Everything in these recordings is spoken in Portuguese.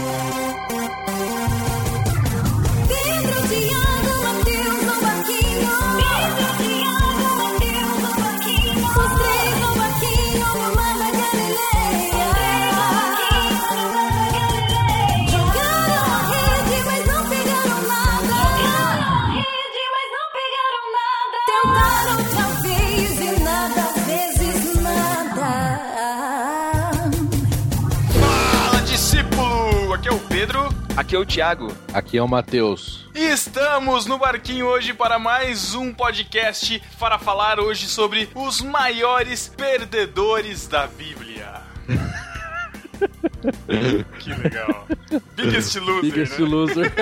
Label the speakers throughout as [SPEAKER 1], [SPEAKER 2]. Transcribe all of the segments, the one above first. [SPEAKER 1] um um
[SPEAKER 2] Aqui é o Thiago.
[SPEAKER 3] Aqui é o Matheus.
[SPEAKER 2] E estamos no barquinho hoje para mais um podcast para falar hoje sobre os maiores perdedores da Bíblia. que legal. Biggest loser.
[SPEAKER 3] Biggest
[SPEAKER 2] né?
[SPEAKER 3] loser.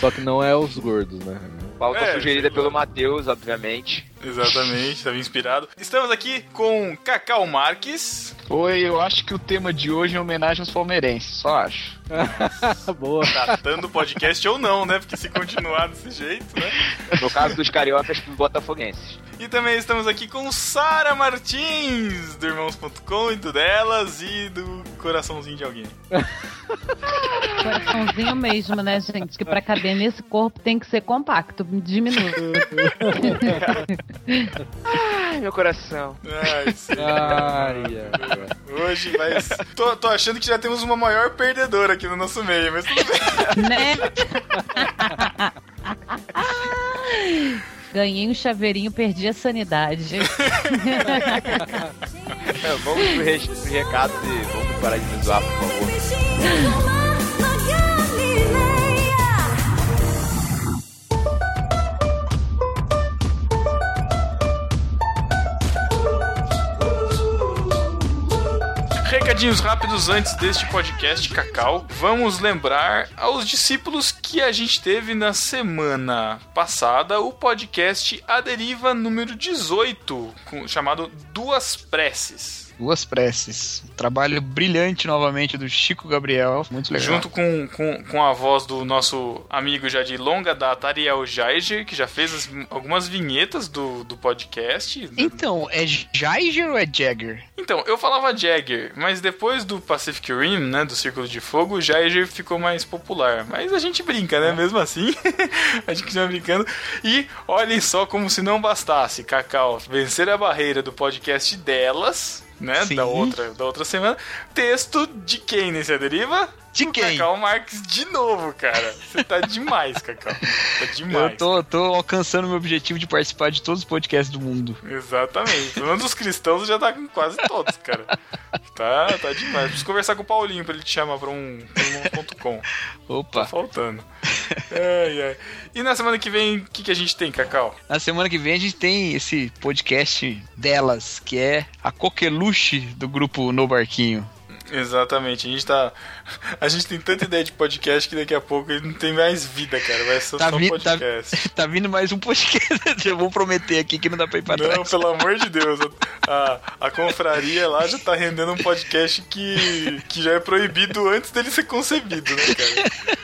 [SPEAKER 3] Só que não é os gordos, né?
[SPEAKER 4] Pauta
[SPEAKER 2] É,
[SPEAKER 4] sugerida pelo Matheus, obviamente.
[SPEAKER 2] Exatamente, estava inspirado. Estamos aqui com Cacau Marques.
[SPEAKER 5] Oi, eu acho que o tema de hoje é homenagem aos palmeirenses, só acho.
[SPEAKER 3] Ah, Boa.
[SPEAKER 2] Tratando o podcast ou não, né? Porque se continuar desse jeito, né?
[SPEAKER 4] No caso dos cariocas dos botafoguenses.
[SPEAKER 2] E também estamos aqui com Sara Martins, do Irmãos.com e do Delas e do Coraçãozinho de Alguém.
[SPEAKER 6] Coraçãozinho mesmo, né, gente? Que pra caber nesse corpo tem que ser compacto, diminuto.
[SPEAKER 4] Ai, meu coração.
[SPEAKER 2] Ai, sim.
[SPEAKER 3] Ai, ai, ai.
[SPEAKER 2] Hoje vai. Tô, tô achando que já temos uma maior perdedora aqui no nosso meio, mas tudo bem.
[SPEAKER 6] né? Ganhei um chaveirinho, perdi a sanidade.
[SPEAKER 4] É, vamos pro, re pro recado e vamos parar de me zoar, por favor.
[SPEAKER 2] Recadinhos rápidos antes deste podcast, Cacau. Vamos lembrar aos discípulos que a gente teve na semana passada o podcast A Deriva número 18, com- chamado Duas Preces.
[SPEAKER 5] Duas preces. Um trabalho brilhante novamente do Chico Gabriel. Muito legal.
[SPEAKER 2] Junto com, com, com a voz do nosso amigo já de longa data, Ariel Jaeger, que já fez as- algumas vinhetas do, do podcast.
[SPEAKER 5] Então, é Jaiger ou é Jagger?
[SPEAKER 2] Então, eu falava Jagger, mas depois do Pacific Rim, né, do Círculo de Fogo, o Jagger ficou mais popular. Mas a gente brinca,
[SPEAKER 5] É.
[SPEAKER 2] né, mesmo assim. a gente continua brincando. E olhem só como se não bastasse, Cacau, vencer a barreira do podcast delas, né,
[SPEAKER 5] Sim.
[SPEAKER 2] da outra, da outra semana. Texto de quem nesse A deriva?
[SPEAKER 5] De
[SPEAKER 2] Do
[SPEAKER 5] quem?
[SPEAKER 2] Cacau Marques de novo, cara. Você tá demais, Cacau. Tá demais.
[SPEAKER 5] Eu tô, tô alcançando meu objetivo de participar de todos os podcasts do mundo.
[SPEAKER 2] Exatamente. Pelo menos os cristãos já tá com quase todos, cara. Tá, tá demais. Preciso conversar com o Paulinho pra ele te chamar pra um pra um ponto .com. Tá
[SPEAKER 5] Opa!
[SPEAKER 2] faltando. Ai, ai. E na semana que vem, o que, que a gente tem, Cacau?
[SPEAKER 5] Na semana que vem a gente tem esse podcast delas, que é a coqueluche do grupo No Barquinho.
[SPEAKER 2] Exatamente. A gente tá. A gente tem tanta ideia de podcast que daqui a pouco ele não tem mais vida, cara. Vai ser
[SPEAKER 5] Tá
[SPEAKER 2] só
[SPEAKER 5] vi- tá-
[SPEAKER 2] podcast.
[SPEAKER 5] Tá vindo mais um podcast, eu vou prometer aqui que não dá pra ir pra
[SPEAKER 2] Não,
[SPEAKER 5] trás.
[SPEAKER 2] pelo amor de Deus. A, a confraria lá já tá rendendo um podcast que, que já é proibido antes dele ser concebido, né, cara?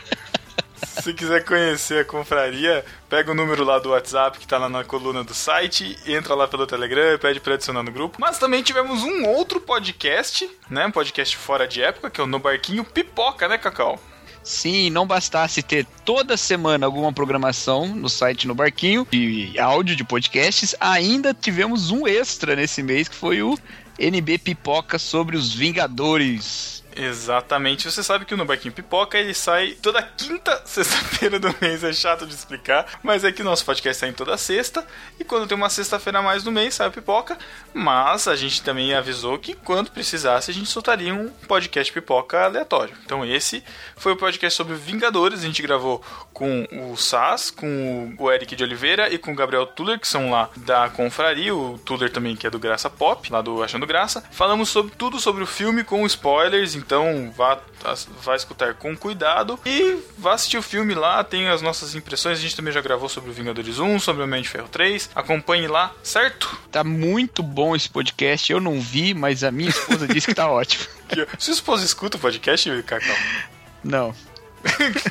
[SPEAKER 2] Se quiser conhecer a confraria, pega o número lá do WhatsApp que tá lá na coluna do site, entra lá pelo Telegram e pede pra adicionar no grupo. Mas também tivemos um outro podcast, né? Um podcast fora de época, que é o No Barquinho Pipoca, né, Cacau?
[SPEAKER 5] Sim, não bastasse ter toda semana alguma programação no site no Barquinho de áudio de podcasts, ainda tivemos um extra nesse mês que foi o NB Pipoca sobre os Vingadores.
[SPEAKER 2] Exatamente. Você sabe que o No Barquinho Pipoca ele sai toda quinta, sexta-feira do mês. É chato de explicar, mas é que o nosso podcast sai em toda sexta. E quando tem uma sexta-feira a mais no mês, sai a pipoca. Mas a gente também avisou que quando precisasse, a gente soltaria um podcast pipoca aleatório. Então esse foi o podcast sobre Vingadores. A gente gravou com o Sass, com o Eric de Oliveira e com o Gabriel Tuller, que são lá da Confraria. O Tuller também, que é do Graça Pop, lá do Achando Graça. Falamos sobre tudo sobre o filme com spoilers, então vá, as- vá escutar com cuidado. E vá assistir o filme lá, tem as nossas impressões. A gente também já gravou sobre o Vingadores 1, sobre o Homem de Ferro 3. Acompanhe lá, certo?
[SPEAKER 5] Tá muito bom esse podcast, eu não vi, mas a minha esposa disse que tá ótimo.
[SPEAKER 2] Que- Se o esposo escuta o podcast, Cacau.
[SPEAKER 5] Não.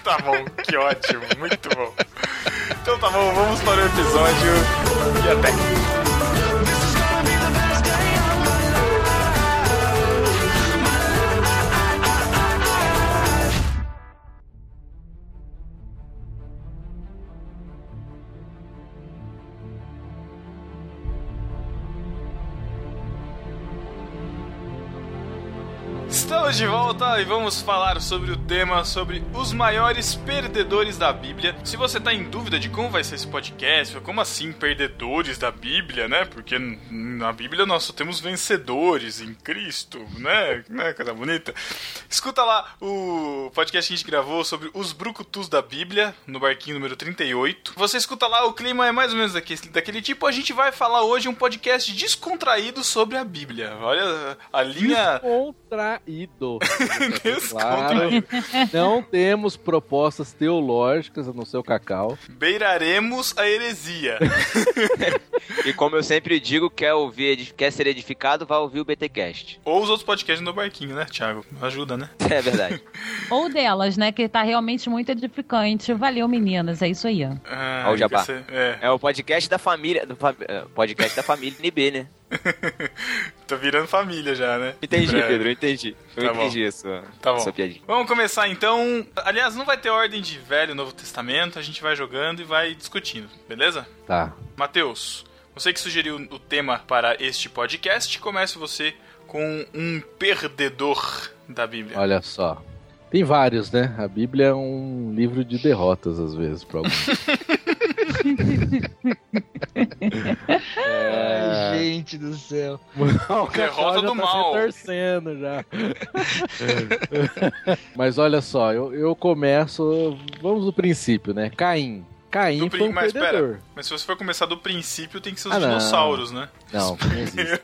[SPEAKER 2] tá bom, que ótimo, muito bom. Então tá bom, vamos para o episódio e até. Estamos de volta e vamos falar sobre o tema sobre os maiores perdedores da Bíblia. Se você tá em dúvida de como vai ser esse podcast, como assim perdedores da Bíblia, né? Porque n- na Bíblia nós só temos vencedores em Cristo, né? né coisa bonita. Escuta lá o podcast que a gente gravou sobre os brucutus da Bíblia, no barquinho número 38. Você escuta lá, o clima é mais ou menos daquele, daquele tipo. A gente vai falar hoje um podcast descontraído sobre a Bíblia. Olha a linha
[SPEAKER 3] Descontraído. claro.
[SPEAKER 2] Descontraído.
[SPEAKER 3] Não temos propostas teológicas, a não ser o cacau.
[SPEAKER 2] Beiraremos a heresia.
[SPEAKER 4] E como eu sempre digo, quer ouvir, edi- quer ser edificado, vai ouvir o BTcast.
[SPEAKER 2] Ou os outros podcasts no barquinho, né, Thiago? Ajuda, né?
[SPEAKER 4] É verdade.
[SPEAKER 6] Ou delas, né? Que tá realmente muito edificante. Valeu, meninas. É isso aí. ó.
[SPEAKER 2] Ah,
[SPEAKER 4] Ó o jabá.
[SPEAKER 2] quer ser- É,
[SPEAKER 4] É o podcast da família, do fam- é, podcast da família NB, né?
[SPEAKER 2] tá virando família já, né?
[SPEAKER 4] Entendi,
[SPEAKER 2] É.
[SPEAKER 4] Pedro, entendi. Eu
[SPEAKER 2] Tá bom.
[SPEAKER 4] entendi isso.
[SPEAKER 2] Tá bom.
[SPEAKER 4] Sua piadinha.
[SPEAKER 2] Vamos começar então. Aliás, não vai ter ordem de Velho e Novo Testamento, a gente vai jogando e vai discutindo, beleza?
[SPEAKER 3] Tá.
[SPEAKER 2] Matheus, você que sugeriu o tema para este podcast, comece você com um perdedor da
[SPEAKER 4] Ah.
[SPEAKER 2] Bíblia.
[SPEAKER 3] Olha só. Tem vários, né? A Bíblia é um livro de derrotas, às vezes, pra alguns.
[SPEAKER 5] Ai, gente do céu.
[SPEAKER 3] O
[SPEAKER 2] Derrota
[SPEAKER 3] Cacau já
[SPEAKER 2] do
[SPEAKER 3] tá
[SPEAKER 2] mal.
[SPEAKER 3] Se torcendo já. É. Mas olha só, eu, eu começo. Vamos do princípio, né? Caim. Caim
[SPEAKER 2] Do
[SPEAKER 3] foi um
[SPEAKER 2] prin- mas pera.
[SPEAKER 3] perdedor.
[SPEAKER 2] Mas se você for começar do princípio, tem que ser os
[SPEAKER 3] Ah, não.
[SPEAKER 2] dinossauros, né?
[SPEAKER 3] Não, não existe.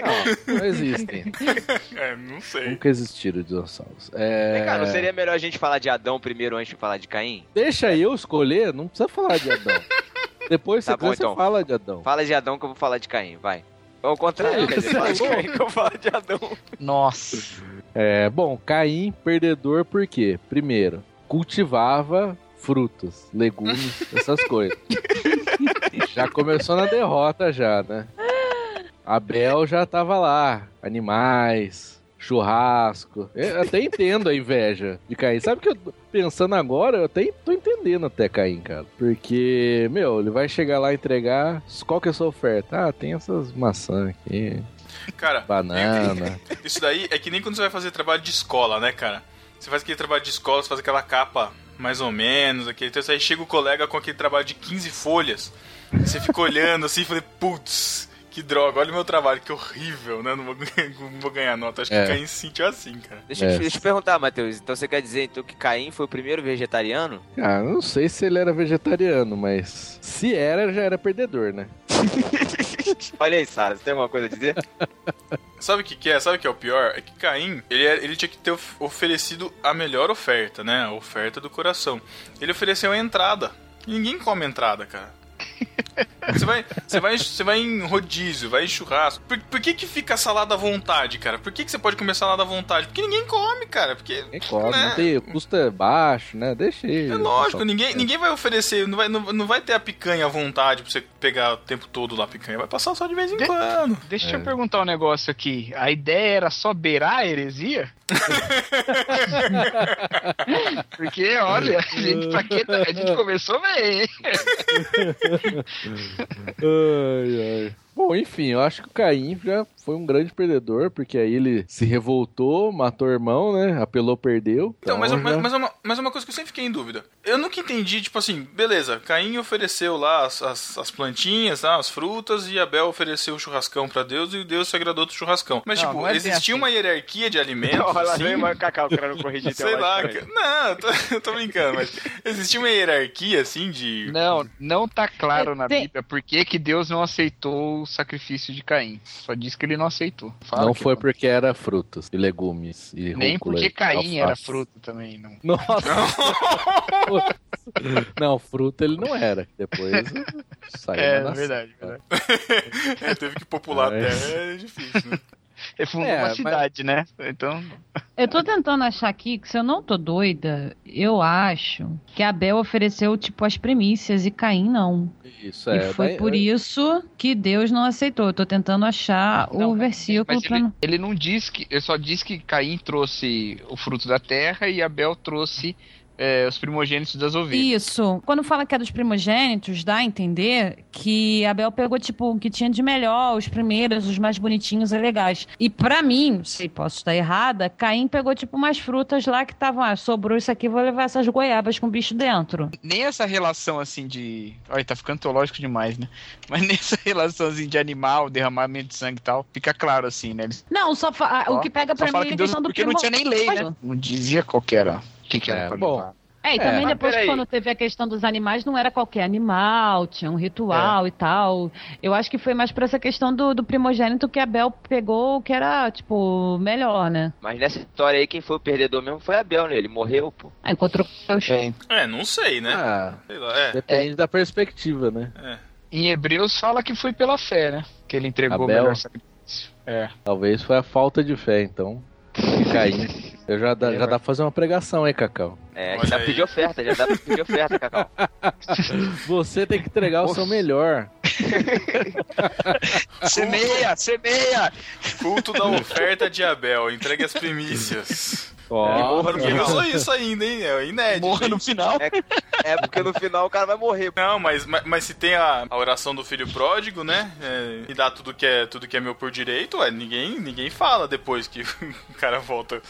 [SPEAKER 3] não, não existem.
[SPEAKER 2] É, não
[SPEAKER 4] Um
[SPEAKER 2] sei.
[SPEAKER 3] Nunca existiram dinossauros. É,
[SPEAKER 4] Cara, não seria melhor a gente falar de Adão primeiro antes de falar de Caim?
[SPEAKER 3] Deixa eu escolher, não precisa falar de Adão. Depois
[SPEAKER 4] Tá
[SPEAKER 3] você,
[SPEAKER 4] bom,
[SPEAKER 3] cansa,
[SPEAKER 4] então.
[SPEAKER 3] fala de Adão.
[SPEAKER 4] Fala de Adão que eu vou falar de Caim, vai. É o contrário,
[SPEAKER 3] É,
[SPEAKER 4] quer dizer,
[SPEAKER 3] você
[SPEAKER 4] fala de
[SPEAKER 3] falou.
[SPEAKER 4] Caim que eu falo de Adão.
[SPEAKER 5] Nossa.
[SPEAKER 3] É, bom, Caim, perdedor por quê? Primeiro, cultivava frutas, legumes, essas coisas. já começou na derrota já, né? Abel já tava lá, animais, churrasco. Eu até entendo a inveja de Caim. Sabe que eu tô pensando agora, eu até tô entendendo até Caim, cara. Porque, meu, ele vai chegar lá e entregar, qual que é a sua oferta? Ah, tem essas maçãs aqui,
[SPEAKER 2] Cara,
[SPEAKER 3] banana.
[SPEAKER 2] Isso daí é que nem quando você vai fazer trabalho de escola, né, cara? Você faz aquele trabalho de escola, você faz aquela capa mais ou menos, aquele texto, aí chega o colega com aquele trabalho de 15 folhas, você fica olhando assim e falei, putz, que droga, olha o meu trabalho, que horrível, né? Não vou, ganhar- não vou ganhar nota. Acho que
[SPEAKER 3] É.
[SPEAKER 2] o Caim se sentiu assim, cara.
[SPEAKER 4] Deixa,
[SPEAKER 3] É.
[SPEAKER 4] eu te, deixa eu te perguntar, Matheus. Então você quer dizer então, que Caim foi o primeiro vegetariano?
[SPEAKER 3] Ah, eu não sei se ele era vegetariano, mas se era, já era perdedor, né?
[SPEAKER 4] Olha aí, Sara, você tem alguma coisa a dizer?
[SPEAKER 2] Sabe o que, que é? Sabe o que é o pior? É que Caim, ele, é- ele tinha que ter of- oferecido a melhor oferta, né? A oferta do coração. Ele ofereceu a entrada. E ninguém come entrada, cara. Você vai, você, vai, você vai em rodízio, vai em churrasco. Por, por que, que fica salada à vontade, cara? Por que, que você pode comer salada à vontade? Porque ninguém come, cara. Porque.
[SPEAKER 3] Quem come,
[SPEAKER 2] né?
[SPEAKER 3] não tem, o custo é baixo, né? Deixa ele.
[SPEAKER 2] É lógico, ninguém, ninguém vai oferecer, não vai, não, não vai ter a picanha à vontade pra você pegar o tempo todo lá a picanha. Vai passar só de vez em
[SPEAKER 5] De-
[SPEAKER 2] quando.
[SPEAKER 5] Deixa
[SPEAKER 3] É.
[SPEAKER 5] eu perguntar um negócio aqui. A ideia era só beirar a heresia? Porque, olha, a gente, pra que tá- a gente começou bem, hein?
[SPEAKER 3] Ai, ai. Bom, enfim, eu acho que o Caim já foi um grande perdedor, porque aí ele se revoltou, matou o irmão, né? Apelou, perdeu.
[SPEAKER 2] Então, mas, é-
[SPEAKER 3] já-
[SPEAKER 2] mas, mas, é uma, mas é uma coisa que eu sempre fiquei em dúvida. Eu nunca entendi, tipo assim, beleza, Caim ofereceu lá as, as, as plantinhas, tá, as frutas, e Abel ofereceu o churrascão pra Deus, e Deus se agradou do churrascão. Mas,
[SPEAKER 5] Não,
[SPEAKER 2] tipo,
[SPEAKER 5] não é bem
[SPEAKER 2] existia
[SPEAKER 5] assim.
[SPEAKER 2] uma hierarquia de
[SPEAKER 4] É,
[SPEAKER 2] alimentos, assim?
[SPEAKER 4] o Cacau querendo corrigir
[SPEAKER 2] Sei lá, cara. não, eu tô, eu tô brincando, mas existia uma hierarquia, assim, de...
[SPEAKER 5] Não, não tá claro na
[SPEAKER 6] Tem-
[SPEAKER 5] Bíblia por que, que Deus não aceitou o sacrifício de Caim. Só diz que ele não aceitou. Fala
[SPEAKER 3] Não
[SPEAKER 5] que-
[SPEAKER 3] foi porque era frutas e legumes e
[SPEAKER 5] Nem
[SPEAKER 3] rúcula
[SPEAKER 5] porque
[SPEAKER 3] e
[SPEAKER 5] Caim era
[SPEAKER 3] alface.
[SPEAKER 5] fruto também, não.
[SPEAKER 3] Nossa! não, fruta ele não era. Depois saiu
[SPEAKER 5] É,
[SPEAKER 3] na nascente.
[SPEAKER 5] verdade, verdade.
[SPEAKER 2] É, teve que popular
[SPEAKER 3] É.
[SPEAKER 2] até, é difícil, né?
[SPEAKER 5] Ele fundou
[SPEAKER 3] É,
[SPEAKER 5] uma
[SPEAKER 3] mas-
[SPEAKER 5] cidade, né? Então,
[SPEAKER 6] Eu tô tentando achar aqui que se eu não tô doida, eu acho que a Bel ofereceu, tipo, as premissas e Caim não.
[SPEAKER 3] Isso é.
[SPEAKER 6] e foi
[SPEAKER 3] daí-
[SPEAKER 6] por isso que Deus não aceitou. Eu tô tentando achar
[SPEAKER 5] Não,
[SPEAKER 6] o versículo
[SPEAKER 5] Mas
[SPEAKER 6] pra
[SPEAKER 5] ele,
[SPEAKER 6] não.
[SPEAKER 5] ele não diz que. Ele só diz que Caim trouxe o fruto da terra e Abel trouxe é, os primogênitos das ovelhas.
[SPEAKER 6] Isso. Quando fala que é dos primogênitos, dá a entender que Abel pegou, tipo, o que tinha de melhor, os primeiros, os mais bonitinhos e legais. E pra mim, não sei, posso estar errada, Caim pegou, tipo, umas frutas lá que estavam, ah, sobrou isso aqui, vou levar essas goiabas com bicho dentro.
[SPEAKER 5] Nem essa relação assim de. Olha, tá ficando teológico demais, né? Mas nessa relação assim de animal, derramamento de sangue e tal, fica claro assim, né? Eles
[SPEAKER 6] Não, só fa- ah,
[SPEAKER 5] Ó,
[SPEAKER 6] o que pega
[SPEAKER 5] só
[SPEAKER 6] pra mim
[SPEAKER 5] falam
[SPEAKER 6] é
[SPEAKER 5] que
[SPEAKER 6] a
[SPEAKER 5] Deus.
[SPEAKER 6] questão do
[SPEAKER 5] Porque não tinha nem lei, né?
[SPEAKER 6] primogênito.
[SPEAKER 5] Não dizia qual que era. O que, que era
[SPEAKER 3] É,
[SPEAKER 5] pra
[SPEAKER 3] bom.
[SPEAKER 5] levar.
[SPEAKER 6] É, e
[SPEAKER 3] É,
[SPEAKER 6] também
[SPEAKER 3] mas
[SPEAKER 6] depois
[SPEAKER 4] peraí.
[SPEAKER 6] quando teve a questão dos animais, não era qualquer animal, tinha um
[SPEAKER 5] É.
[SPEAKER 6] ritual e tal. Eu acho que foi mais pra essa questão do, do primogênito que a Bel pegou, que era, tipo, melhor, né?
[SPEAKER 4] Mas nessa história aí, quem foi o perdedor mesmo foi Abel, né? Ele morreu, pô.
[SPEAKER 6] Ah, encontrou os...
[SPEAKER 2] É, não sei, né?
[SPEAKER 3] Ah,
[SPEAKER 2] Sei lá, é.
[SPEAKER 3] depende da perspectiva, né?
[SPEAKER 5] Em Hebreus fala que foi pela fé, né? Que ele entregou o
[SPEAKER 3] Abel.
[SPEAKER 5] melhor sacrifício. É.
[SPEAKER 3] Talvez foi a falta de fé, então. E Caim. Eu já dá, já dá pra fazer uma pregação, hein, Cacau?
[SPEAKER 4] É,
[SPEAKER 2] Olha
[SPEAKER 4] já
[SPEAKER 2] aí.
[SPEAKER 4] pediu oferta, já dá pra pedir oferta, Cacau.
[SPEAKER 3] Você tem que entregar o seu melhor.
[SPEAKER 5] Semeia, semeia!
[SPEAKER 2] Culto da oferta de Abel, entregue as primícias.
[SPEAKER 3] Ó,
[SPEAKER 2] Porra, ninguém falou isso ainda, hein? É inédito.
[SPEAKER 5] Morra no final.
[SPEAKER 4] É porque no final o cara vai morrer.
[SPEAKER 2] Não, mas, mas, mas se tem a, a oração do filho pródigo, né? É, e dá tudo que é, tudo que é meu por direito, ué, ninguém, ninguém fala depois que o cara volta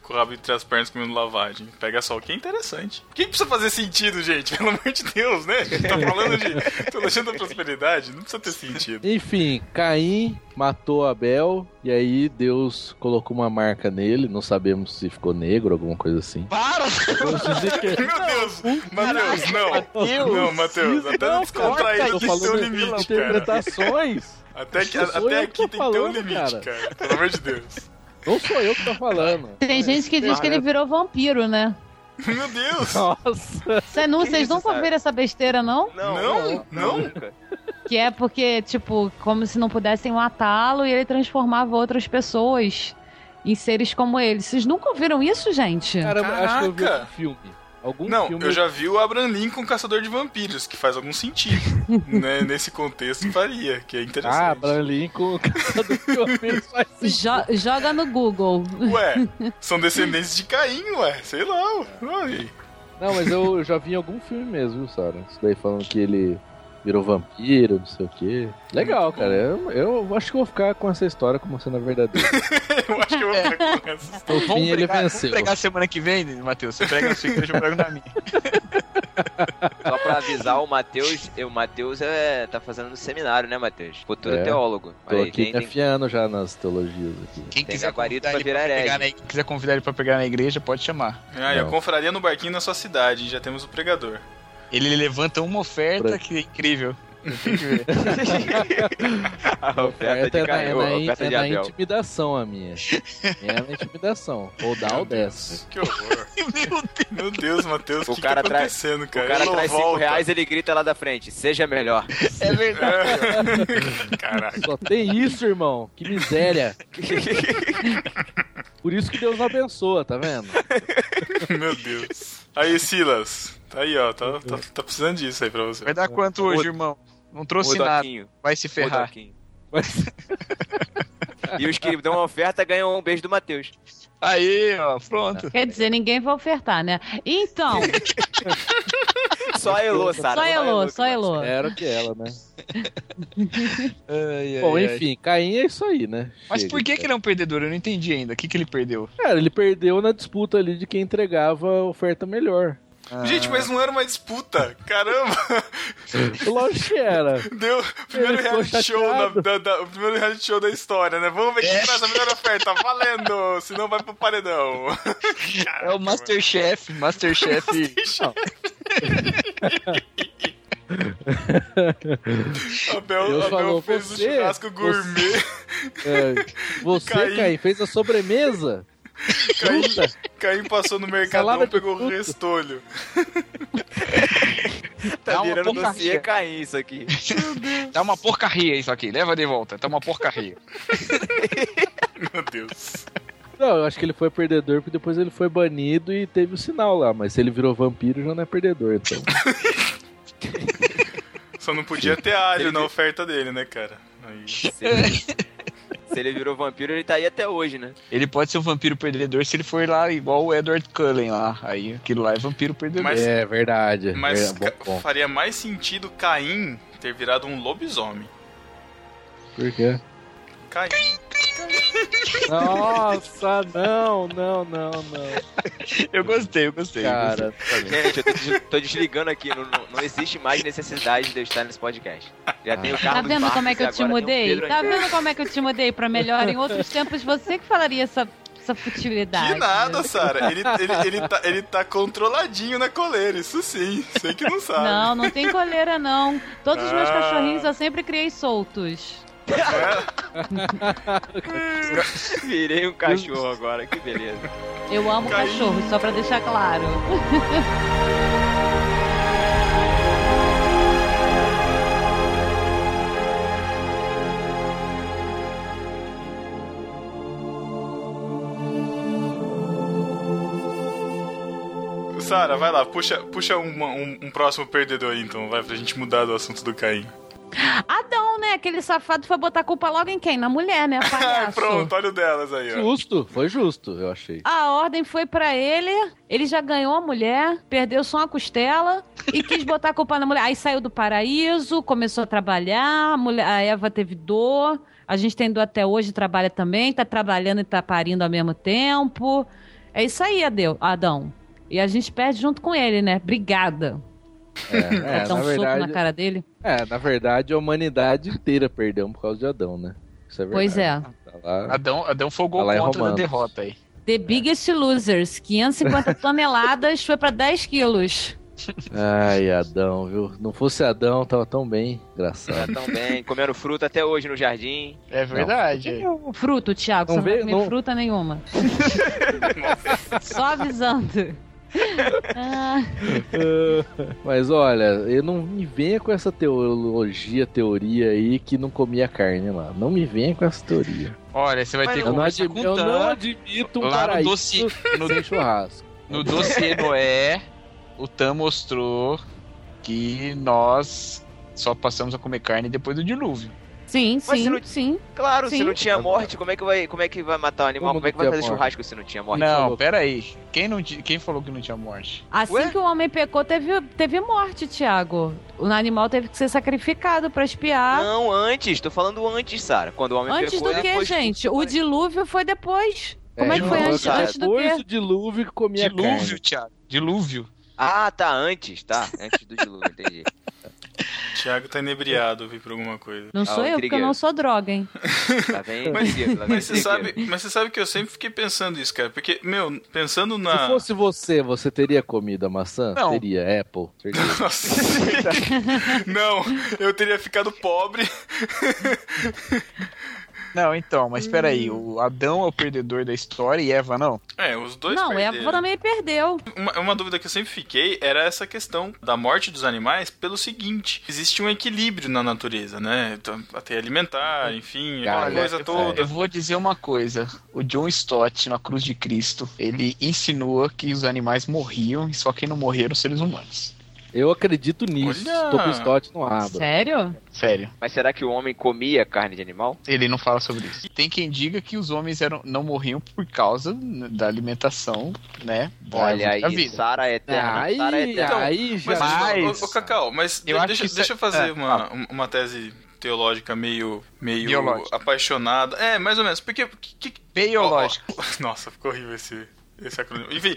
[SPEAKER 2] com o rabo entre as pernas comendo lavagem. Pega só o que é interessante. O que que precisa fazer sentido, gente? Pelo amor de Deus, né? A gente tá falando de teologia da prosperidade, não precisa ter sentido.
[SPEAKER 3] Enfim, Caim matou Abel e aí Deus colocou uma marca nele, não sabemos se ficou negro, alguma coisa assim.
[SPEAKER 5] Para!
[SPEAKER 3] Vamos dizer que-
[SPEAKER 2] Meu Deus, Matheus,
[SPEAKER 3] é
[SPEAKER 2] não. Não, Matheus, até não descontrair
[SPEAKER 3] cara,
[SPEAKER 2] aqui
[SPEAKER 3] eu tô
[SPEAKER 2] tem
[SPEAKER 3] falando
[SPEAKER 2] um limite, cara.
[SPEAKER 3] interpretações.
[SPEAKER 2] Até, que,
[SPEAKER 3] Não sou
[SPEAKER 2] até
[SPEAKER 3] eu que
[SPEAKER 2] aqui tem que
[SPEAKER 3] tô
[SPEAKER 2] ter um
[SPEAKER 3] falando,
[SPEAKER 2] limite,
[SPEAKER 3] cara.
[SPEAKER 2] cara. Pelo amor de Deus.
[SPEAKER 3] Não sou eu que tô falando.
[SPEAKER 6] Tem gente que diz que ele virou vampiro, né?
[SPEAKER 2] Meu Deus.
[SPEAKER 3] Nossa.
[SPEAKER 6] Cê não-
[SPEAKER 4] Que
[SPEAKER 6] Vocês
[SPEAKER 4] isso,
[SPEAKER 6] nunca
[SPEAKER 4] cara?
[SPEAKER 6] ouviram essa besteira, não?
[SPEAKER 4] Não,
[SPEAKER 2] Não, não.
[SPEAKER 4] nunca.
[SPEAKER 6] Que é porque, tipo, como se não pudessem matá-lo e ele transformava outras pessoas em seres como ele. Vocês nunca ouviram isso, gente?
[SPEAKER 3] Caramba, acho que eu vi
[SPEAKER 2] Caraca.
[SPEAKER 3] um filme. Algum
[SPEAKER 2] não,
[SPEAKER 3] filme.
[SPEAKER 2] eu já vi o Abraham Lincoln Caçador de Vampiros, que faz algum sentido. né? Nesse contexto faria, que é interessante.
[SPEAKER 3] Ah, Abraham Lincoln, o caçador de vampiros faz sentido.
[SPEAKER 6] Jo- joga no Google.
[SPEAKER 2] Ué, são descendentes de Caim, ué. Sei lá, ué.
[SPEAKER 3] Não, mas eu, eu já vi em algum filme mesmo, viu, Sara? Isso daí falando que ele virou vampiro, não sei o quê. Legal, cara. Eu, eu acho que eu vou ficar com essa história como sendo a verdadeira.
[SPEAKER 2] Eu acho que eu vou ficar com essa.
[SPEAKER 4] Então
[SPEAKER 3] No fim, ele
[SPEAKER 5] vamos
[SPEAKER 3] venceu.
[SPEAKER 5] pregar semana que vem, Matheus. Você prega na sua igreja, eu prego na minha.
[SPEAKER 4] Só pra avisar o Matheus, o Matheus é, tá fazendo seminário, né, Matheus? Futuro
[SPEAKER 3] É.
[SPEAKER 4] teólogo.
[SPEAKER 3] Tô
[SPEAKER 4] Aí,
[SPEAKER 3] aqui
[SPEAKER 4] quem
[SPEAKER 3] me
[SPEAKER 4] tem,
[SPEAKER 3] afiando já nas teologias aqui.
[SPEAKER 5] Quem
[SPEAKER 4] Tem
[SPEAKER 5] quiser
[SPEAKER 4] gabarito
[SPEAKER 5] convidar
[SPEAKER 4] pra
[SPEAKER 5] ele
[SPEAKER 4] virar
[SPEAKER 5] pra pegar
[SPEAKER 4] herege.
[SPEAKER 5] na igreja- quem quiser convidar ele pra pegar na igreja, pode chamar.
[SPEAKER 2] Ah, e a
[SPEAKER 3] Não.
[SPEAKER 2] confraria no barquinho na sua cidade, hein? já temos o pregador.
[SPEAKER 5] Ele levanta uma oferta
[SPEAKER 3] Pra-
[SPEAKER 5] que é incrível. Tem que ver.
[SPEAKER 4] a oferta de
[SPEAKER 3] é na, é
[SPEAKER 4] Caim,
[SPEAKER 3] na
[SPEAKER 4] a
[SPEAKER 3] in-
[SPEAKER 4] oferta
[SPEAKER 3] é
[SPEAKER 4] de
[SPEAKER 3] na
[SPEAKER 4] Abel.
[SPEAKER 3] intimidação a minha. É na intimidação. Ou dá ou desce.
[SPEAKER 2] Que horror.
[SPEAKER 5] Meu Deus.
[SPEAKER 2] Meu Deus, Matheus, o
[SPEAKER 4] O
[SPEAKER 2] que,
[SPEAKER 4] cara
[SPEAKER 2] que tá
[SPEAKER 4] traz-
[SPEAKER 2] acontecendo,
[SPEAKER 4] O
[SPEAKER 2] cara?
[SPEAKER 4] cara
[SPEAKER 2] Ele não
[SPEAKER 4] traz 5
[SPEAKER 2] volta.
[SPEAKER 4] reais ele grita lá da frente, seja melhor.
[SPEAKER 5] É verdade.
[SPEAKER 2] É. Caraca.
[SPEAKER 3] Só tem isso, irmão. Que miséria. Por isso que Deus não abençoa, tá vendo?
[SPEAKER 2] Meu Deus. Aí, Silas. Tá aí, ó. Tá, tá, tá precisando disso aí pra você.
[SPEAKER 5] Vai dar quanto hoje, irmão? Não trouxe
[SPEAKER 4] Ô,
[SPEAKER 5] nada.
[SPEAKER 4] Doquinho,
[SPEAKER 5] Vai se
[SPEAKER 4] ô,
[SPEAKER 5] ferrar.
[SPEAKER 4] Doquinho.
[SPEAKER 3] Mas
[SPEAKER 4] E os que dão oferta ganham um beijo do Matheus.
[SPEAKER 5] Aí, ó, pronto.
[SPEAKER 6] Quer dizer, ninguém vai ofertar, né? Então,
[SPEAKER 4] Só Elô, Sara.
[SPEAKER 6] só Elô, só
[SPEAKER 4] cara.
[SPEAKER 6] Elô.
[SPEAKER 3] era que ela, né?
[SPEAKER 5] Ai, ai,
[SPEAKER 3] Bom,
[SPEAKER 5] ai.
[SPEAKER 3] enfim, Caim é isso aí, né?
[SPEAKER 5] Mas
[SPEAKER 3] Chega,
[SPEAKER 5] por que,
[SPEAKER 3] cara.
[SPEAKER 5] que ele é um perdedor? Eu não entendi ainda. O que, que ele perdeu?
[SPEAKER 3] Cara, ele perdeu na disputa ali de quem entregava a oferta melhor.
[SPEAKER 2] Gente, mas não era uma disputa. Caramba.
[SPEAKER 3] Lógico que era.
[SPEAKER 2] Deu o primeiro
[SPEAKER 3] Ele ficou
[SPEAKER 2] reality show da,
[SPEAKER 3] chateado.
[SPEAKER 2] da- da- o primeiro reality show da história, né? Vamos ver
[SPEAKER 3] É.
[SPEAKER 2] quem traz a melhor oferta. Valendo! Senão vai pro paredão.
[SPEAKER 5] É o Masterchef, Masterchef.
[SPEAKER 2] Abel,
[SPEAKER 3] Deus
[SPEAKER 2] Abel
[SPEAKER 3] falou,
[SPEAKER 2] fez o
[SPEAKER 3] "Você-
[SPEAKER 2] churrasco gourmet.
[SPEAKER 3] É, você,
[SPEAKER 2] Caim.
[SPEAKER 3] Caim. fez a sobremesa?
[SPEAKER 2] Caim,
[SPEAKER 3] Puta,
[SPEAKER 2] Caim passou no mercadão,
[SPEAKER 3] Salada de
[SPEAKER 2] pegou o
[SPEAKER 3] fruta.
[SPEAKER 2] restolho.
[SPEAKER 5] Dá
[SPEAKER 4] Tá
[SPEAKER 5] uma
[SPEAKER 4] virando
[SPEAKER 5] porcaria.
[SPEAKER 4] dossiê Caim isso aqui.
[SPEAKER 5] Tá uma porcaria isso aqui. Leva de volta. Tá uma porcaria.
[SPEAKER 2] Meu Deus.
[SPEAKER 3] Não, eu acho que ele foi perdedor porque depois ele foi banido e teve o sinal lá. Mas se ele virou vampiro, já não é perdedor, então.
[SPEAKER 2] Só não podia ter alho na oferta dele, né, cara? Aí...
[SPEAKER 4] Se ele, se ele virou vampiro, ele tá aí até hoje, né?
[SPEAKER 5] Ele pode ser um vampiro perdedor se ele for lá igual o Edward Cullen lá. Aí aquilo lá é vampiro perdedor.
[SPEAKER 2] Mas-
[SPEAKER 3] é verdade.
[SPEAKER 2] Mas
[SPEAKER 3] é, bom,
[SPEAKER 2] ca-
[SPEAKER 3] bom.
[SPEAKER 2] faria mais sentido Caim ter virado um lobisomem.
[SPEAKER 3] Por quê?
[SPEAKER 2] Caim.
[SPEAKER 3] Nossa, não, não, não, não.
[SPEAKER 5] Eu gostei, eu gostei. eu gostei.
[SPEAKER 3] Cara,
[SPEAKER 4] Gente, eu tô, des- tô desligando aqui. Não, não- não existe mais necessidade de eu estar nesse podcast. Já
[SPEAKER 3] Ah.
[SPEAKER 4] tem o
[SPEAKER 6] Tá
[SPEAKER 4] Carlos
[SPEAKER 6] vendo
[SPEAKER 4] Barros
[SPEAKER 6] como é que
[SPEAKER 4] e
[SPEAKER 6] eu te
[SPEAKER 4] agora tem o
[SPEAKER 6] mudei?
[SPEAKER 4] Pedro
[SPEAKER 6] Tá
[SPEAKER 4] Henrique.
[SPEAKER 6] vendo como é que eu te mudei pra melhor? Em outros tempos, você que falaria essa, essa futilidade.
[SPEAKER 2] Que
[SPEAKER 6] né?
[SPEAKER 2] nada, Sara. Ele, ele, ele, tá, ele tá controladinho na coleira, isso sim. Sei que não sabe.
[SPEAKER 6] Não, não tem coleira, não. Todos os meus
[SPEAKER 2] Ah.
[SPEAKER 6] cachorrinhos eu sempre criei soltos.
[SPEAKER 4] Virei um cachorro agora, que beleza.
[SPEAKER 6] Eu amo
[SPEAKER 2] Caí.
[SPEAKER 6] cachorro, só pra deixar claro.
[SPEAKER 2] Sara, vai lá, puxa, puxa uma- um, um próximo perdedor aí, então, vai, pra gente mudar do assunto do Caim.
[SPEAKER 6] Adão, né? Aquele safado foi botar a culpa logo em quem? Na mulher, né?
[SPEAKER 2] Ah,
[SPEAKER 6] Palhaço.
[SPEAKER 2] pronto, olha o delas aí, ó.
[SPEAKER 3] justo, foi justo, eu achei.
[SPEAKER 6] A ordem foi pra ele, ele já ganhou a mulher, perdeu só uma costela e quis botar a culpa na mulher. Aí saiu do paraíso, começou a trabalhar, a, mulher- a Eva teve dor, a gente tem dor até hoje, trabalha também, tá trabalhando e tá parindo ao mesmo tempo. É isso aí, Adeu- Adão. E a gente perde junto com ele, né? Obrigada.
[SPEAKER 3] É, é,
[SPEAKER 6] Dá um
[SPEAKER 3] na
[SPEAKER 6] soco na
[SPEAKER 3] verdade,
[SPEAKER 6] cara dele.
[SPEAKER 3] é, na verdade, a humanidade inteira perdeu por causa de Adão, né? Isso é verdade.
[SPEAKER 6] Pois é.
[SPEAKER 3] Tá lá.
[SPEAKER 5] Adão, Adão fogou
[SPEAKER 3] Tá lá em
[SPEAKER 5] contra da
[SPEAKER 3] Romanos.
[SPEAKER 5] derrota aí.
[SPEAKER 6] The Biggest Losers, 550 toneladas, foi pra 10 quilos.
[SPEAKER 3] Ai, Adão, viu? Não fosse Adão, tava tão bem, engraçado.
[SPEAKER 4] Tá tão bem, comendo fruta até hoje no jardim.
[SPEAKER 5] É verdade.
[SPEAKER 6] um Fruto, Thiago,
[SPEAKER 3] Não
[SPEAKER 6] você não vai
[SPEAKER 3] veio,
[SPEAKER 6] comer
[SPEAKER 3] não-
[SPEAKER 6] fruta nenhuma. Só avisando. Ah,
[SPEAKER 3] Mas olha, eu não me venha com essa teologia, teoria aí que não comia carne lá. Não me venha com essa teoria.
[SPEAKER 5] Olha, você vai
[SPEAKER 6] Mas
[SPEAKER 5] ter que
[SPEAKER 3] Eu não,
[SPEAKER 5] conversar
[SPEAKER 3] admi-
[SPEAKER 5] com
[SPEAKER 3] eu
[SPEAKER 5] o
[SPEAKER 3] não
[SPEAKER 5] Tan.
[SPEAKER 3] admito um
[SPEAKER 5] lá no
[SPEAKER 3] paraíso
[SPEAKER 5] doce- no-
[SPEAKER 3] sem churrasco.
[SPEAKER 5] No dossiê Noé, o Tan mostrou que nós só passamos a comer carne depois do dilúvio.
[SPEAKER 6] sim,
[SPEAKER 4] Mas
[SPEAKER 6] sim,
[SPEAKER 4] você não-
[SPEAKER 6] sim.
[SPEAKER 4] Claro, se
[SPEAKER 6] Sim.
[SPEAKER 4] não tinha morte, como é que vai, como é que vai matar o animal?
[SPEAKER 3] Como
[SPEAKER 4] Como é que
[SPEAKER 3] não
[SPEAKER 4] vai
[SPEAKER 3] tinha
[SPEAKER 4] fazer
[SPEAKER 3] morte?
[SPEAKER 4] churrasco se não tinha morte?
[SPEAKER 5] não,
[SPEAKER 3] falou.
[SPEAKER 5] peraí. Quem, não, di- quem falou que não tinha morte?
[SPEAKER 6] Assim
[SPEAKER 4] Ué?
[SPEAKER 6] que o homem pecou, teve, teve morte, Tiago. O animal teve que ser sacrificado pra expiar.
[SPEAKER 4] Não, antes, tô falando antes, Sara. Quando o homem
[SPEAKER 6] Antes
[SPEAKER 4] pecou,
[SPEAKER 6] do
[SPEAKER 4] ele
[SPEAKER 6] que,
[SPEAKER 4] foi
[SPEAKER 6] gente?
[SPEAKER 4] expulso.
[SPEAKER 6] O dilúvio foi depois. Como é que foi
[SPEAKER 3] não,
[SPEAKER 6] antes,
[SPEAKER 3] cara,
[SPEAKER 6] antes do
[SPEAKER 3] Depois
[SPEAKER 6] quê?
[SPEAKER 3] do então, tá. dilúvio que comia
[SPEAKER 5] dilúvio, Thiago. Dilúvio.
[SPEAKER 4] Ah, tá, antes, tá. Antes do dilúvio, entendi.
[SPEAKER 2] Thiago tá inebriado, vi por alguma coisa.
[SPEAKER 6] Não sou eu, porque eu
[SPEAKER 4] intrigueiro.
[SPEAKER 6] não sou droga, hein?
[SPEAKER 4] Tá bem,
[SPEAKER 2] Mas-
[SPEAKER 4] intrigueiro, tá bem
[SPEAKER 2] Mas você, sabe,
[SPEAKER 4] intrigueiro.
[SPEAKER 2] mas você sabe que eu sempre fiquei pensando isso, cara. Porque, meu, pensando
[SPEAKER 3] carne. Se
[SPEAKER 2] na.
[SPEAKER 3] fosse você, você teria comido a maçã?
[SPEAKER 5] Não.
[SPEAKER 3] Teria, Apple. certeza.
[SPEAKER 2] Nossa. não, eu teria ficado pobre.
[SPEAKER 5] Não, então, mas peraí.
[SPEAKER 3] Hum.
[SPEAKER 5] O Adão é o perdedor da história e Eva não?
[SPEAKER 2] É, os dois
[SPEAKER 6] Não,
[SPEAKER 2] perderam.
[SPEAKER 6] Eva também perdeu.
[SPEAKER 2] Uma, uma dúvida que eu sempre fiquei era essa questão da morte dos animais pelo seguinte: existe um equilíbrio na natureza, né? Então, Até alimentar, enfim,
[SPEAKER 3] Cara,
[SPEAKER 2] aquela coisa
[SPEAKER 5] Uhum. eu,
[SPEAKER 2] toda.
[SPEAKER 5] eu vou dizer uma coisa. O John Stott, na Cruz de Cristo, ele insinua que os animais morriam e só quem não morreram eram os seres humanos.
[SPEAKER 3] Eu acredito nisso.
[SPEAKER 2] Olha.
[SPEAKER 3] Tô com o Stott no abro.
[SPEAKER 6] Sério?
[SPEAKER 5] Sério.
[SPEAKER 4] Mas será que o homem comia carne de animal?
[SPEAKER 5] Ele não fala sobre isso. Tem quem diga que os homens eram, não morriam por causa da alimentação, né?
[SPEAKER 3] É,
[SPEAKER 5] Da
[SPEAKER 4] Olha
[SPEAKER 5] árvore da
[SPEAKER 4] aí,
[SPEAKER 5] vida.
[SPEAKER 4] Sara é eterna.
[SPEAKER 3] Aí,
[SPEAKER 4] Sara é eterna.
[SPEAKER 3] aí já.
[SPEAKER 2] Mas,
[SPEAKER 3] tá.
[SPEAKER 5] Mas-
[SPEAKER 2] ô, ô, Cacau, mas
[SPEAKER 5] Eu acho
[SPEAKER 2] deixa,
[SPEAKER 5] que isso
[SPEAKER 2] deixa
[SPEAKER 5] é-
[SPEAKER 2] eu fazer
[SPEAKER 5] é,
[SPEAKER 2] uma, uma tese teológica meio, meio
[SPEAKER 5] Biológica.
[SPEAKER 2] apaixonada. É, mais ou menos. Porque. Que, que-
[SPEAKER 5] Biológico.
[SPEAKER 2] Ó, ó. Nossa, ficou horrível esse, esse acrônimo. Enfim,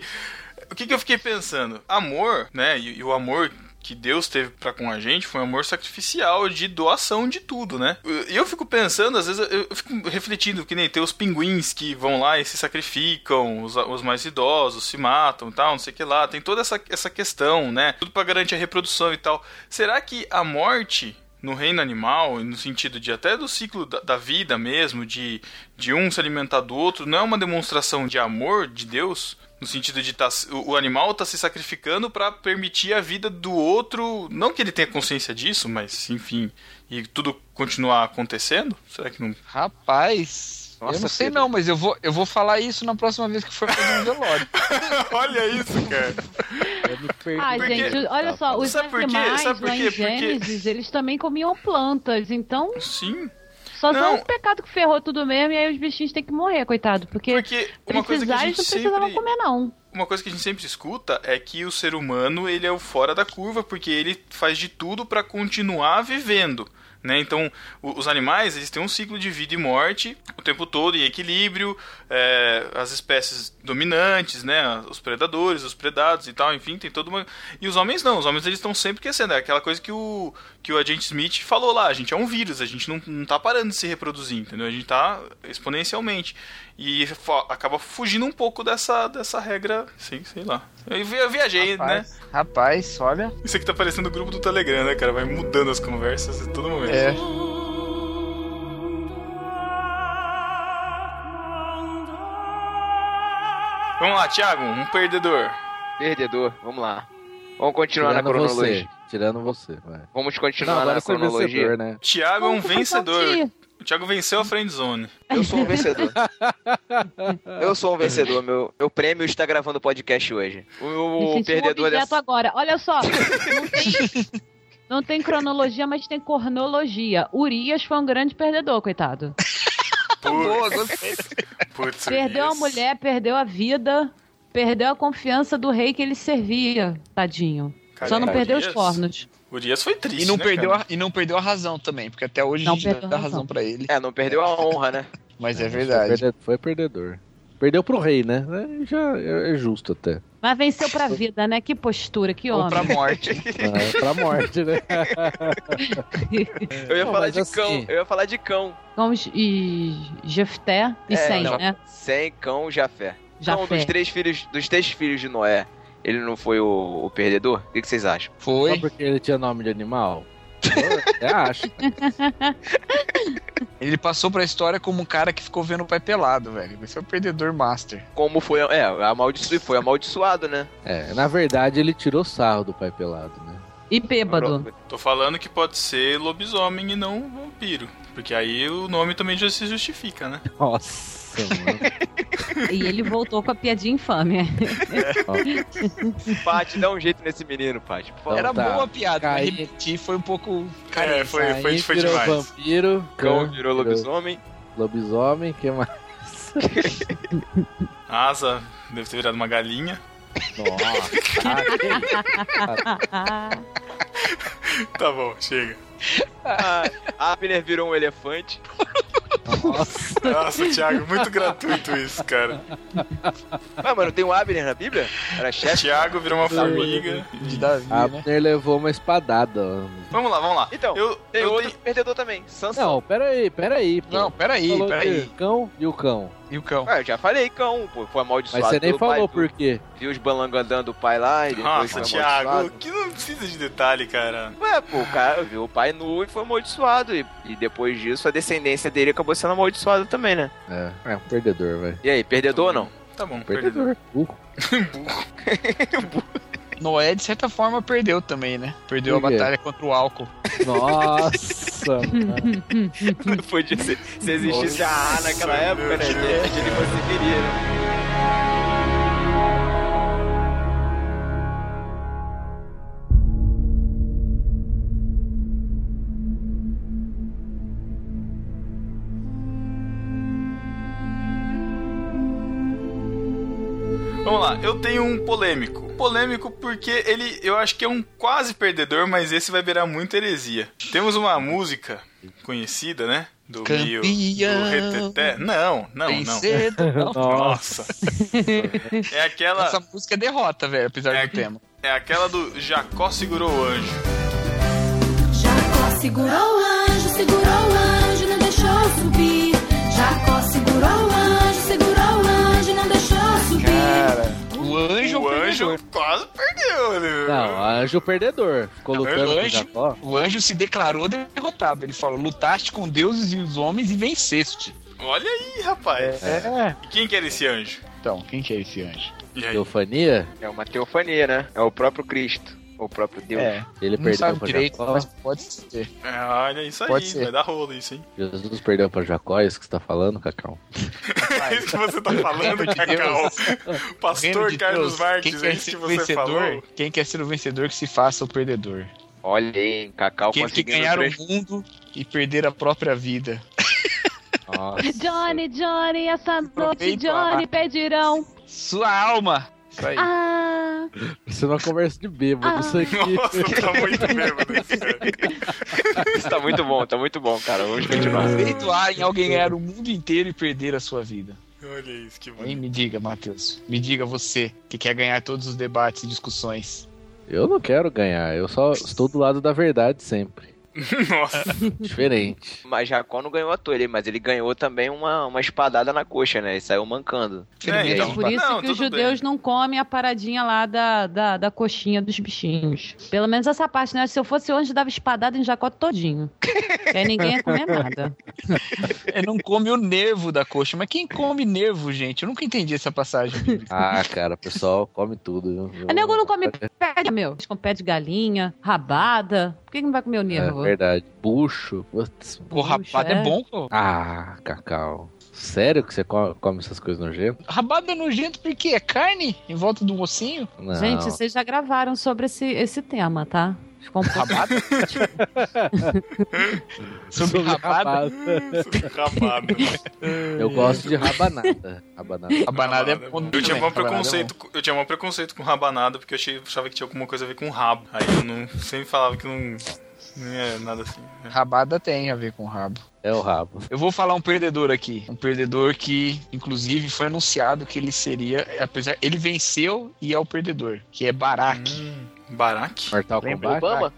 [SPEAKER 2] o que, que eu fiquei pensando? Amor, né? E, e o amor que Deus teve para com a gente foi um amor sacrificial de doação de tudo, né? E eu fico pensando, às vezes eu eu fico refletindo que nem tem os pinguins que vão lá e se sacrificam, os, os mais idosos se matam, e tal, não sei o que lá. Tem toda essa, essa questão, né? Tudo para garantir a reprodução e tal. Será que a morte no reino animal, no sentido de até do ciclo da, da vida mesmo, de, de um se alimentar do outro, não é uma demonstração de amor de Deus? No sentido de tá, se- o o animal tá se sacrificando para permitir a vida do outro, não que ele tenha consciência disso, mas enfim, e tudo continuar acontecendo? Será que não.
[SPEAKER 5] Rapaz, eu não sei não, mas eu vou, eu vou falar isso na próxima vez que for fazer um velório.
[SPEAKER 2] Olha isso, cara.
[SPEAKER 3] Eu me perdi.
[SPEAKER 6] Ai,
[SPEAKER 2] Porque-
[SPEAKER 6] gente, olha só, os
[SPEAKER 2] Sabe por quê?
[SPEAKER 6] animais
[SPEAKER 2] Sabe por
[SPEAKER 6] lá
[SPEAKER 2] quê?
[SPEAKER 6] em
[SPEAKER 2] Porque-
[SPEAKER 6] Gênesis, eles também comiam plantas, então
[SPEAKER 2] Sim.
[SPEAKER 6] só
[SPEAKER 2] Não.
[SPEAKER 6] são um pecado que ferrou tudo mesmo e aí os bichinhos têm que morrer, coitado, porque,
[SPEAKER 2] Porque uma coisa que
[SPEAKER 6] precisar
[SPEAKER 2] a gente
[SPEAKER 6] eles não precisavam
[SPEAKER 2] sempre.
[SPEAKER 6] comer não.
[SPEAKER 2] Uma coisa que a gente sempre escuta é que o ser humano ele é o fora da curva porque ele faz de tudo para continuar vivendo. Né? Então, o- os animais eles têm um ciclo de vida e morte o tempo todo, em equilíbrio, é, as espécies dominantes, né? os predadores, os predados e tal, enfim, tem toda uma. E os homens não, os homens eles estão sempre crescendo. É aquela coisa que o, que o agente Smith falou lá: a gente é um vírus, a gente não, não tá parando de se reproduzir, entendeu? A gente tá exponencialmente. E fa- acaba fugindo um pouco dessa, dessa regra, sim, sei lá. Eu vi- eu viajei, né?
[SPEAKER 5] Rapaz, rapaz, olha.
[SPEAKER 2] Isso aqui tá parecendo o grupo do Telegram, né, cara? Vai mudando as conversas a todo momento.
[SPEAKER 5] É.
[SPEAKER 2] Vamos lá, Thiago, um perdedor.
[SPEAKER 4] Perdedor, vamos lá. Vamos continuar na
[SPEAKER 3] Tirando
[SPEAKER 4] cronologia.
[SPEAKER 3] você. Tirando você, vai.
[SPEAKER 4] Vamos
[SPEAKER 3] Não,
[SPEAKER 4] continuar
[SPEAKER 3] agora
[SPEAKER 4] na
[SPEAKER 3] você é
[SPEAKER 4] cronologia.
[SPEAKER 3] vencedor, né?
[SPEAKER 2] Thiago é um
[SPEAKER 6] Vamos começar
[SPEAKER 2] vencedor.
[SPEAKER 6] de-
[SPEAKER 2] O Thiago venceu a friend zone.
[SPEAKER 4] Eu sou um vencedor. Eu sou um vencedor. Meu, meu prêmio está gravando o podcast hoje.
[SPEAKER 6] Me
[SPEAKER 4] O,
[SPEAKER 6] senti um
[SPEAKER 2] é
[SPEAKER 4] perdedor
[SPEAKER 6] objeto
[SPEAKER 4] dessa.
[SPEAKER 6] agora. Olha só, não tem, não tem cronologia, mas tem cornologia. Urias foi um grande perdedor, coitado.
[SPEAKER 5] Boa,
[SPEAKER 2] Putz,
[SPEAKER 5] gostei.
[SPEAKER 2] putz,
[SPEAKER 6] Perdeu a
[SPEAKER 2] isso.
[SPEAKER 6] mulher, perdeu a vida, perdeu a confiança do rei que ele servia, tadinho.
[SPEAKER 2] Cara,
[SPEAKER 6] Só não
[SPEAKER 2] o
[SPEAKER 6] perdeu os
[SPEAKER 2] Urias-
[SPEAKER 6] cornos.
[SPEAKER 2] O Urias foi triste,
[SPEAKER 5] E não,
[SPEAKER 2] né,
[SPEAKER 5] perdeu
[SPEAKER 2] cara?
[SPEAKER 5] a, e não perdeu a razão também, porque até hoje
[SPEAKER 6] Não
[SPEAKER 5] a gente
[SPEAKER 6] perdeu a
[SPEAKER 5] dá
[SPEAKER 6] razão.
[SPEAKER 5] razão pra ele.
[SPEAKER 4] É, não perdeu a honra, né?
[SPEAKER 5] Mas é
[SPEAKER 3] Foi
[SPEAKER 5] verdade.
[SPEAKER 3] perde- Foi perdedor. Perdeu pro rei, né? É, Já é é justo até.
[SPEAKER 6] Mas venceu pra vida, né? Que postura, que
[SPEAKER 5] Ou pra
[SPEAKER 6] homem.
[SPEAKER 5] morte.
[SPEAKER 3] É, pra morte, né?
[SPEAKER 4] Eu ia
[SPEAKER 3] Não,
[SPEAKER 4] falar
[SPEAKER 3] mas
[SPEAKER 4] de
[SPEAKER 3] assim-
[SPEAKER 4] cão. Eu ia falar de cão.
[SPEAKER 6] Gomes e Jefté e
[SPEAKER 4] É,
[SPEAKER 6] Sem,
[SPEAKER 4] não.
[SPEAKER 6] né?
[SPEAKER 4] Sem cão, Jafé. Cão dos
[SPEAKER 6] Jafé.
[SPEAKER 4] três filhos, dos três filhos de Noé. Ele não foi o, o perdedor? O que, que vocês acham?
[SPEAKER 3] Só
[SPEAKER 5] Foi.
[SPEAKER 3] porque ele tinha nome de animal? Eu até acho.
[SPEAKER 5] Ele passou pra história como um cara que ficou vendo o pai pelado, velho. Esse é o perdedor master.
[SPEAKER 4] Como foi. É, amaldiço, foi amaldiçoado, né?
[SPEAKER 3] É, na verdade, ele tirou sarro do pai pelado, né?
[SPEAKER 6] E bêbado.
[SPEAKER 2] Tô falando que pode ser lobisomem e não vampiro. Porque aí o nome também já se justifica, né?
[SPEAKER 3] Nossa, mano.
[SPEAKER 6] e ele voltou com a piadinha infame.
[SPEAKER 4] Paty, dá um jeito nesse menino, Paty. Por favor.
[SPEAKER 3] Então
[SPEAKER 5] Era
[SPEAKER 3] tá.
[SPEAKER 5] boa a piada,
[SPEAKER 3] Caí.
[SPEAKER 5] mas repetir foi um pouco.
[SPEAKER 2] É, foi,
[SPEAKER 3] Aí
[SPEAKER 2] foi, foi
[SPEAKER 3] virou
[SPEAKER 2] demais.
[SPEAKER 3] vampiro,
[SPEAKER 4] Cão virou
[SPEAKER 3] virou
[SPEAKER 4] lobisomem.
[SPEAKER 3] lobisomem, que mais?
[SPEAKER 2] A Asa deve ter virado uma galinha.
[SPEAKER 3] Nossa,
[SPEAKER 2] Tá bom, chega.
[SPEAKER 4] A a Ah, Abner virou um elefante.
[SPEAKER 3] nossa.
[SPEAKER 2] Nossa, Thiago, muito gratuito isso, cara.
[SPEAKER 4] Ué, mano, tem um Abner na Bíblia? Era chefe?
[SPEAKER 2] Thiago virou uma formiga.
[SPEAKER 5] De Davi, né?
[SPEAKER 3] Abner levou uma espadada.
[SPEAKER 2] Vamos lá, vamos lá.
[SPEAKER 4] Então,
[SPEAKER 2] eu,
[SPEAKER 4] Tem
[SPEAKER 2] eu
[SPEAKER 4] outro
[SPEAKER 2] tenho-
[SPEAKER 4] perdedor também, Sansão.
[SPEAKER 3] Não, peraí, peraí. pô.
[SPEAKER 5] Não, peraí,
[SPEAKER 3] Falou
[SPEAKER 5] peraí.
[SPEAKER 3] de cão e o cão.
[SPEAKER 5] E o cão?
[SPEAKER 4] Ué, Ah, eu já falei, cão, pô, foi amaldiçoado.
[SPEAKER 3] Mas você nem
[SPEAKER 4] pelo pai,
[SPEAKER 3] falou
[SPEAKER 4] pô.
[SPEAKER 3] por quê.
[SPEAKER 4] Viu os balangandã do pai lá e depois
[SPEAKER 2] Nossa,
[SPEAKER 4] foi
[SPEAKER 2] Thiago,
[SPEAKER 4] amaldiçoado.
[SPEAKER 2] que não precisa de detalhe, cara.
[SPEAKER 4] Ué, pô, o cara viu o pai nu e foi amaldiçoado. E, e depois disso, a descendência dele acabou sendo amaldiçoada também, né?
[SPEAKER 3] É, é um perdedor, velho.
[SPEAKER 4] E aí, perdedor ou não?
[SPEAKER 2] Tá bom, perdedor.
[SPEAKER 3] Perdedor. burro.
[SPEAKER 5] Noé, de certa forma, perdeu também, né? Perdeu a
[SPEAKER 3] Por quê?
[SPEAKER 5] batalha contra o álcool.
[SPEAKER 3] Nossa, mano.
[SPEAKER 4] Não podia ser. Se existisse a A naquela
[SPEAKER 2] Nossa,
[SPEAKER 4] época,
[SPEAKER 2] meu
[SPEAKER 4] né? Ele
[SPEAKER 2] Deus.
[SPEAKER 4] ele conseguiria, né?
[SPEAKER 2] Vamos lá, eu tenho um polêmico. Polêmico porque ele, eu acho que é um quase perdedor, mas esse vai virar muita heresia. Temos uma música conhecida, né? Do Rio. Do
[SPEAKER 5] Campeão.
[SPEAKER 2] Reteté. Não, não, não.
[SPEAKER 5] Vencedor.
[SPEAKER 2] Nossa. é aquela.
[SPEAKER 5] Essa música é derrota, velho, apesar
[SPEAKER 2] É.
[SPEAKER 5] do tema.
[SPEAKER 2] É aquela do Jacó segurou o anjo.
[SPEAKER 1] Jacó segurou o anjo, segurou o anjo, não deixou subir. Jacó segurou o anjo, segurou o anjo, não deixou subir.
[SPEAKER 5] O anjo é
[SPEAKER 2] o
[SPEAKER 5] o
[SPEAKER 2] anjo
[SPEAKER 5] perdedor.
[SPEAKER 2] quase perdeu, né?
[SPEAKER 3] Não, anjo perdedor. Ficou
[SPEAKER 5] É
[SPEAKER 2] Não,
[SPEAKER 3] lutando com o
[SPEAKER 5] anjo.
[SPEAKER 3] Jacó.
[SPEAKER 5] O anjo se declarou derrotado. Ele falou: lutaste com deuses e os homens e venceste.
[SPEAKER 2] Olha aí, rapaz.
[SPEAKER 5] É.
[SPEAKER 2] E quem que era esse anjo?
[SPEAKER 5] Então, quem que é esse anjo?
[SPEAKER 2] E aí?
[SPEAKER 3] Teofania?
[SPEAKER 4] É uma teofania, né? É o próprio Cristo. O próprio Deus.
[SPEAKER 5] É,
[SPEAKER 3] Ele
[SPEAKER 5] não
[SPEAKER 3] perdeu
[SPEAKER 5] sabe
[SPEAKER 3] pra
[SPEAKER 5] direito,
[SPEAKER 3] Jacó.
[SPEAKER 5] mas pode ser.
[SPEAKER 2] É, olha isso aí,
[SPEAKER 5] Pode ser.
[SPEAKER 2] vai dar rolo isso, hein?
[SPEAKER 3] Jesus perdeu pra Jacó, é isso que você tá falando, Cacau?
[SPEAKER 2] É isso que você tá falando,
[SPEAKER 5] Reino de
[SPEAKER 2] Cacau.
[SPEAKER 5] Reino
[SPEAKER 2] Pastor
[SPEAKER 5] de
[SPEAKER 2] Carlos
[SPEAKER 5] Deus,
[SPEAKER 2] Marques, é isso que
[SPEAKER 5] o
[SPEAKER 2] você falou.
[SPEAKER 5] Quem quer ser o vencedor, que se faça o perdedor.
[SPEAKER 4] Olha aí, Cacau
[SPEAKER 5] Aqueles que
[SPEAKER 4] conseguindo
[SPEAKER 5] ganharam
[SPEAKER 4] três-
[SPEAKER 5] o mundo e perderam a própria vida.
[SPEAKER 3] Nossa.
[SPEAKER 6] Johnny, Johnny, essa noite,
[SPEAKER 5] Aproveita.
[SPEAKER 6] Johnny, pedirão.
[SPEAKER 5] Sua alma! Isso aí.
[SPEAKER 6] Ah,
[SPEAKER 3] Isso é uma conversa de bêbado,
[SPEAKER 5] Ah.
[SPEAKER 3] isso aqui.
[SPEAKER 2] Nossa, tá muito bêbado, cara.
[SPEAKER 4] Isso tá muito bom, tá muito bom, cara. Vamos continuar.
[SPEAKER 2] É.
[SPEAKER 5] Feito ar em alguém ganhar o mundo inteiro e perder a sua vida.
[SPEAKER 2] Olha isso, que
[SPEAKER 5] Hein,
[SPEAKER 2] bonito.
[SPEAKER 5] me diga, Matheus. Me diga você, que quer ganhar todos os debates e discussões.
[SPEAKER 3] Eu não quero ganhar, eu só estou do lado da verdade sempre.
[SPEAKER 2] Nossa,
[SPEAKER 3] Diferente.
[SPEAKER 4] Mas Jacó não ganhou à toa ele, mas ele ganhou também uma, uma espadada na coxa, né? E saiu mancando.
[SPEAKER 2] É, então.
[SPEAKER 6] por isso
[SPEAKER 2] Não,
[SPEAKER 6] que os
[SPEAKER 2] tudo
[SPEAKER 6] judeus não comem a paradinha lá da, da, da coxinha dos bichinhos. Pelo menos essa parte, né? Se eu fosse hoje, dava espadada em Jacó todinho. Que aí ninguém ia comer nada.
[SPEAKER 5] É, não come o nervo da coxa. Mas quem come nervo, gente? Eu nunca entendi essa passagem bíblica.
[SPEAKER 3] Ah, cara, o pessoal come tudo. viu?
[SPEAKER 6] O nego não come pé de meu. Eles comem pé de galinha, rabada. Por que, que não vai comer o
[SPEAKER 3] É
[SPEAKER 6] nervo?
[SPEAKER 3] verdade. Bucho. Putz.
[SPEAKER 5] O rabado é.
[SPEAKER 6] é.
[SPEAKER 5] bom, pô.
[SPEAKER 3] Ah, Cacau. Sério que você co- come essas coisas nojento?
[SPEAKER 5] Rabado é nojento porque é carne em volta do mocinho.
[SPEAKER 3] Não.
[SPEAKER 6] Gente, vocês já gravaram sobre esse, esse tema, tá? Ficou um pouco...
[SPEAKER 5] Rabado? Sobre
[SPEAKER 3] Sobre
[SPEAKER 5] rabado.
[SPEAKER 3] rabada.
[SPEAKER 2] rabado.
[SPEAKER 3] Eu gosto de rabanada. Rabanada.
[SPEAKER 5] Rabanada é bom
[SPEAKER 2] Eu tinha,
[SPEAKER 5] também,
[SPEAKER 2] um
[SPEAKER 5] rabanada é
[SPEAKER 2] preconceito, com- eu tinha um preconceito com rabanada, porque eu achei- achava que tinha alguma coisa a ver com rabo. Aí eu não, sempre falava que não, não é nada assim.
[SPEAKER 5] bom. Rabada tem a ver com rabo.
[SPEAKER 3] É o rabo.
[SPEAKER 5] Eu vou falar um perdedor aqui. Um perdedor que, inclusive, foi anunciado que ele seria. Apesar, ele venceu e é o perdedor, que é Barack.
[SPEAKER 2] Hum, Baraque?
[SPEAKER 3] Mortal
[SPEAKER 4] Lembra
[SPEAKER 3] Kombat.
[SPEAKER 4] Obama?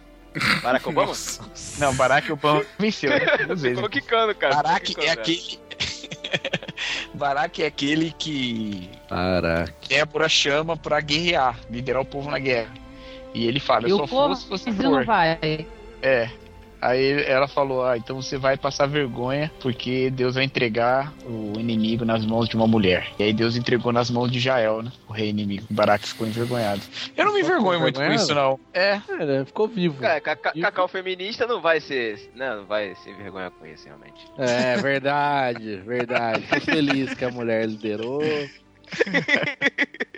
[SPEAKER 4] Barack Obama?
[SPEAKER 2] Nossa.
[SPEAKER 5] Não, Barack Obama venceu, né? Duas vezes.
[SPEAKER 4] Ficou quicando, cara.
[SPEAKER 5] Barack
[SPEAKER 4] Ficou
[SPEAKER 5] é
[SPEAKER 4] quicando,
[SPEAKER 5] aquele. Barack é aquele que
[SPEAKER 3] Caraca.
[SPEAKER 5] Débora chama pra guerrear, liderar o povo na guerra. E ele fala,
[SPEAKER 6] E
[SPEAKER 5] eu
[SPEAKER 6] o
[SPEAKER 5] só
[SPEAKER 6] povo
[SPEAKER 5] for se você
[SPEAKER 6] Brasil não
[SPEAKER 5] for.
[SPEAKER 6] vai.
[SPEAKER 5] É. Aí ela falou, ah, então você vai passar vergonha, porque Deus vai entregar o inimigo nas mãos de uma mulher. E aí Deus entregou nas mãos de Jael, né? O rei inimigo. O Barack ficou envergonhado. Eu não me
[SPEAKER 3] Ficou
[SPEAKER 5] envergonho muito com
[SPEAKER 3] envergonhado?
[SPEAKER 5] isso, não. É,
[SPEAKER 3] Cara, né? ficou vivo.
[SPEAKER 2] É.
[SPEAKER 4] Cara, Cacau,
[SPEAKER 3] E-
[SPEAKER 4] Cacau feminista não vai ser. né, Não, não vai se envergonhar com isso, realmente.
[SPEAKER 3] É, verdade, verdade. Tô feliz que a mulher liderou.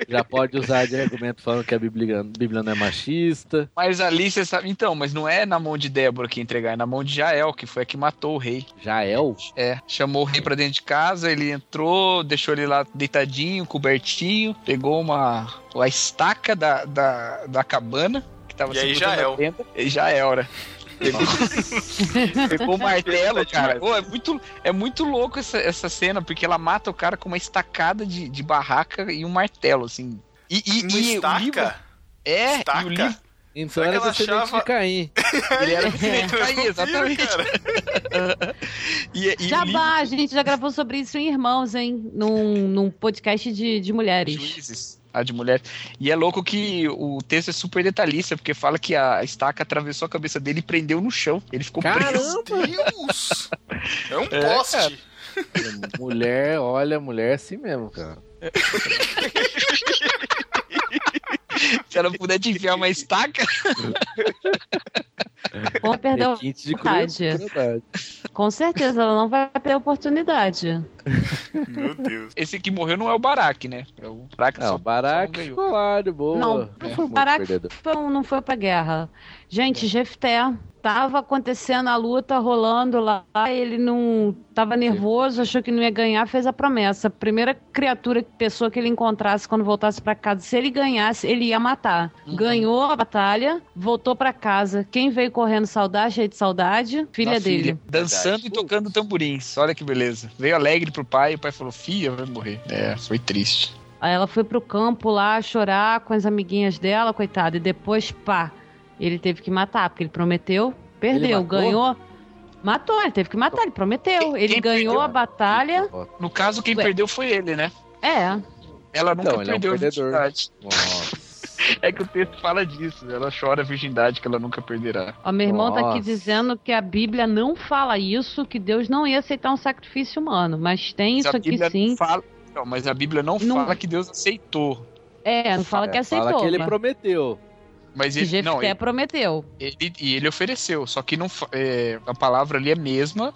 [SPEAKER 3] Já pode usar de argumento falando que a Bíblia, Bíblia não é machista.
[SPEAKER 5] mas ali você sabe. Então, mas não é na mão de Débora que entregar, é na mão de Jael, que foi a que matou o rei.
[SPEAKER 3] Jael?
[SPEAKER 5] É, chamou o rei pra dentro de casa, ele entrou, deixou ele lá deitadinho, cobertinho, pegou uma a estaca da, da, da cabana que tava
[SPEAKER 2] E aí é
[SPEAKER 5] segurando
[SPEAKER 2] Jael.
[SPEAKER 5] a tenda, e já era. Pegou, pegou o martelo, cara. Ô, é, muito, é muito louco essa, essa cena, porque ela mata o cara com uma estacada de, de barraca e um martelo, assim. E,
[SPEAKER 2] Uma
[SPEAKER 5] e, e o livro.
[SPEAKER 2] estaca?
[SPEAKER 5] É, e o
[SPEAKER 2] Estaca?
[SPEAKER 5] livro.
[SPEAKER 3] Então
[SPEAKER 2] Será que
[SPEAKER 3] era
[SPEAKER 2] ela
[SPEAKER 3] descendente
[SPEAKER 2] achava-
[SPEAKER 3] de Caim.
[SPEAKER 5] Ele era
[SPEAKER 2] Eu
[SPEAKER 5] É, tá Aí,
[SPEAKER 2] não vi,
[SPEAKER 5] exatamente.
[SPEAKER 2] um cara.
[SPEAKER 5] E, e
[SPEAKER 6] Já
[SPEAKER 5] o livro-
[SPEAKER 6] vá, a gente já gravou sobre isso em Irmãos, hein? Num, num podcast de, de mulheres.
[SPEAKER 5] juízes, a de mulher. E é louco que o texto é super detalhista, porque fala que a estaca atravessou a cabeça dele e prendeu no chão. Ele ficou preso.
[SPEAKER 3] Caramba!
[SPEAKER 2] Deus! É um
[SPEAKER 5] É,
[SPEAKER 2] poste.
[SPEAKER 3] Mulher, olha, mulher é assim mesmo, cara.
[SPEAKER 5] Se ela puder te enfiar uma estaca,
[SPEAKER 6] Bom, perdão.
[SPEAKER 3] Requinte de
[SPEAKER 6] Verdade.
[SPEAKER 3] crueldade.
[SPEAKER 6] Com certeza, ela não vai ter oportunidade.
[SPEAKER 2] Meu Deus.
[SPEAKER 5] esse que morreu não é o Baraque, né? É O Baraque
[SPEAKER 3] Não,
[SPEAKER 5] só.
[SPEAKER 3] o Barack
[SPEAKER 5] ganhou.
[SPEAKER 3] ficou lá de boa.
[SPEAKER 6] Não,
[SPEAKER 3] não foi muito
[SPEAKER 6] Barack-
[SPEAKER 3] perdedor.
[SPEAKER 6] Foi um- não foi pra guerra. Gente, Jefté tava acontecendo a luta rolando lá, ele não tava nervoso, achou que não ia ganhar, fez a promessa. Primeira criatura, pessoa que ele encontrasse quando voltasse pra casa, se ele ganhasse, ele ia matar.
[SPEAKER 5] Uhum.
[SPEAKER 6] Ganhou a batalha, voltou pra casa. Quem veio correndo saudade, cheio de saudade, filha
[SPEAKER 5] Da
[SPEAKER 6] dele.
[SPEAKER 5] Dançando e tocando tamborins. Olha que beleza. Veio alegre pro pai, o pai falou: Filha, vai morrer. É, foi triste.
[SPEAKER 6] Aí ela foi pro campo lá chorar com as amiguinhas dela, coitada. E depois, pá, ele teve que matar, porque ele prometeu, perdeu,
[SPEAKER 3] matou?
[SPEAKER 6] ganhou. Matou, ele teve que matar, ele prometeu.
[SPEAKER 5] Quem-
[SPEAKER 6] Ele
[SPEAKER 5] quem
[SPEAKER 6] ganhou
[SPEAKER 5] perdeu?
[SPEAKER 6] a batalha.
[SPEAKER 5] No caso, quem
[SPEAKER 6] Ué.
[SPEAKER 5] perdeu foi ele, né?
[SPEAKER 6] É.
[SPEAKER 5] Ela nunca
[SPEAKER 3] Então, ele é um
[SPEAKER 5] perdeu a
[SPEAKER 3] perdedor.
[SPEAKER 5] virgindade.
[SPEAKER 3] Nossa.
[SPEAKER 5] É que o texto fala disso. Ela chora a virgindade que ela nunca perderá.
[SPEAKER 6] Ó, meu irmão tá
[SPEAKER 3] Nossa.
[SPEAKER 6] aqui dizendo que a Bíblia não fala isso, que Deus não ia aceitar um sacrifício humano. Mas tem
[SPEAKER 5] Mas
[SPEAKER 6] isso
[SPEAKER 5] a
[SPEAKER 6] aqui
[SPEAKER 5] Bíblia
[SPEAKER 6] sim.
[SPEAKER 5] Não fala, não, mas a Bíblia não,
[SPEAKER 6] Não-
[SPEAKER 5] fala que Deus aceitou.
[SPEAKER 6] É, não fala que
[SPEAKER 3] É,
[SPEAKER 6] aceitou.
[SPEAKER 3] Fala que ele
[SPEAKER 6] mas-
[SPEAKER 3] prometeu.
[SPEAKER 5] Mas
[SPEAKER 6] Que é-
[SPEAKER 5] ele,
[SPEAKER 6] Jefté
[SPEAKER 5] não, ele,
[SPEAKER 6] prometeu.
[SPEAKER 5] ele- e ele ofereceu, só que não, fa- é, a palavra ali é a mesma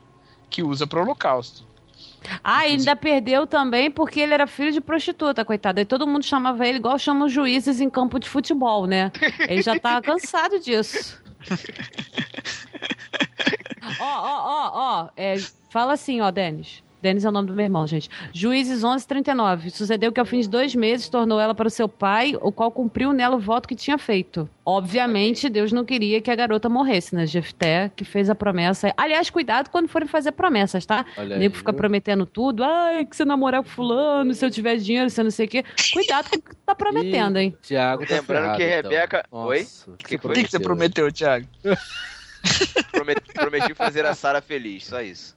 [SPEAKER 5] que usa para o holocausto.
[SPEAKER 6] Ah, ele ainda perdeu também porque ele era filho de prostituta, coitado. E todo mundo chamava ele igual chamam os juízes em campo de futebol, né? Ele já tava cansado disso. Ó, ó, ó, ó. é, Fala assim, ó, Denis. Denis é o nome do meu irmão, gente. Juízes 1139. Sucedeu que ao fim de dois meses tornou ela para o seu pai, o qual cumpriu nela o voto que tinha feito. Obviamente, Deus não queria que a garota morresse, né? Jefté, que fez a promessa. Aliás, cuidado quando forem fazer promessas, tá?
[SPEAKER 3] Olha
[SPEAKER 6] O
[SPEAKER 3] aí.
[SPEAKER 6] nego fica prometendo tudo. Ai, que você namorar com fulano, se eu tiver dinheiro, se eu não sei o quê. Cuidado com o que tá prometendo, hein?
[SPEAKER 3] Tiago tá
[SPEAKER 4] Lembrando que
[SPEAKER 3] ferrado,
[SPEAKER 4] Rebeca-
[SPEAKER 3] Então.
[SPEAKER 4] Oi?
[SPEAKER 3] Nossa, O
[SPEAKER 4] que
[SPEAKER 5] O
[SPEAKER 4] foi?
[SPEAKER 5] que, que você prometeu, Thiago?
[SPEAKER 4] Prometi, prometi fazer a Sara feliz, só isso.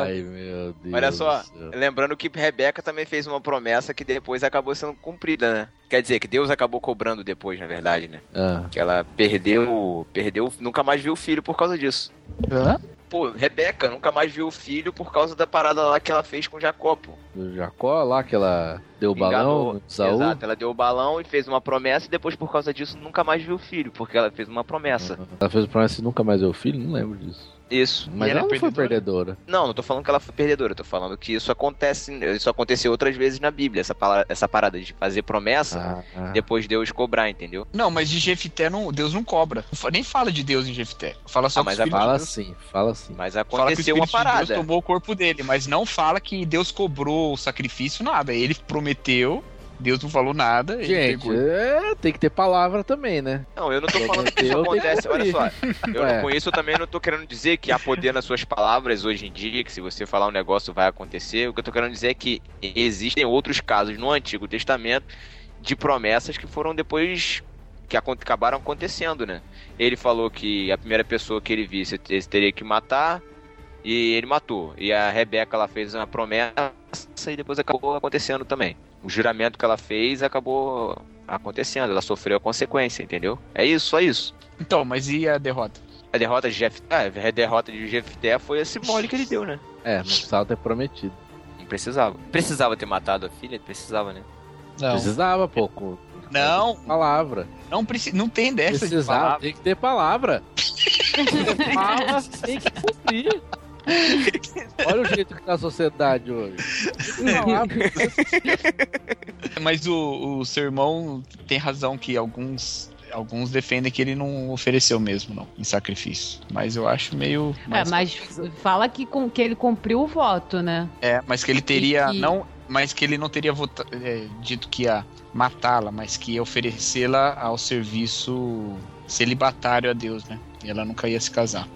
[SPEAKER 3] Ai, meu Deus.
[SPEAKER 4] Olha só,
[SPEAKER 3] do céu.
[SPEAKER 4] lembrando que Rebeca também fez uma promessa que depois acabou sendo cumprida, né? Quer dizer, que Deus acabou cobrando depois, na verdade, né?
[SPEAKER 3] Ah,
[SPEAKER 4] Que ela perdeu, perdeu, nunca mais viu o filho por causa disso.
[SPEAKER 5] Hã?
[SPEAKER 4] Pô, Rebeca nunca mais viu o filho por causa da parada lá que ela fez com Jacó, pô.
[SPEAKER 3] do Jacó lá, que ela deu o balão,
[SPEAKER 4] Enganou.
[SPEAKER 3] no Saúl.
[SPEAKER 4] Exato, ela deu o balão e fez uma promessa e depois por causa disso nunca mais viu o filho, porque ela fez uma promessa.
[SPEAKER 3] Ela fez promessa de nunca mais ver o filho, não lembro disso.
[SPEAKER 4] Isso.
[SPEAKER 3] Mas
[SPEAKER 5] E ela
[SPEAKER 3] ela,
[SPEAKER 5] é
[SPEAKER 3] não foi perdedora.
[SPEAKER 4] Não, não tô falando que ela foi perdedora, eu tô falando que isso acontece, isso aconteceu outras vezes na Bíblia, essa, pala- essa parada de fazer promessa,
[SPEAKER 3] Ah,
[SPEAKER 4] depois Deus cobrar, entendeu?
[SPEAKER 5] Não, mas de Jefité não, Deus não cobra. Não fa- Nem fala de Deus em Jefité. Fala só
[SPEAKER 4] Ah,
[SPEAKER 5] que os
[SPEAKER 4] mas a
[SPEAKER 5] filhos de
[SPEAKER 3] fala
[SPEAKER 5] Deus-
[SPEAKER 3] assim, fala assim.
[SPEAKER 4] Mas
[SPEAKER 5] Fala que o
[SPEAKER 4] aconteceu
[SPEAKER 5] Espírito
[SPEAKER 4] uma
[SPEAKER 5] de Deus
[SPEAKER 4] parada.
[SPEAKER 5] tomou o corpo dele, mas não fala que Deus cobrou o sacrifício, nada. Ele prometeu, Deus não falou nada. ele
[SPEAKER 3] Gente,
[SPEAKER 5] pegou.
[SPEAKER 3] é, tem que ter palavra também, né?
[SPEAKER 4] Não, eu não tô falando que isso
[SPEAKER 3] Prometeu, tem que
[SPEAKER 4] acontece, olha só. Eu
[SPEAKER 3] Ué.
[SPEAKER 4] não conheço, eu também não tô querendo dizer que há poder nas suas palavras hoje em dia, que se você falar um negócio vai acontecer. O que eu tô querendo dizer é que existem outros casos no Antigo Testamento de promessas que foram depois que acon- acabaram acontecendo, né? Ele falou que a primeira pessoa que ele visse ele teria que matar e ele matou. E a Rebeca ela fez uma promessa e depois acabou acontecendo também. O juramento que ela fez acabou acontecendo, ela sofreu a consequência, entendeu? É isso, só isso.
[SPEAKER 5] Então, mas e a derrota?
[SPEAKER 4] A derrota de Jeff... ah, a derrota de Jefté foi esse mole que ele deu, né?
[SPEAKER 3] É, não precisava ter prometido.
[SPEAKER 4] Não precisava. Precisava ter matado a filha? Precisava, né?
[SPEAKER 5] Não,
[SPEAKER 3] Precisava, pô. com-
[SPEAKER 5] não,
[SPEAKER 3] Palavra.
[SPEAKER 5] não, preci- não tem dessa de
[SPEAKER 3] Precisava,
[SPEAKER 5] palavra.
[SPEAKER 3] tem que ter palavra. Fala, tem que cumprir. Olha o jeito que tá a sociedade hoje.
[SPEAKER 5] Mas o, o seu irmão tem razão que alguns... Alguns defendem que ele não ofereceu mesmo, não, em sacrifício. Mas eu acho meio.
[SPEAKER 6] É, mas fala que, com, que ele cumpriu o voto, né?
[SPEAKER 5] É, mas que ele teria
[SPEAKER 6] E que-
[SPEAKER 5] não, mas que ele não teria vota- é, dito que ia matá-la, mas que ia oferecê-la ao serviço celibatário a Deus, né? E ela nunca ia se casar.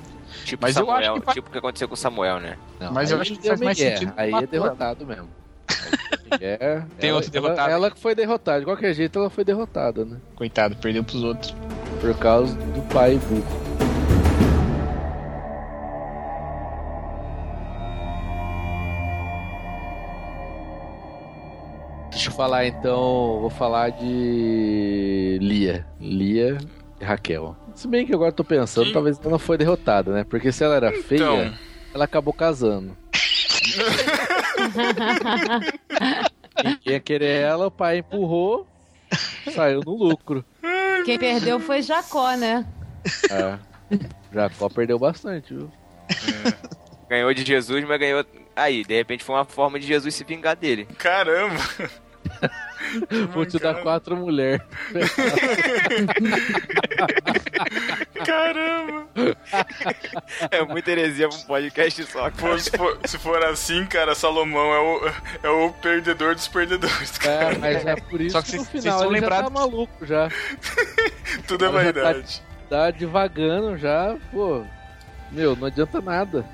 [SPEAKER 4] Tipo
[SPEAKER 5] Mas eu
[SPEAKER 4] Samuel,
[SPEAKER 5] acho que pa-
[SPEAKER 4] tipo o que aconteceu com Samuel, né?
[SPEAKER 3] Não,
[SPEAKER 5] Mas
[SPEAKER 3] aí
[SPEAKER 5] eu acho que
[SPEAKER 3] deu
[SPEAKER 5] faz mais
[SPEAKER 3] migué,
[SPEAKER 5] sentido
[SPEAKER 3] Aí é
[SPEAKER 5] matar.
[SPEAKER 3] derrotado mesmo. É,
[SPEAKER 5] Tem
[SPEAKER 3] ela,
[SPEAKER 5] outro derrotado?
[SPEAKER 3] Ela, ela que foi derrotada. De qualquer jeito, ela foi derrotada, né?
[SPEAKER 5] Coitado, perdeu pros outros.
[SPEAKER 3] Por causa do pai burro. Deixa eu falar então, vou falar de Lia. Lia e Raquel. Se bem que agora eu tô pensando,
[SPEAKER 2] Que-
[SPEAKER 3] talvez ela não foi derrotada, né? Porque se ela era feia,
[SPEAKER 2] Então.
[SPEAKER 3] ela acabou casando. Ninguém ia querer ela, o pai empurrou, saiu no lucro.
[SPEAKER 6] Quem perdeu foi Jacó, né?
[SPEAKER 3] É. Jacó perdeu bastante, viu?
[SPEAKER 4] Ganhou de Jesus, mas ganhou. Aí, de repente foi uma forma de Jesus se vingar dele.
[SPEAKER 2] Caramba!
[SPEAKER 3] Vou te dar quatro mulheres.
[SPEAKER 2] Caramba!
[SPEAKER 4] É muita heresia pra um podcast só.
[SPEAKER 2] Pô, se, for, se for assim, cara, Salomão é o, é o perdedor dos perdedores. cara.
[SPEAKER 3] É, mas é por isso
[SPEAKER 5] Só
[SPEAKER 3] que,
[SPEAKER 5] que
[SPEAKER 3] no
[SPEAKER 5] vocês- vocês
[SPEAKER 3] final
[SPEAKER 5] são
[SPEAKER 3] ele já tá
[SPEAKER 5] lembrados-
[SPEAKER 3] maluco, já.
[SPEAKER 2] Tudo é
[SPEAKER 3] Ela já tá-
[SPEAKER 2] vaidade.
[SPEAKER 3] Tá divagando já, pô. Meu, não adianta nada.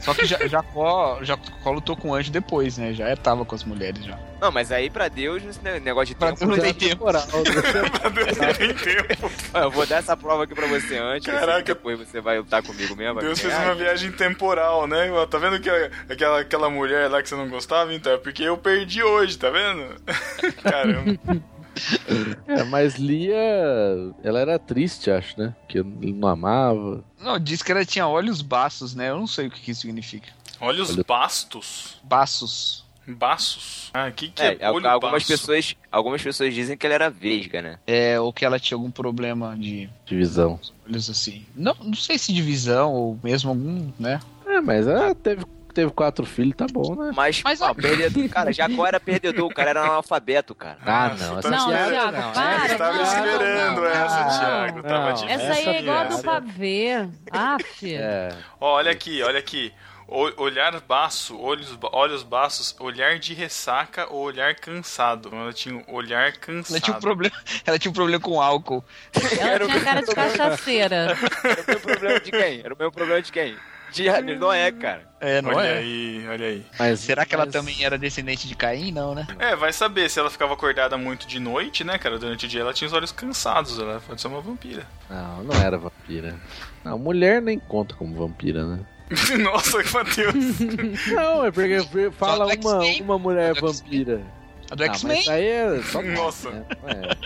[SPEAKER 5] Só que Ja- Jacó, Jacó lutou com o anjo depois, né? Já tava com as mulheres já.
[SPEAKER 4] Não, mas aí pra Deus, esse ne- negócio de
[SPEAKER 5] Pra
[SPEAKER 4] tempo.
[SPEAKER 5] Deus não
[SPEAKER 3] Já
[SPEAKER 5] tem
[SPEAKER 3] tá
[SPEAKER 5] tempo.
[SPEAKER 3] moral, né?
[SPEAKER 2] Pra Deus não tem tempo.
[SPEAKER 4] Ó, Eu vou dar essa prova aqui pra você antes.
[SPEAKER 2] Caraca.
[SPEAKER 4] Caraca. Depois você vai lutar comigo mesmo.
[SPEAKER 2] Deus
[SPEAKER 4] vai
[SPEAKER 2] fez
[SPEAKER 4] ganhar.
[SPEAKER 2] uma viagem temporal, né? Ó, Tá vendo que a- aquela, aquela mulher lá que você não gostava? Então, é porque eu perdi hoje, tá vendo? Caramba.
[SPEAKER 3] É, mas Lia, ela era triste, acho, né? Porque ele não amava.
[SPEAKER 5] Não, diz que ela tinha olhos baços, né? Eu não sei o que, que isso significa.
[SPEAKER 2] Olha os
[SPEAKER 3] Olha-
[SPEAKER 2] bastos.
[SPEAKER 5] Baços.
[SPEAKER 2] Baços? Ah, o que, que é,
[SPEAKER 4] É, al-
[SPEAKER 2] olho
[SPEAKER 4] algumas
[SPEAKER 2] baço?
[SPEAKER 4] pessoas, algumas pessoas dizem que ela era vesga, né?
[SPEAKER 5] É, ou que ela tinha algum problema de
[SPEAKER 3] Divisão.
[SPEAKER 5] olhos assim. Não, não sei se divisão ou mesmo algum, né?
[SPEAKER 3] É, mas ela teve, teve quatro filhos, tá bom, né?
[SPEAKER 4] Mas,
[SPEAKER 5] Mas, ó-
[SPEAKER 4] ó, perdedor, cara, Jacó era perdedor, o cara era analfabeto, cara.
[SPEAKER 3] Ah,
[SPEAKER 2] Nossa,
[SPEAKER 3] não.
[SPEAKER 2] tá
[SPEAKER 3] Essa
[SPEAKER 6] Não,
[SPEAKER 3] piada-
[SPEAKER 6] Thiago,
[SPEAKER 3] não,
[SPEAKER 6] para,
[SPEAKER 3] essa-
[SPEAKER 2] Tava
[SPEAKER 6] não,
[SPEAKER 2] esperando
[SPEAKER 6] não, não,
[SPEAKER 2] essa,
[SPEAKER 6] não.
[SPEAKER 2] Thiago. Tava
[SPEAKER 3] Não.
[SPEAKER 2] de
[SPEAKER 6] Essa aí
[SPEAKER 3] Essa
[SPEAKER 6] é igual a
[SPEAKER 3] piada.
[SPEAKER 6] do pavê. Aff.
[SPEAKER 3] É.
[SPEAKER 2] Ó, olha aqui, olha aqui. O- olhar baço, olhos, ba- olhos baços, olhar de ressaca ou olhar cansado. Então Ela tinha um olhar cansado.
[SPEAKER 5] Ela tinha, um problema, ela tinha um problema com álcool.
[SPEAKER 6] Ela tinha cara de cachaceira.
[SPEAKER 4] Era o meu problema de quem? Era o meu problema de quem? De Noé, cara.
[SPEAKER 5] É, não
[SPEAKER 2] Olha
[SPEAKER 5] é?
[SPEAKER 2] aí, olha aí.
[SPEAKER 3] Mas,
[SPEAKER 5] Será que ela
[SPEAKER 3] mas-
[SPEAKER 5] também é? era descendente de Caim? Não, né?
[SPEAKER 2] É, vai saber se ela ficava acordada muito de noite, né, cara? Durante o dia ela tinha os olhos cansados, ela pode ser uma vampira.
[SPEAKER 3] Não, não era vampira. Não, mulher nem conta como vampira, né?
[SPEAKER 2] Nossa, Matheus.
[SPEAKER 3] Não, é porque fala
[SPEAKER 5] do
[SPEAKER 3] uma,
[SPEAKER 5] X-Men.
[SPEAKER 3] uma mulher
[SPEAKER 5] Só do X-Men.
[SPEAKER 3] vampira.
[SPEAKER 5] A do
[SPEAKER 3] Ah, mas
[SPEAKER 5] X-Men?
[SPEAKER 3] aí é só nós,
[SPEAKER 2] Nossa.
[SPEAKER 3] né? Não é,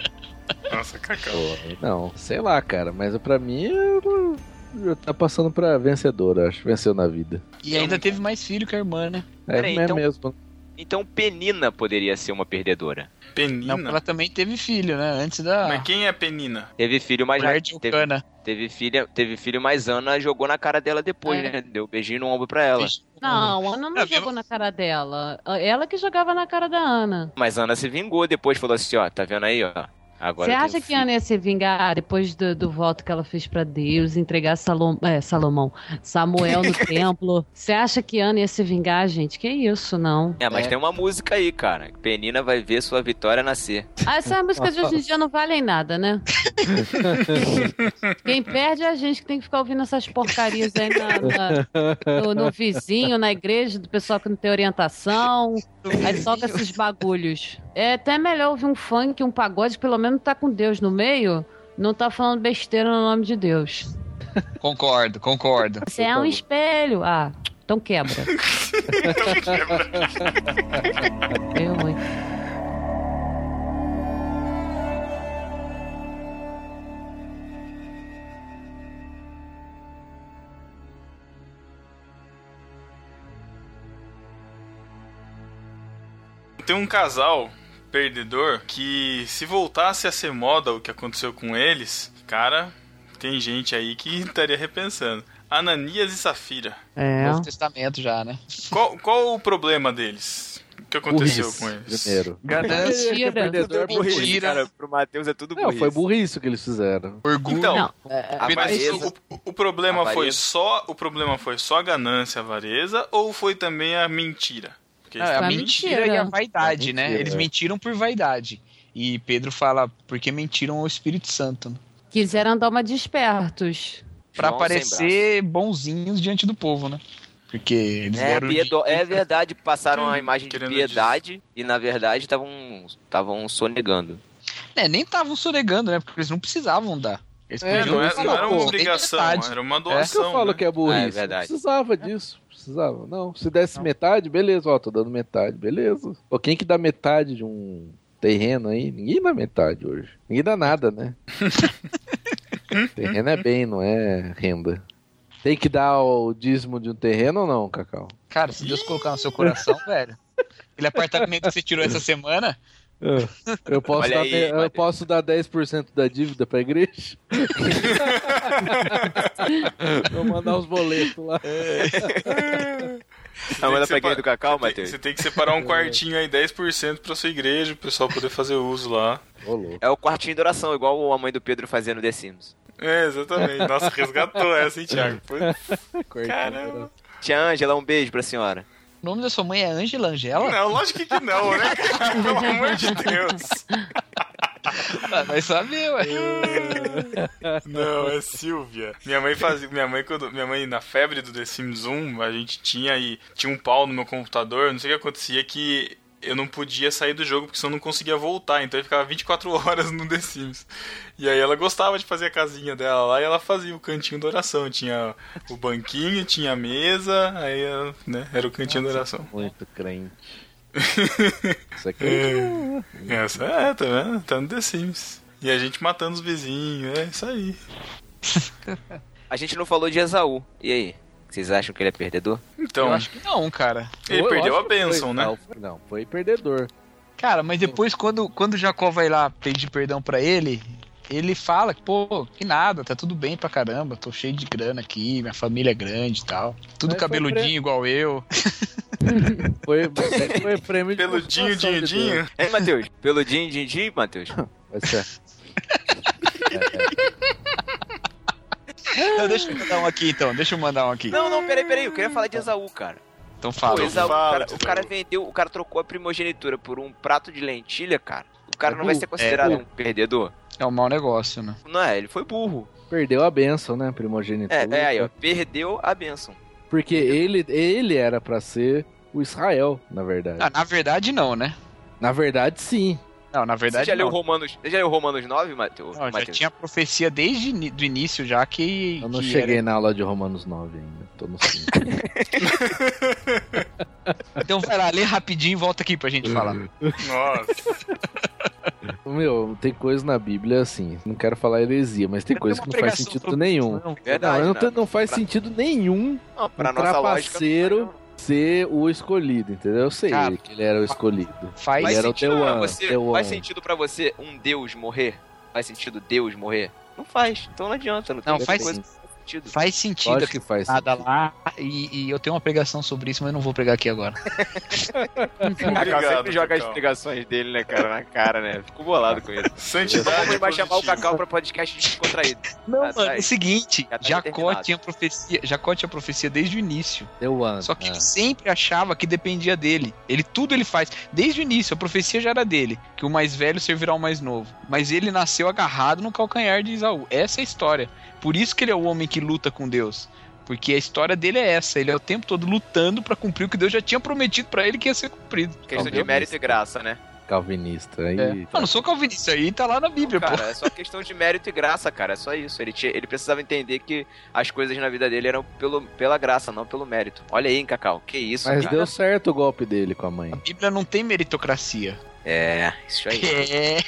[SPEAKER 2] Nossa, Cacau.
[SPEAKER 3] pô, não, sei lá, cara, mas pra mim eu- eu tá passando pra vencedora, acho. Venceu na vida.
[SPEAKER 5] E ainda teve mais filho que a irmã, né?
[SPEAKER 3] É,
[SPEAKER 4] Peraí,
[SPEAKER 3] é
[SPEAKER 4] então-
[SPEAKER 3] mesmo.
[SPEAKER 4] Então Penina poderia ser uma perdedora.
[SPEAKER 2] Penina?
[SPEAKER 5] Não, ela também teve filho, né? Antes da
[SPEAKER 2] Mas quem é Penina?
[SPEAKER 4] Teve filho mais
[SPEAKER 5] mulher de
[SPEAKER 4] teve,
[SPEAKER 5] Ucana.
[SPEAKER 4] teve filha, teve filho mais Ana, jogou na cara dela depois,
[SPEAKER 5] É.
[SPEAKER 4] né? Deu beijinho no ombro pra ela.
[SPEAKER 6] Não, Ana não
[SPEAKER 5] É, viu?
[SPEAKER 6] jogou na cara dela. Ela que jogava na cara da Ana.
[SPEAKER 4] Mas Ana se vingou depois, falou assim, ó, tá vendo aí, ó. Agora
[SPEAKER 6] Você
[SPEAKER 4] eu tenho
[SPEAKER 6] acha que
[SPEAKER 4] filho.
[SPEAKER 6] Ana ia se vingar depois do, do voto que ela fez pra Deus, entregar Salom, é, Salomão, Samuel no templo? Você acha que Ana ia se vingar, gente? Que isso, não.
[SPEAKER 4] É, mas
[SPEAKER 5] É.
[SPEAKER 4] tem uma música aí, cara. Penina vai ver sua vitória nascer.
[SPEAKER 6] Ah, essas músicas de hoje em dia não valem nada, né? Quem perde é a gente que tem que ficar ouvindo essas porcarias aí na- na- no, no vizinho, na igreja, do pessoal que não tem orientação. Aí toca esses bagulhos. É até melhor ouvir um funk, um pagode, pelo menos tá com Deus no meio, não tá falando besteira no nome de Deus.
[SPEAKER 5] Concordo, concordo.
[SPEAKER 6] Você é um espelho. Ah, então quebra. Meu, mãe.
[SPEAKER 2] Tem um casal perdedor que se voltasse a ser moda o que aconteceu com eles, cara, tem gente aí que estaria repensando. Ananias e Safira.
[SPEAKER 6] É.
[SPEAKER 5] Novo Testamento já, né?
[SPEAKER 2] Qual, qual o problema deles? O que aconteceu
[SPEAKER 3] burrice,
[SPEAKER 2] com eles?
[SPEAKER 3] Primeiro.
[SPEAKER 5] Ganância,
[SPEAKER 6] Mentira.
[SPEAKER 3] Perdedor,
[SPEAKER 5] Tudo burrice,
[SPEAKER 3] burrice.
[SPEAKER 5] cara.
[SPEAKER 4] é Pro Matheus é tudo
[SPEAKER 3] Não, foi burrice o que eles fizeram.
[SPEAKER 5] orgulho.
[SPEAKER 2] Então,
[SPEAKER 6] Não,
[SPEAKER 2] mas
[SPEAKER 4] Avareza.
[SPEAKER 2] o, o- o problema
[SPEAKER 4] Avareza.
[SPEAKER 2] foi só o problema foi só a ganância, a avareza ou foi também a mentira? Porque
[SPEAKER 5] Não,
[SPEAKER 2] eles
[SPEAKER 5] é a
[SPEAKER 6] Foi
[SPEAKER 2] também-
[SPEAKER 5] mentira,
[SPEAKER 6] mentira.
[SPEAKER 5] e a vaidade,
[SPEAKER 3] É
[SPEAKER 5] né?
[SPEAKER 3] mentira,
[SPEAKER 5] Eles
[SPEAKER 3] é.
[SPEAKER 5] mentiram por vaidade. E Pedro fala, porque mentiram ao Espírito Santo. né?
[SPEAKER 6] Quiseram dar uma despertos.
[SPEAKER 5] Pra
[SPEAKER 4] João sem
[SPEAKER 5] parecer bonzinhos diante do povo, né? Porque eles
[SPEAKER 4] É,
[SPEAKER 5] deram
[SPEAKER 4] piedo- é verdade, passaram a imagem de
[SPEAKER 2] Querendo
[SPEAKER 4] piedade e na verdade estavam estavam sonegando.
[SPEAKER 5] É, nem estavam sonegando, né? Porque eles não precisavam dar. Eles
[SPEAKER 3] É,
[SPEAKER 2] não era,
[SPEAKER 5] falar,
[SPEAKER 2] não era uma
[SPEAKER 5] pô,
[SPEAKER 2] obrigação,
[SPEAKER 5] tem metade.
[SPEAKER 2] era uma
[SPEAKER 3] É isso que
[SPEAKER 2] doação.
[SPEAKER 3] eu falo
[SPEAKER 2] né?
[SPEAKER 3] que é
[SPEAKER 4] Ah, é
[SPEAKER 3] burrice. não
[SPEAKER 4] verdade.
[SPEAKER 3] precisava disso. Precisava, não. Se desse metade, beleza, ó, tô dando metade, beleza. Pô, quem que dá metade de um terreno aí? Ninguém dá metade hoje. Ninguém dá nada, né? terreno é bem, não é renda. Tem que dar o dízimo de um terreno ou não, Cacau?
[SPEAKER 5] Cara, se Deus colocar no seu coração, velho. Aquele apartamento que você tirou essa semana,
[SPEAKER 3] Eu posso,
[SPEAKER 4] Olha
[SPEAKER 3] dar,
[SPEAKER 4] aí,
[SPEAKER 3] de- eu
[SPEAKER 4] Matheus.
[SPEAKER 3] posso dar 10% da dívida pra igreja? Vou mandar os boletos lá.
[SPEAKER 4] É.
[SPEAKER 2] Tem
[SPEAKER 4] Ah,
[SPEAKER 2] que
[SPEAKER 4] manda pra
[SPEAKER 2] separar-
[SPEAKER 4] quem do Cacau,
[SPEAKER 2] tem-
[SPEAKER 4] Matheus?
[SPEAKER 2] Você tem que separar um quartinho aí, 10% pra sua igreja, o pessoal poder fazer uso lá.
[SPEAKER 3] Ô, louco.
[SPEAKER 4] É o quartinho de oração, igual a mãe do Pedro fazendo The Sims.
[SPEAKER 2] É, exatamente. Nossa, resgatou essa, hein, Thiago? Foi- Caramba.
[SPEAKER 4] Tia Ângela, um beijo pra senhora.
[SPEAKER 5] o nome da sua mãe é Ângela Angela?
[SPEAKER 2] Não, lógico que não, né, cara? Pelo amor de Deus.
[SPEAKER 5] Vai saber, ué.
[SPEAKER 2] Não, é Silvia. Minha mãe fazia. Minha mãe, quando. Minha mãe, na febre do The Sims 1, a gente tinha aí. Tinha um pau no meu computador, não sei o que acontecia que. Eu não podia sair do jogo porque senão eu não conseguia voltar. Então eu ficava 24 horas no The Sims. E aí ela gostava de fazer a casinha dela lá e ela fazia o cantinho da oração. Tinha o banquinho, tinha a mesa, aí ela, né, era o cantinho da oração.
[SPEAKER 3] Muito crente. Isso aqui
[SPEAKER 2] É. Essa é, tá vendo? Tá no The Sims. E a gente matando os vizinhos, é isso aí.
[SPEAKER 4] A gente não falou de Esaú. E aí? O que Vocês acham que ele é perdedor?
[SPEAKER 2] Então,
[SPEAKER 5] Eu acho que não, cara.
[SPEAKER 2] ele
[SPEAKER 3] Eu
[SPEAKER 2] perdeu
[SPEAKER 3] acho
[SPEAKER 2] a
[SPEAKER 3] que foi-
[SPEAKER 2] bênção, né?
[SPEAKER 3] Não, foi- não, foi perdedor.
[SPEAKER 5] Cara, mas depois quando, quando Jacó vai lá pedir perdão pra ele, ele fala, pô, que nada, tá tudo bem pra caramba, tô cheio de grana aqui, minha família é grande e tal. Tudo
[SPEAKER 3] Mas foi
[SPEAKER 5] cabeludinho igual eu.
[SPEAKER 3] Foi, foi prêmio de
[SPEAKER 2] Peludinho,
[SPEAKER 3] consolação
[SPEAKER 2] dinho,
[SPEAKER 3] de
[SPEAKER 2] dinho.
[SPEAKER 4] Hein, Matheus? Pelo din, din, din, Matheus?
[SPEAKER 3] Deus. Vai ser. É,
[SPEAKER 5] Não, deixa eu mandar um aqui então, deixa eu mandar um aqui.
[SPEAKER 4] Não, não, peraí, peraí. Eu queria falar de Esaú, cara.
[SPEAKER 5] Então
[SPEAKER 4] Pô,
[SPEAKER 5] fala.
[SPEAKER 3] é.
[SPEAKER 4] Esaú,
[SPEAKER 2] fala,
[SPEAKER 4] cara, o
[SPEAKER 2] Esaú.
[SPEAKER 4] cara vendeu, o cara trocou a primogenitura por um prato de lentilha, cara. O cara
[SPEAKER 3] É
[SPEAKER 4] não vai
[SPEAKER 3] burro.
[SPEAKER 4] ser considerado
[SPEAKER 3] É
[SPEAKER 4] um perdedor.
[SPEAKER 5] É um mau negócio, né?
[SPEAKER 4] Não é, ele foi burro.
[SPEAKER 3] Perdeu a bênção, né, primogenitura.
[SPEAKER 4] É, é aí, ó. Perdeu a bênção.
[SPEAKER 3] Porque ele, ele era pra ser o Israel, na verdade.
[SPEAKER 5] Ah, na verdade não, né?
[SPEAKER 3] Na verdade, sim.
[SPEAKER 5] Não, na
[SPEAKER 4] Você
[SPEAKER 5] verdade
[SPEAKER 4] já leu
[SPEAKER 5] não.
[SPEAKER 4] Romanos, você já leu Romanos 9, Matheus?
[SPEAKER 5] Não, já
[SPEAKER 4] Matheus?
[SPEAKER 5] tinha profecia desde o início já que...
[SPEAKER 3] Eu não
[SPEAKER 5] que
[SPEAKER 3] cheguei na aula de Romanos 9 ainda. Tô no 5.
[SPEAKER 5] era- Então vai lá, lê rapidinho e volta aqui pra gente falar.
[SPEAKER 2] Nossa.
[SPEAKER 3] Meu, tem coisas na Bíblia assim. Não quero falar heresia, mas tem
[SPEAKER 5] Eu
[SPEAKER 3] coisa
[SPEAKER 5] tenho
[SPEAKER 3] que
[SPEAKER 5] uma
[SPEAKER 3] não faz
[SPEAKER 5] pregação
[SPEAKER 3] sentido
[SPEAKER 5] sobre
[SPEAKER 3] nenhum.
[SPEAKER 5] isso, não.
[SPEAKER 4] Verdade,
[SPEAKER 3] não, não,
[SPEAKER 4] né?
[SPEAKER 3] tem- não faz
[SPEAKER 4] Pra-
[SPEAKER 3] sentido nenhum
[SPEAKER 4] Não, pra
[SPEAKER 3] um
[SPEAKER 4] nossa lógica.
[SPEAKER 3] trapaceiro ser o escolhido, entendeu? Eu sei
[SPEAKER 5] Cara,
[SPEAKER 3] que ele era o escolhido.
[SPEAKER 5] Faz
[SPEAKER 3] Ele
[SPEAKER 4] Faz
[SPEAKER 3] era o
[SPEAKER 4] sentido,
[SPEAKER 3] The
[SPEAKER 4] pra
[SPEAKER 3] One,
[SPEAKER 4] você,
[SPEAKER 3] The
[SPEAKER 4] faz
[SPEAKER 3] One.
[SPEAKER 4] sentido pra você um deus morrer? Faz sentido Deus morrer? Não faz, então não adianta. Não, tem
[SPEAKER 5] Não,
[SPEAKER 4] outra
[SPEAKER 5] faz
[SPEAKER 3] sim.
[SPEAKER 4] coisa que faz sentido.
[SPEAKER 5] Faz sentido
[SPEAKER 3] Lógico que faz.
[SPEAKER 5] nada
[SPEAKER 3] sentido.
[SPEAKER 5] lá. E, e eu tenho uma pregação sobre isso, mas eu não vou pregar aqui agora.
[SPEAKER 4] Cacau
[SPEAKER 2] Obrigado,
[SPEAKER 4] sempre joga as
[SPEAKER 2] Cacau.
[SPEAKER 4] explicações dele, né, cara, na cara, né? Fico bolado com ele. Então
[SPEAKER 2] Santidade.
[SPEAKER 4] vamos vai chamar o
[SPEAKER 2] positiva.
[SPEAKER 4] Cacau pra podcast descontraído.
[SPEAKER 5] Não,
[SPEAKER 4] Tá, tá
[SPEAKER 5] mano,
[SPEAKER 4] aí.
[SPEAKER 5] é o seguinte,
[SPEAKER 4] Já tá
[SPEAKER 5] Jacó
[SPEAKER 4] determinado.
[SPEAKER 5] tinha profecia, Jacó tinha profecia desde o início.
[SPEAKER 3] The One.
[SPEAKER 5] Só que
[SPEAKER 3] é.
[SPEAKER 5] ele sempre achava que dependia dele. Ele tudo ele faz desde o início, a profecia já era dele, que o mais velho servirá ao mais novo. Mas ele nasceu agarrado no calcanhar de Isaú. Essa é a história. Por isso que ele é o homem que luta com Deus. Porque a história dele é essa, ele é o tempo todo lutando pra cumprir o que Deus já tinha prometido pra ele que ia ser cumprido.
[SPEAKER 4] Questão é de
[SPEAKER 3] Talvez.
[SPEAKER 4] mérito e graça, né?
[SPEAKER 3] Calvinista. Aí,
[SPEAKER 5] É. Mano, não sou calvinista aí, tá lá na Bíblia, pô.
[SPEAKER 4] Cara, é só questão de mérito e graça, cara. É só isso. Ele, tinha- ele precisava entender que as coisas na vida dele eram pelo, pela graça, não pelo mérito. Olha aí, hein, Cacau. Que isso,
[SPEAKER 3] Mas
[SPEAKER 4] cara.
[SPEAKER 3] deu certo o golpe dele com a mãe.
[SPEAKER 5] A Bíblia não tem meritocracia.
[SPEAKER 4] É, isso aí.
[SPEAKER 5] É.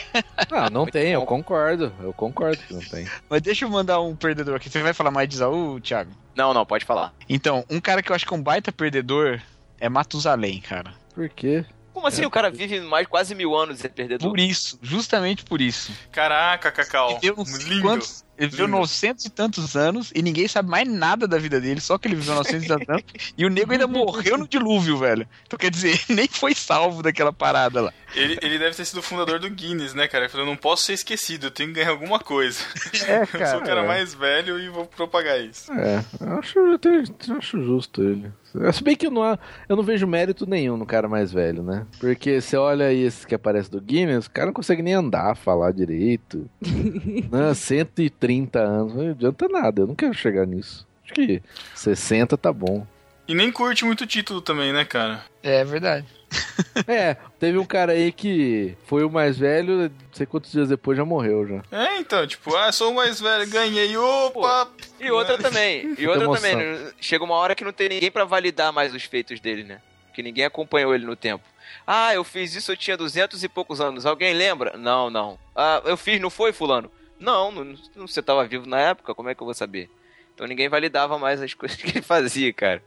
[SPEAKER 3] Não, não tem, eu concordo. Eu concordo que não tem.
[SPEAKER 5] Mas deixa eu mandar um perdedor aqui. Você vai falar mais de Isaú, Thiago?
[SPEAKER 4] Não, não, pode falar.
[SPEAKER 5] Então, um cara que eu acho que é um baita perdedor é Matusalém, cara.
[SPEAKER 3] Por quê?
[SPEAKER 4] Como assim o cara vive mais quase mil anos e é perdedor?
[SPEAKER 5] Por isso, justamente por isso.
[SPEAKER 2] Caraca, Cacau.
[SPEAKER 5] Ele viveu, não sei
[SPEAKER 2] Lindo.
[SPEAKER 5] quantos- ele viveu
[SPEAKER 2] Lindo.
[SPEAKER 5] 900 e tantos anos e ninguém sabe mais nada da vida dele, só que ele viveu 900 e tantos anos e o nego ainda morreu no dilúvio, velho. Então quer dizer, ele nem foi salvo daquela parada lá.
[SPEAKER 2] Ele, ele deve ter sido o fundador do Guinness, né, cara? Ele falou, não posso ser esquecido, eu tenho que ganhar alguma coisa.
[SPEAKER 3] É,
[SPEAKER 2] Eu sou o cara
[SPEAKER 3] é.
[SPEAKER 2] mais velho e vou propagar isso.
[SPEAKER 3] É, eu acho, eu até- eu acho justo ele. Se bem que eu não, há- eu não vejo mérito nenhum no cara mais velho, né? Porque você olha aí esse que aparece do Guinness, o cara não consegue nem andar, falar direito. Né? não, 130 anos, não adianta nada, eu não quero chegar nisso. Acho que 60 tá bom.
[SPEAKER 2] E nem curte muito o título também, né, cara?
[SPEAKER 5] É verdade.
[SPEAKER 3] É, teve um cara aí que foi o mais velho, não sei quantos dias depois já morreu já.
[SPEAKER 2] É, então, tipo, ah, sou o mais velho, ganhei, opa!
[SPEAKER 4] E outra também. E outra
[SPEAKER 3] emoção.
[SPEAKER 4] também. né? Chega uma hora que não tem ninguém pra validar mais os feitos dele, né? Que ninguém acompanhou ele no tempo. Ah, eu fiz isso, eu tinha duzentos e poucos anos. Alguém lembra? Não, não. Ah, eu fiz, não foi, fulano? Não, não, não- você tava vivo na época, como é que eu vou saber? Então ninguém validava mais as coisas que ele fazia, cara.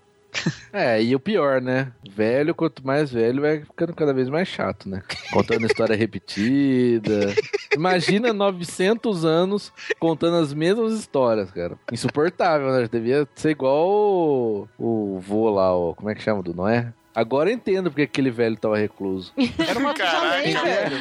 [SPEAKER 3] É, e o pior, né? Velho, quanto mais velho, vai ficando cada vez mais chato, né? Contando história repetida. Imagina 900 anos contando as mesmas histórias, cara. Insuportável, né? Devia ser igual o, o vô lá, o, como é que chama do Noé? Agora eu entendo porque aquele velho tava recluso.
[SPEAKER 5] Era o É Matusalém,
[SPEAKER 2] Caraca.
[SPEAKER 5] velho.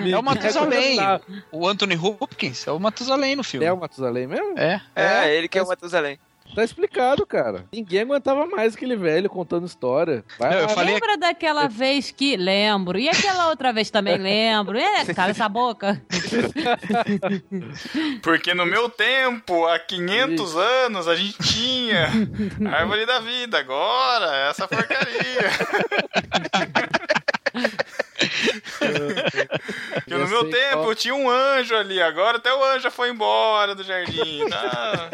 [SPEAKER 3] Me-
[SPEAKER 5] É o Matusalém.
[SPEAKER 3] É,
[SPEAKER 5] O Anthony Hopkins é o Matusalém no filme.
[SPEAKER 3] o Matusalém mesmo?
[SPEAKER 5] É.
[SPEAKER 4] É, ele que é o Matusalém.
[SPEAKER 3] Tá explicado, cara. Ninguém aguentava mais aquele velho contando história. Vai
[SPEAKER 5] Não, eu
[SPEAKER 3] lá,
[SPEAKER 5] falei-
[SPEAKER 6] Lembra daquela vez que. Lembro. E aquela outra vez também lembro. É, cala essa boca.
[SPEAKER 2] Porque no meu tempo, há 500 anos, a gente tinha a árvore da vida. Agora, é essa porcaria. Porque
[SPEAKER 3] Eu
[SPEAKER 2] no meu
[SPEAKER 3] sei
[SPEAKER 2] tempo,
[SPEAKER 3] qual-
[SPEAKER 2] eu tinha um anjo ali. Agora até o anjo já foi embora do jardim. Ah,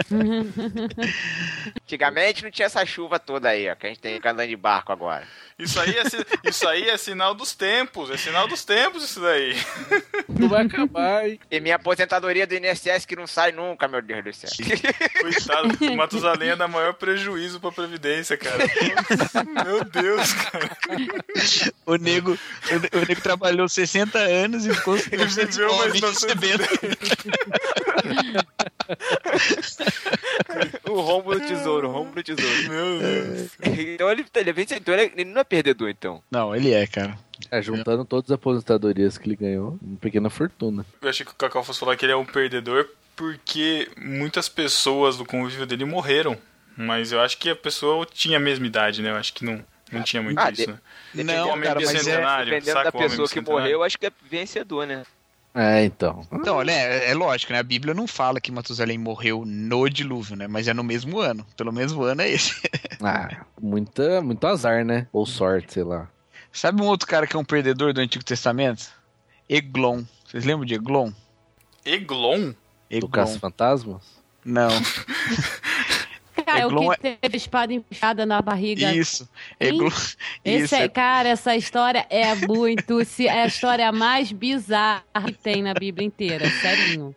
[SPEAKER 4] Antigamente não tinha essa chuva toda aí, ó, que a gente tem andando de barco agora.
[SPEAKER 2] Isso aí é, si- isso aí é sinal dos tempos, é sinal dos tempos isso daí.
[SPEAKER 3] Não vai acabar, hein?
[SPEAKER 4] E minha aposentadoria do INSS que não sai nunca, meu Deus do céu.
[SPEAKER 2] Coitado, o Matusalém é da maior prejuízo pra Previdência, cara. Meu Deus, cara.
[SPEAKER 5] O nego, o, o nego trabalhou 60 anos e ficou
[SPEAKER 2] Ele viveu mais 900
[SPEAKER 4] o rombo do tesouro, o rombo do tesouro.
[SPEAKER 2] Meu Deus.
[SPEAKER 4] Então ele, ele, é vencedor, ele, ele não é perdedor, então.
[SPEAKER 5] Não, ele é, cara.
[SPEAKER 3] É, juntando todas as aposentadorias que ele ganhou, uma pequena fortuna.
[SPEAKER 2] Eu achei que o Cacau fosse falar que ele é um perdedor porque muitas pessoas do convívio dele morreram. Mas eu acho que a pessoa tinha a mesma idade, né? Eu acho que não, não tinha muito
[SPEAKER 4] Ah,
[SPEAKER 2] isso,
[SPEAKER 4] de-
[SPEAKER 2] né?
[SPEAKER 5] Não,
[SPEAKER 2] homem
[SPEAKER 5] cara, mas é.
[SPEAKER 2] bicentenário,
[SPEAKER 4] Dependendo
[SPEAKER 2] saca
[SPEAKER 4] da
[SPEAKER 2] o homem
[SPEAKER 4] pessoa que
[SPEAKER 2] bicentenário?
[SPEAKER 4] morreu, acho que é vencedor, né?
[SPEAKER 3] É, então.
[SPEAKER 5] Então, olha, é, é lógico, né? A Bíblia não fala que Matusalém morreu no dilúvio, né? Mas é no mesmo ano. Pelo mesmo ano é esse.
[SPEAKER 3] Ah, muita, muito azar, né? Ou sorte, sei lá.
[SPEAKER 5] Sabe um outro cara que é um perdedor do Antigo Testamento? Eglon. Vocês lembram de Eglon?
[SPEAKER 2] Eglon?
[SPEAKER 3] Do
[SPEAKER 5] Eglon.
[SPEAKER 3] caça-fantasmas?
[SPEAKER 5] Não.
[SPEAKER 7] Cara, é
[SPEAKER 5] Eglon
[SPEAKER 7] o que teve espada enfiada na barriga.
[SPEAKER 5] Isso. Eglon. Isso.
[SPEAKER 7] Esse, é- Cara, essa história é muito. se- É a história mais bizarra que tem na Bíblia inteira, sério.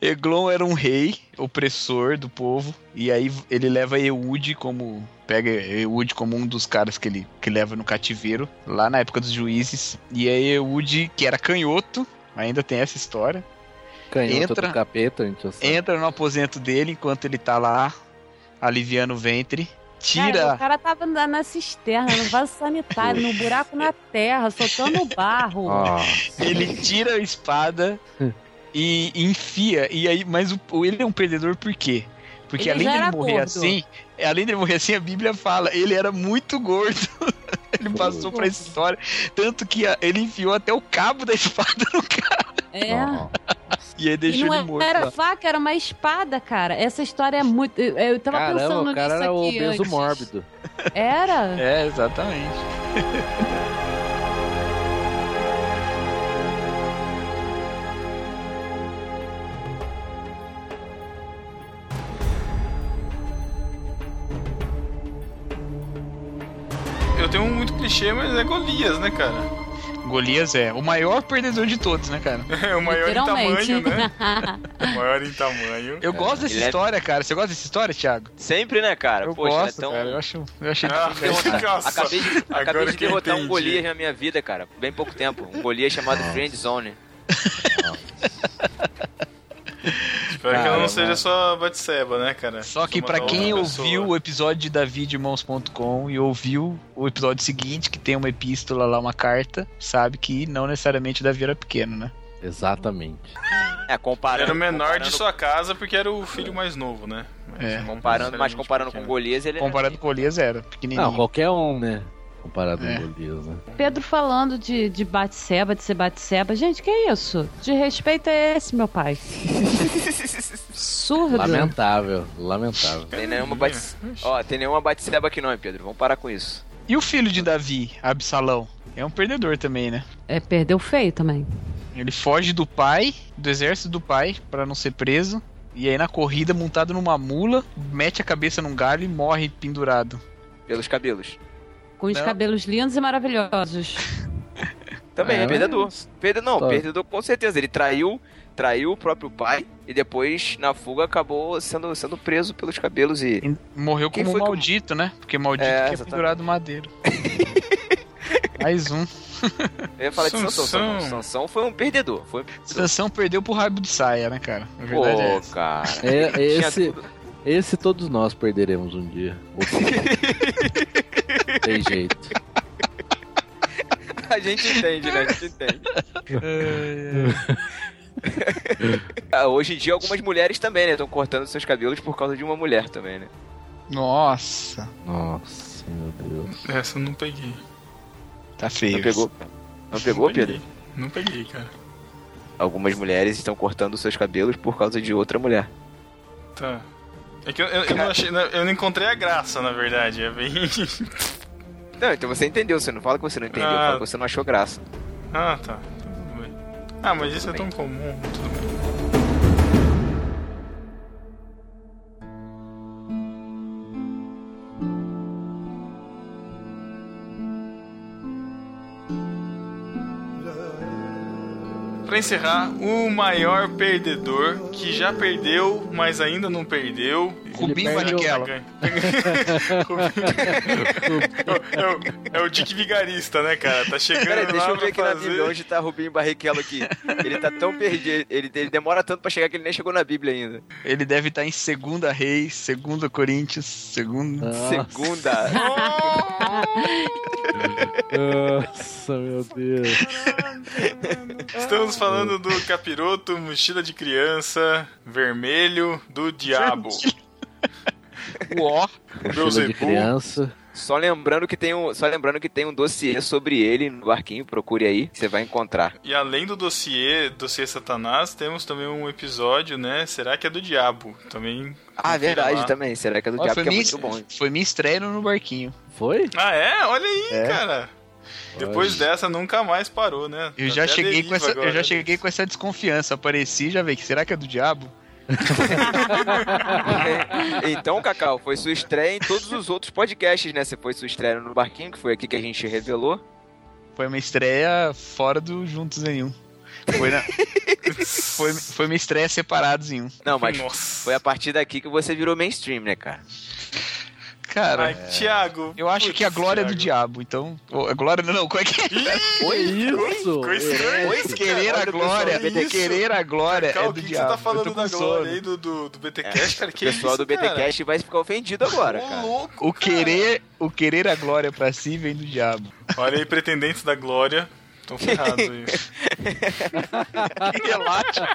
[SPEAKER 5] Eglon era um rei opressor do povo. E aí ele leva Eude como. Pega Eude como um dos caras que ele que leva no cativeiro, lá na época dos juízes. E aí Eude, que era canhoto, ainda tem essa história.
[SPEAKER 3] Canhota
[SPEAKER 5] Entra-
[SPEAKER 3] do capeta, a gente já sabe.
[SPEAKER 5] entra no aposento dele enquanto ele tá lá aliviando o ventre,
[SPEAKER 7] Cara,
[SPEAKER 5] tira.
[SPEAKER 7] o cara tava na, na cisterna, no vaso sanitário, no buraco na terra, soltando barro.
[SPEAKER 5] Ah,
[SPEAKER 3] Nossa.
[SPEAKER 5] ele tira a espada e enfia. E aí, mas o- o- ele é um perdedor por quê? Porque
[SPEAKER 7] Ele
[SPEAKER 5] além
[SPEAKER 7] já
[SPEAKER 5] dele
[SPEAKER 7] era
[SPEAKER 5] morrer
[SPEAKER 7] gordo.
[SPEAKER 5] assim, além dele morrer assim, a Bíblia fala, ele era muito gordo. ele passou pra essa história. Tanto que a- ele enfiou até o cabo da espada no cara.
[SPEAKER 7] é.
[SPEAKER 3] Nossa.
[SPEAKER 5] E aí
[SPEAKER 7] E
[SPEAKER 5] deixou ele
[SPEAKER 7] não
[SPEAKER 5] morto.
[SPEAKER 7] era
[SPEAKER 5] lá.
[SPEAKER 7] faca, era uma espada, cara. Essa história é muito. Eu, eu tava
[SPEAKER 3] Caramba,
[SPEAKER 7] pensando
[SPEAKER 3] o cara
[SPEAKER 7] nisso
[SPEAKER 3] era
[SPEAKER 7] aqui.
[SPEAKER 3] obeso
[SPEAKER 7] antes.
[SPEAKER 3] mórbido.
[SPEAKER 7] Era?
[SPEAKER 5] É, exatamente.
[SPEAKER 2] Eu tenho um muito clichê, mas é Golias, né, cara?
[SPEAKER 5] Golias é o maior perdedor de todos, né, cara?
[SPEAKER 2] É o maior em
[SPEAKER 7] Literalmente.
[SPEAKER 2] tamanho, né? O maior em tamanho.
[SPEAKER 5] Eu gosto dessa
[SPEAKER 4] ele é-
[SPEAKER 5] história, cara. Você gosta dessa história, Thiago?
[SPEAKER 4] Sempre, né, cara?
[SPEAKER 5] Eu
[SPEAKER 4] Poxa,
[SPEAKER 5] gosto,
[SPEAKER 4] é tão...
[SPEAKER 5] cara. Eu, acho, eu achei
[SPEAKER 2] Ah,
[SPEAKER 5] tão engraçado.
[SPEAKER 2] nossa,
[SPEAKER 4] Acabei de, acabei
[SPEAKER 2] agora
[SPEAKER 4] de
[SPEAKER 2] que eu
[SPEAKER 4] derrotar um
[SPEAKER 2] entendi.
[SPEAKER 4] Golias na minha vida, cara. Bem pouco tempo. Um Golias chamado Friend Zone.
[SPEAKER 2] Espero que ela não
[SPEAKER 5] Cara,
[SPEAKER 2] seja
[SPEAKER 5] mano.
[SPEAKER 2] só Batseba, né, cara?
[SPEAKER 5] Só que
[SPEAKER 2] Só
[SPEAKER 5] pra
[SPEAKER 2] matar
[SPEAKER 5] quem
[SPEAKER 2] outra
[SPEAKER 5] ouviu
[SPEAKER 2] pessoa.
[SPEAKER 5] o episódio de davidirmãos.com e ouviu o episódio seguinte, que tem uma epístola lá, uma carta, sabe que não necessariamente Davi era pequeno, né?
[SPEAKER 3] Exatamente.
[SPEAKER 4] É, comparando.
[SPEAKER 2] Era o menor
[SPEAKER 4] comparando,
[SPEAKER 2] de sua casa porque era o filho mais novo, né?
[SPEAKER 5] É.
[SPEAKER 2] não
[SPEAKER 4] Comparando, mas
[SPEAKER 2] necessariamente
[SPEAKER 4] comparando com
[SPEAKER 2] pequeno.
[SPEAKER 4] Golias, ele
[SPEAKER 5] Comparado com Golias era, pequenininho.
[SPEAKER 3] Não, qualquer um, né? Comparado
[SPEAKER 5] É.
[SPEAKER 3] com Golias, né?
[SPEAKER 7] Pedro falando de, de Batseba, de ser Batseba. Gente, que isso? De respeito é esse, meu pai. Surdo.
[SPEAKER 3] Lamentável, lamentável.
[SPEAKER 4] Tem
[SPEAKER 5] né?
[SPEAKER 4] nenhuma bate... Ó, tem nenhuma baticeba aqui não, hein, Pedro? Vamos parar com isso.
[SPEAKER 5] E o filho de Davi, Absalão, é um perdedor também, né?
[SPEAKER 7] É, perdeu feio também.
[SPEAKER 5] Ele foge do pai, do exército do pai, pra não ser preso. E aí na corrida, montado numa mula, mete a cabeça num galho e morre pendurado.
[SPEAKER 4] Pelos cabelos.
[SPEAKER 7] Com os
[SPEAKER 5] Não.
[SPEAKER 7] cabelos lindos e maravilhosos.
[SPEAKER 4] Também,
[SPEAKER 3] É,
[SPEAKER 4] é, perdedor. Perde... Não,
[SPEAKER 3] Tá.
[SPEAKER 4] perdedor com certeza. Ele traiu, traiu o próprio pai e depois, na fuga, acabou sendo, sendo preso pelos cabelos e.
[SPEAKER 5] E morreu
[SPEAKER 4] Quem
[SPEAKER 5] como
[SPEAKER 4] foi que-
[SPEAKER 5] maldito, né? Porque maldito
[SPEAKER 4] É,
[SPEAKER 5] que é
[SPEAKER 4] exatamente.
[SPEAKER 5] pendurado madeiro. Mais um.
[SPEAKER 4] Eu ia falar de Sansão.
[SPEAKER 2] Sansão.
[SPEAKER 4] Sansão, Sansão foi um perdedor. Foi um perdedor.
[SPEAKER 5] Sansão perdeu pro raibo de saia, né, cara? A
[SPEAKER 4] Pô,
[SPEAKER 5] verdade é essa.
[SPEAKER 4] cara.
[SPEAKER 3] É,
[SPEAKER 4] Tinha
[SPEAKER 3] esse,
[SPEAKER 4] tudo.
[SPEAKER 3] esse todos nós perderemos um dia. Ou tudo. Tem jeito.
[SPEAKER 4] A gente entende, né? A gente entende.
[SPEAKER 5] É,
[SPEAKER 4] Ah, Hoje em dia, algumas mulheres também, né? Estão cortando seus cabelos por causa de uma mulher também, né?
[SPEAKER 5] Nossa,
[SPEAKER 3] Nossa, meu Deus.
[SPEAKER 2] Essa eu não peguei.
[SPEAKER 5] tá
[SPEAKER 4] Não
[SPEAKER 5] feio.
[SPEAKER 4] pegou? Não pegou,
[SPEAKER 2] não peguei.
[SPEAKER 4] Pedro?
[SPEAKER 2] Não peguei, cara.
[SPEAKER 4] Algumas mulheres estão cortando seus cabelos por causa de outra mulher.
[SPEAKER 2] Tá. É que eu, eu- eu não achei, eu não encontrei a graça, na verdade. É bem.
[SPEAKER 4] Não, então você entendeu. Você não fala que você não entendeu.
[SPEAKER 2] Ah.
[SPEAKER 4] Fala que você não achou graça.
[SPEAKER 2] Ah, tá. Tudo bem. Ah, mas isso é tão comum. Tudo bem. pra encerrar, o maior perdedor que já perdeu, mas ainda não perdeu.
[SPEAKER 5] Rubinho
[SPEAKER 3] perdeu-
[SPEAKER 5] Barrichello.
[SPEAKER 2] Ganha. é, o, é o Dick Vigarista, né, cara? Tá chegando
[SPEAKER 4] Peraí,
[SPEAKER 2] lá
[SPEAKER 4] deixa eu ver
[SPEAKER 2] pra
[SPEAKER 4] aqui na
[SPEAKER 2] fazer...
[SPEAKER 4] Bíblia onde tá Rubinho Barrichello aqui. Ele tá tão perdido, ele, ele demora tanto pra chegar que ele nem chegou na Bíblia ainda.
[SPEAKER 5] Ele deve estar em segunda Reis, segunda Corinthians, segunda.
[SPEAKER 4] Ah.
[SPEAKER 3] Nossa,
[SPEAKER 4] Segunda.
[SPEAKER 3] nossa, meu Deus. Ah.
[SPEAKER 2] Estamos falando do capiroto, mochila de criança, vermelho, do diabo.
[SPEAKER 5] Ó,
[SPEAKER 3] Mochila de
[SPEAKER 2] Beuzebu.
[SPEAKER 3] criança.
[SPEAKER 4] Só lembrando que tem um, só lembrando que tem um dossiê sobre ele no barquinho, procure aí, você vai encontrar.
[SPEAKER 2] E além do dossiê, dossiê Satanás, temos também um episódio, né? Será que é do diabo? Também.
[SPEAKER 4] Ah, verdade
[SPEAKER 2] lá.
[SPEAKER 4] também. Será que é do
[SPEAKER 5] ó,
[SPEAKER 4] diabo
[SPEAKER 5] foi,
[SPEAKER 4] que é
[SPEAKER 5] minha,
[SPEAKER 4] muito bom?
[SPEAKER 5] foi minha estreia no barquinho.
[SPEAKER 3] Foi?
[SPEAKER 2] Ah, é? Olha aí,
[SPEAKER 3] É.
[SPEAKER 2] cara. Depois
[SPEAKER 3] Olha.
[SPEAKER 2] dessa, nunca mais parou, né?
[SPEAKER 5] Eu
[SPEAKER 2] Até
[SPEAKER 5] já,
[SPEAKER 2] a
[SPEAKER 5] cheguei com
[SPEAKER 2] deriva
[SPEAKER 5] essa,
[SPEAKER 2] agora.
[SPEAKER 5] eu já cheguei com essa desconfiança. Apareci já veio que será que é do diabo?
[SPEAKER 4] então, Cacau, foi sua estreia em todos os outros podcasts, né? Você foi sua estreia no barquinho, que foi aqui que a gente revelou.
[SPEAKER 5] Foi uma estreia fora do Juntos em Um. Foi, na- foi, foi uma estreia separados em um.
[SPEAKER 4] Não, mas
[SPEAKER 2] Nossa.
[SPEAKER 4] foi a partir daqui que você virou mainstream, né, cara?
[SPEAKER 5] Cara,
[SPEAKER 2] Ai,
[SPEAKER 3] É.
[SPEAKER 2] Thiago.
[SPEAKER 5] eu acho
[SPEAKER 2] putz,
[SPEAKER 5] que a glória é do
[SPEAKER 2] Thiago.
[SPEAKER 5] diabo, então. Ô, A glória não, como é que é?
[SPEAKER 3] Foi isso?
[SPEAKER 2] Ficou
[SPEAKER 3] É,
[SPEAKER 2] estranho.
[SPEAKER 4] Oi, cara,
[SPEAKER 5] Querer a
[SPEAKER 4] olha o pessoal
[SPEAKER 5] glória,
[SPEAKER 4] do BTQ.
[SPEAKER 5] querer a glória
[SPEAKER 2] Cacau,
[SPEAKER 5] é
[SPEAKER 2] o
[SPEAKER 5] do
[SPEAKER 2] que, que você
[SPEAKER 5] diabo.
[SPEAKER 2] tá
[SPEAKER 5] Eu
[SPEAKER 2] falando
[SPEAKER 5] tô com
[SPEAKER 2] da glória
[SPEAKER 5] sono. É.
[SPEAKER 2] aí do, do, do BTCast, cara?
[SPEAKER 4] O
[SPEAKER 2] Que
[SPEAKER 4] pessoal
[SPEAKER 2] isso,
[SPEAKER 4] do BTcast vai ficar ofendido agora,
[SPEAKER 2] Ô,
[SPEAKER 4] cara.
[SPEAKER 2] louco,
[SPEAKER 5] O
[SPEAKER 2] cara.
[SPEAKER 5] querer, o querer a glória pra si vem do diabo.
[SPEAKER 2] Olha aí, pretendentes da glória. Tão ferrados aí.
[SPEAKER 5] Relaxa.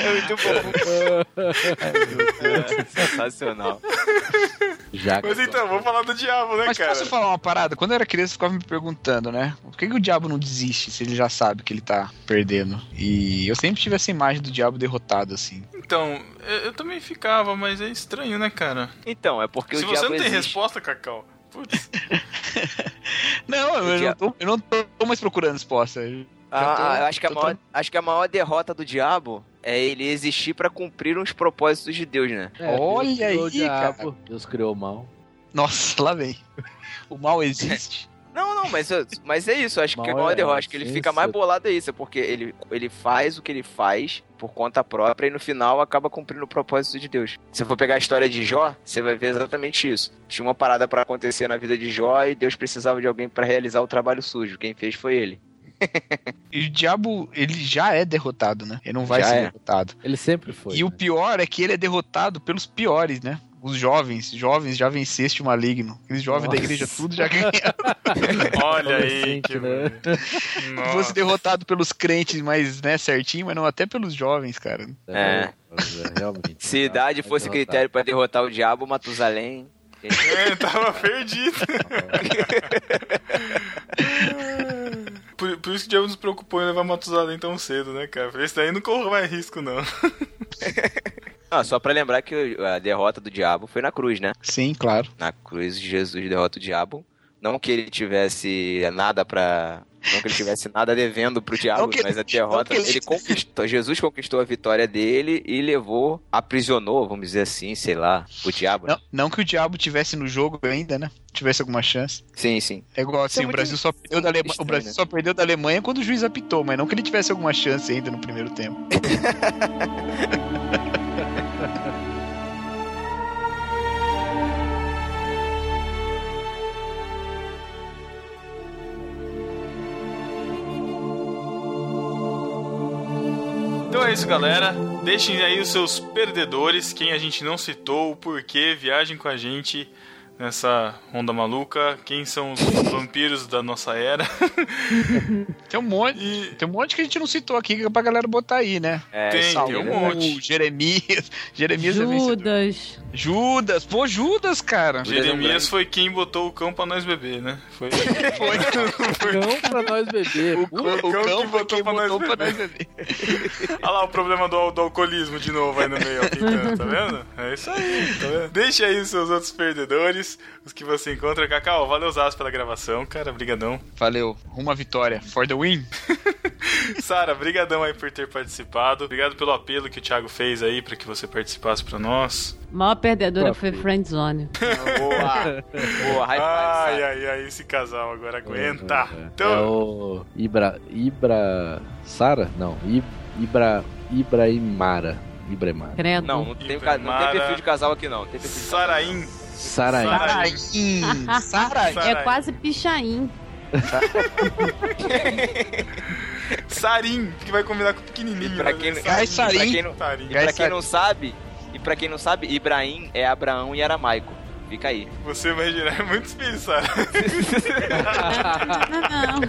[SPEAKER 4] É muito bom. É, Sensacional.
[SPEAKER 3] é. Já
[SPEAKER 2] Mas então, vamos falar do diabo, né,
[SPEAKER 5] Mas
[SPEAKER 2] cara?
[SPEAKER 5] posso falar uma parada? Quando eu era criança, eu ficava me perguntando, né? Por que, que o diabo não desiste se ele já sabe que ele tá perdendo? E eu sempre tive essa imagem do diabo derrotado, assim.
[SPEAKER 2] Então, eu, eu também ficava, mas é estranho, né, cara?
[SPEAKER 4] Então, é porque
[SPEAKER 2] Se
[SPEAKER 4] o
[SPEAKER 2] você
[SPEAKER 4] diabo
[SPEAKER 2] não tem
[SPEAKER 4] existe.
[SPEAKER 2] resposta, Cacau. Putz,
[SPEAKER 5] Não, eu,
[SPEAKER 4] O
[SPEAKER 5] não, tô, eu não tô mais procurando resposta. Eu
[SPEAKER 4] Ah,
[SPEAKER 5] tô-
[SPEAKER 4] ah, eu acho que, a
[SPEAKER 5] tô
[SPEAKER 4] maior, acho que a maior derrota do diabo é ele existir pra cumprir uns propósitos de Deus, né?
[SPEAKER 5] Olha
[SPEAKER 3] É, criou o
[SPEAKER 5] aí,
[SPEAKER 3] diabo. Deus criou o mal.
[SPEAKER 5] Nossa, lá vem. O mal existe.
[SPEAKER 4] Não, não, mas, eu- mas é isso. eu Acho que
[SPEAKER 3] Mal
[SPEAKER 4] a maior
[SPEAKER 3] é
[SPEAKER 4] derrota. Acho que ele
[SPEAKER 3] sim,
[SPEAKER 4] fica mais
[SPEAKER 3] sim.
[SPEAKER 4] bolado é isso. É porque ele, ele faz o que ele faz por conta própria e no final acaba cumprindo o propósito de Deus. Se eu for pegar a história de Jó, você vai ver exatamente isso. Tinha uma parada pra acontecer na vida de Jó e Deus precisava de alguém pra realizar o trabalho sujo. Quem fez foi ele.
[SPEAKER 5] E o diabo, ele já é derrotado, né? Ele não vai
[SPEAKER 4] Já
[SPEAKER 5] ser
[SPEAKER 4] é.
[SPEAKER 5] derrotado.
[SPEAKER 3] Ele sempre foi.
[SPEAKER 5] e o
[SPEAKER 3] né?
[SPEAKER 5] pior é que ele é derrotado pelos piores, né? Os jovens, jovens, já venceste o maligno. Aqueles jovens da
[SPEAKER 3] Nossa.
[SPEAKER 5] igreja, tudo já ganharam.
[SPEAKER 2] olha aí.
[SPEAKER 3] Adolescente,
[SPEAKER 2] Que...
[SPEAKER 3] né?
[SPEAKER 2] Nossa.
[SPEAKER 5] Fosse derrotado pelos crentes, mas, né, certinho, mas não até pelos jovens, cara.
[SPEAKER 4] É.
[SPEAKER 3] Mas, Então, é, realmente.
[SPEAKER 4] Se idade
[SPEAKER 3] Tá
[SPEAKER 4] fosse
[SPEAKER 3] derrotado.
[SPEAKER 4] critério pra derrotar o diabo, Matusalém.
[SPEAKER 2] É, tava perdido. Por, por isso que o diabo nos preocupou em levar Matusalém tão cedo, né, cara? Falei, Esse daí não corro mais risco, não.
[SPEAKER 4] Ah, só pra lembrar que a derrota do diabo foi na cruz, né?
[SPEAKER 5] Sim, claro.
[SPEAKER 4] Na cruz, Jesus derrota o diabo. Não que ele tivesse nada pra. Não que ele tivesse nada devendo pro diabo,
[SPEAKER 5] Não que-
[SPEAKER 4] mas a derrota.
[SPEAKER 5] não que-
[SPEAKER 4] Ele conquistou. Jesus conquistou a vitória dele e levou, aprisionou, vamos dizer assim, sei lá, o diabo. né?
[SPEAKER 5] Não, não que o diabo tivesse no jogo ainda, né? Tivesse alguma chance.
[SPEAKER 4] Sim, sim.
[SPEAKER 5] É igual
[SPEAKER 4] Isso é
[SPEAKER 5] assim, o
[SPEAKER 4] muito
[SPEAKER 5] Brasil, só perdeu da Alema-
[SPEAKER 4] estranho,
[SPEAKER 5] o Brasil
[SPEAKER 4] né?
[SPEAKER 5] só perdeu da Alemanha quando o juiz apitou, mas não que ele tivesse alguma chance ainda no primeiro tempo.
[SPEAKER 2] Então é isso, galera. Deixem aí os seus perdedores, quem a gente não citou, o porquê, viajem com a gente nessa onda maluca, quem são os vampiros da nossa era.
[SPEAKER 5] Tem um monte.
[SPEAKER 2] E
[SPEAKER 5] Tem um monte que a gente não citou aqui que é pra galera botar aí, né?
[SPEAKER 4] É,
[SPEAKER 2] Tem,
[SPEAKER 4] isso
[SPEAKER 2] tem
[SPEAKER 4] aí,
[SPEAKER 2] um
[SPEAKER 4] né?
[SPEAKER 2] monte.
[SPEAKER 5] O Jeremias. Jeremias é vencedor.
[SPEAKER 7] Judas.
[SPEAKER 5] Judas. Pô, Judas, cara.
[SPEAKER 4] Judas é um
[SPEAKER 2] Jeremias
[SPEAKER 4] grande.
[SPEAKER 2] foi quem botou o cão pra nós beber, né? Foi.
[SPEAKER 5] Foi.
[SPEAKER 3] Não tá. pra nós beber.
[SPEAKER 5] O,
[SPEAKER 3] Puta,
[SPEAKER 5] cão,
[SPEAKER 2] cão
[SPEAKER 5] o cão
[SPEAKER 2] que
[SPEAKER 5] foi
[SPEAKER 2] botou
[SPEAKER 5] quem
[SPEAKER 2] pra nós
[SPEAKER 5] botou pra
[SPEAKER 2] beber.
[SPEAKER 5] nós beber.
[SPEAKER 2] Olha lá o problema do, al- do alcoolismo de novo aí no meio, ó, pintando, tá vendo? É isso aí, tá vendo? Deixa aí os seus outros perdedores, os que você encontra. Cacau, valeu Zaz pela gravação, cara, brigadão.
[SPEAKER 5] Valeu. Uma vitória. For the win.
[SPEAKER 2] Sara, brigadão aí por ter participado. Obrigado pelo apelo que o Thiago fez aí pra que você participasse pra nós.
[SPEAKER 7] maior perdedora
[SPEAKER 3] Próprio.
[SPEAKER 7] foi Friendzone.
[SPEAKER 4] Boa! Boa, high five,
[SPEAKER 2] Ai,
[SPEAKER 4] Sara.
[SPEAKER 2] ai, ai, esse casal agora aguenta.
[SPEAKER 3] É, É
[SPEAKER 2] Então,
[SPEAKER 3] o Ibra. Ibra. Sara? Não. I- Ibra. Ibrahimara. Ibrahimara.
[SPEAKER 7] Credo.
[SPEAKER 4] Não, não tem, ca- não tem perfil de casal aqui, não. Tem perfil de casal.
[SPEAKER 2] Saraim,
[SPEAKER 3] Saraí.
[SPEAKER 2] Sara-
[SPEAKER 5] Saraí! Saraí!
[SPEAKER 2] Saraí.
[SPEAKER 7] É quase pichain.
[SPEAKER 2] Sarim, que vai combinar com o pequenininho.
[SPEAKER 4] E pra
[SPEAKER 2] né?
[SPEAKER 4] quem-
[SPEAKER 5] Ai, Sarim.
[SPEAKER 4] pra quem não-
[SPEAKER 2] Sarim.
[SPEAKER 4] E pra quem não sabe, e pra quem não sabe, Ibrahim é Abraão e Aramaico. Fica aí.
[SPEAKER 2] Você vai gerar muitos filhos, Sara.
[SPEAKER 7] Não, não.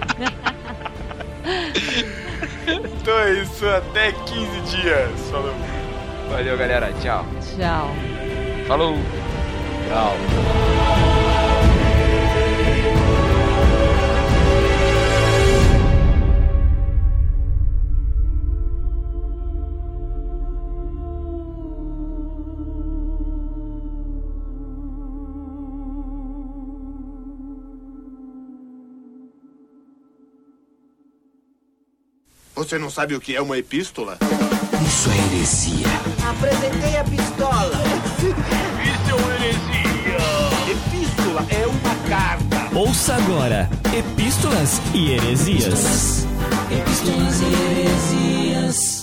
[SPEAKER 2] Então é isso, até 15 dias. Falou.
[SPEAKER 4] Valeu, galera. Tchau.
[SPEAKER 7] Tchau.
[SPEAKER 4] Falou.
[SPEAKER 3] Tchau.
[SPEAKER 8] Você não sabe o que é uma epístola?
[SPEAKER 9] Apresentei a pistola.
[SPEAKER 8] Epístola é uma carta.
[SPEAKER 10] Ouça agora Epístolas e Heresias. Epístolas e Heresias.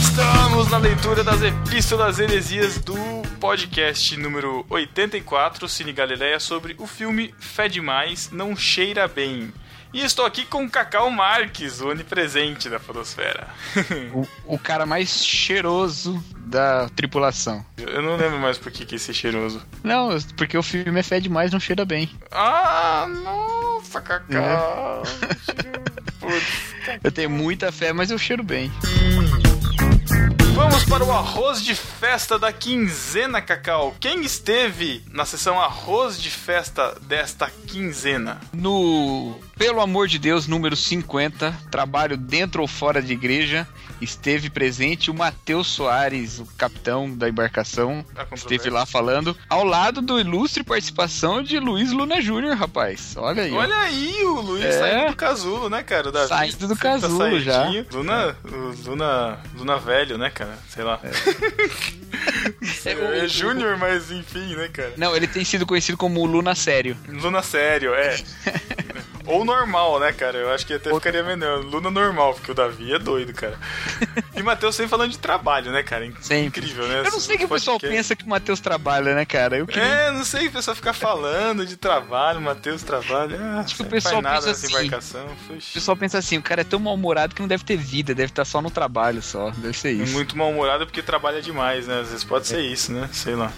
[SPEAKER 2] Estamos na leitura das epístolas heresias do podcast número 84, Cine Galileia, sobre o filme Fé Demais, Não Cheira Bem. E estou aqui com o Cacau Marques, o onipresente da Podosfera.
[SPEAKER 5] O, o cara mais cheiroso da tripulação.
[SPEAKER 2] Eu não lembro mais por que, que esse cheiroso.
[SPEAKER 5] Não, porque o filme é fé demais, não cheira bem.
[SPEAKER 2] Ah,
[SPEAKER 5] É.
[SPEAKER 2] nossa, Cacau. Putz.
[SPEAKER 5] Eu tenho muita fé, mas eu cheiro bem.
[SPEAKER 2] Vamos para o arroz de festa da quinzena, Cacau. Quem esteve na sessão arroz de festa desta quinzena?
[SPEAKER 5] No Pelo Amor de Deus, número 50, trabalho dentro ou fora de igreja, esteve presente o Matheus Soares, o capitão da embarcação,
[SPEAKER 2] Tá com
[SPEAKER 5] esteve
[SPEAKER 2] problema?
[SPEAKER 5] lá falando, ao lado do ilustre participação de Luiz Luna Júnior, rapaz. Olha aí. ó.
[SPEAKER 2] Olha aí o Luiz
[SPEAKER 5] É.
[SPEAKER 2] saindo do casulo, né, cara? O Davi
[SPEAKER 5] Saindo do É.
[SPEAKER 2] sempre
[SPEAKER 5] casulo
[SPEAKER 2] saidinho. Luna, o Luna, Luna velho, né, cara? Sei lá. É,
[SPEAKER 5] É, o-
[SPEAKER 2] Júnior, mas enfim, né, cara?
[SPEAKER 5] Não, ele tem sido conhecido como o Luna Sério.
[SPEAKER 2] Luna sério, é. Ou normal, né, cara? Eu acho que até ficaria melhor. Luna normal, porque o Davi é doido, cara. E Matheus sempre falando de trabalho, né, cara? Inc-
[SPEAKER 5] Sempre.
[SPEAKER 2] Incrível, né?
[SPEAKER 5] Eu não sei o que o pessoal
[SPEAKER 2] Podcast.
[SPEAKER 5] pensa que o Matheus trabalha, né, cara? Eu queria
[SPEAKER 2] É, não sei, o pessoal fica falando de trabalho, Matheus trabalha. Ah,
[SPEAKER 5] Acho que o
[SPEAKER 2] não
[SPEAKER 5] pessoal
[SPEAKER 2] faz nada
[SPEAKER 5] pensa
[SPEAKER 2] nessa
[SPEAKER 5] assim.
[SPEAKER 2] embarcação. Puxa.
[SPEAKER 5] O pessoal pensa assim, o cara é tão mal-humorado que não deve ter vida, deve estar só no trabalho só, deve ser
[SPEAKER 2] E
[SPEAKER 5] isso.
[SPEAKER 2] É
[SPEAKER 5] É.
[SPEAKER 2] muito mal-humorado porque trabalha demais, né? Às vezes pode ser isso, né? Sei lá.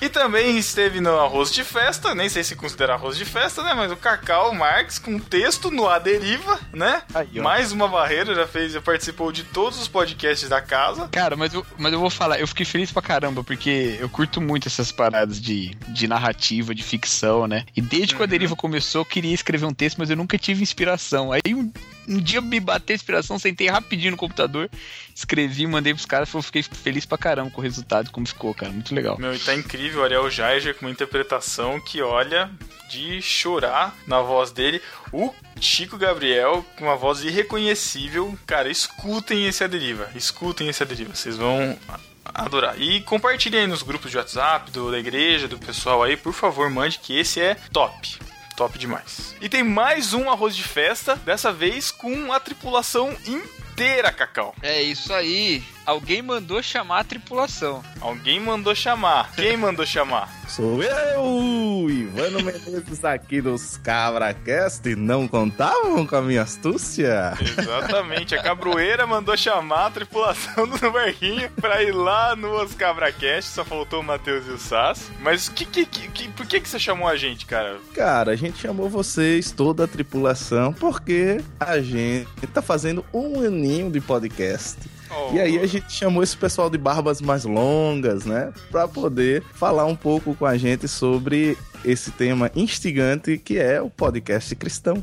[SPEAKER 2] E também esteve no arroz de festa, nem sei se considera arroz de festa, né? Mas o Cacau Marx com texto no A Deriva, né?
[SPEAKER 5] Aí, ó.
[SPEAKER 2] Mais uma barreira, já fez, já participou de todos os podcasts da casa.
[SPEAKER 5] Cara, mas eu, mas eu vou falar, eu fiquei feliz pra caramba, porque eu curto muito essas paradas de, de narrativa, de ficção, né? E desde que a deriva começou, eu queria escrever um texto, mas eu nunca tive inspiração. Aí um, um dia me bateu a inspiração, sentei rapidinho no computador, escrevi, mandei pros caras, eu fiquei feliz pra caramba com o resultado, como ficou, cara. Muito legal.
[SPEAKER 2] Meu, e tá incrível, o Ariel Jaeger com uma interpretação que olha de chorar na voz dele. O Chico Gabriel com uma voz irreconhecível. Cara, escutem esse A Deriva. Escutem esse A Deriva. Vocês vão a- adorar. E compartilhem aí nos grupos de WhatsApp, do, da igreja, do pessoal aí. Por favor, mande que esse é top. Top demais. E tem mais um arroz de festa, dessa vez com a tripulação inteira, Cacau.
[SPEAKER 5] É isso aí. Alguém mandou chamar a tripulação.
[SPEAKER 2] Alguém mandou chamar. Quem mandou chamar?
[SPEAKER 11] Sou eu, Ivano Menezes, aqui dos CabraCast, e não contavam com a minha astúcia?
[SPEAKER 2] Exatamente, a Cabroeira mandou chamar a tripulação do barquinho pra ir lá no Os Cabracast, só faltou o Matheus e o Sass. Mas que, que, que- que- por que, que você chamou a gente, cara?
[SPEAKER 11] Cara, a gente chamou vocês, toda a tripulação, porque a gente tá fazendo um aninho de podcast.
[SPEAKER 2] Oh,
[SPEAKER 11] E aí a gente chamou esse pessoal de barbas mais longas, né? Pra poder falar um pouco com a gente sobre esse tema instigante que é o podcast cristão.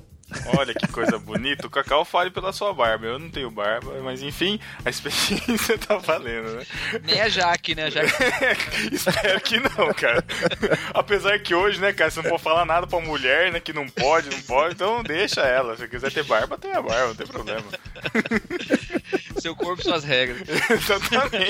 [SPEAKER 2] Olha que coisa bonita. O Cacau fale pela sua barba. Eu não tenho barba, mas enfim, a experiência tá valendo, né?
[SPEAKER 5] Nem a Jaque, né? A Jaque
[SPEAKER 2] Espero que não, cara. Apesar que hoje, né, cara, você não pode falar nada pra mulher, né? Que não pode, não pode. Então deixa ela. Se quiser ter barba, tem a barba, não tem problema.
[SPEAKER 5] Seu corpo, suas regras.
[SPEAKER 2] Exatamente.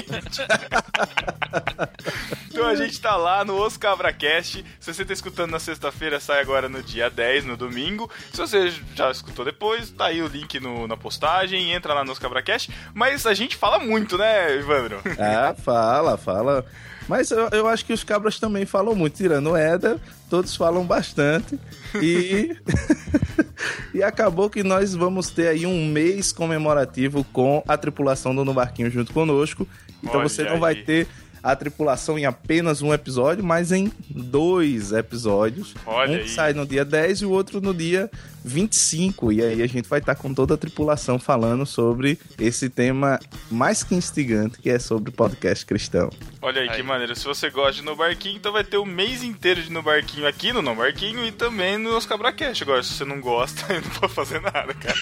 [SPEAKER 2] então a gente tá lá no Os Cabracast. Se você tá escutando na sexta-feira, sai agora no dia 10, no domingo. Se você já escutou depois, tá aí o link no- na postagem. Entra lá no Os Cabracast. Mas a gente fala muito, né, Ivandro?
[SPEAKER 11] Ah, fala, fala. Mas eu, eu acho que os cabras também falam muito, tirando o Éder, todos falam bastante. E. e acabou que nós vamos ter aí um mês comemorativo com a tripulação do No Barquinho junto conosco. Então
[SPEAKER 2] Olha
[SPEAKER 11] você não vai
[SPEAKER 2] aí.
[SPEAKER 11] ter a tripulação em apenas um episódio, mas em dois episódios.
[SPEAKER 2] Olha
[SPEAKER 11] um
[SPEAKER 2] aí.
[SPEAKER 11] que sai no dia 10 e o outro no dia 25. E aí a gente vai estar com toda a tripulação falando sobre esse tema mais que instigante, que é sobre podcast cristão.
[SPEAKER 2] Olha aí, que maneiro. Se você gosta de No Barquinho, então vai ter o mês inteiro de No Barquinho aqui no No Barquinho e também no Os Cabracast. Agora, se você não gosta, eu não pode fazer nada, cara.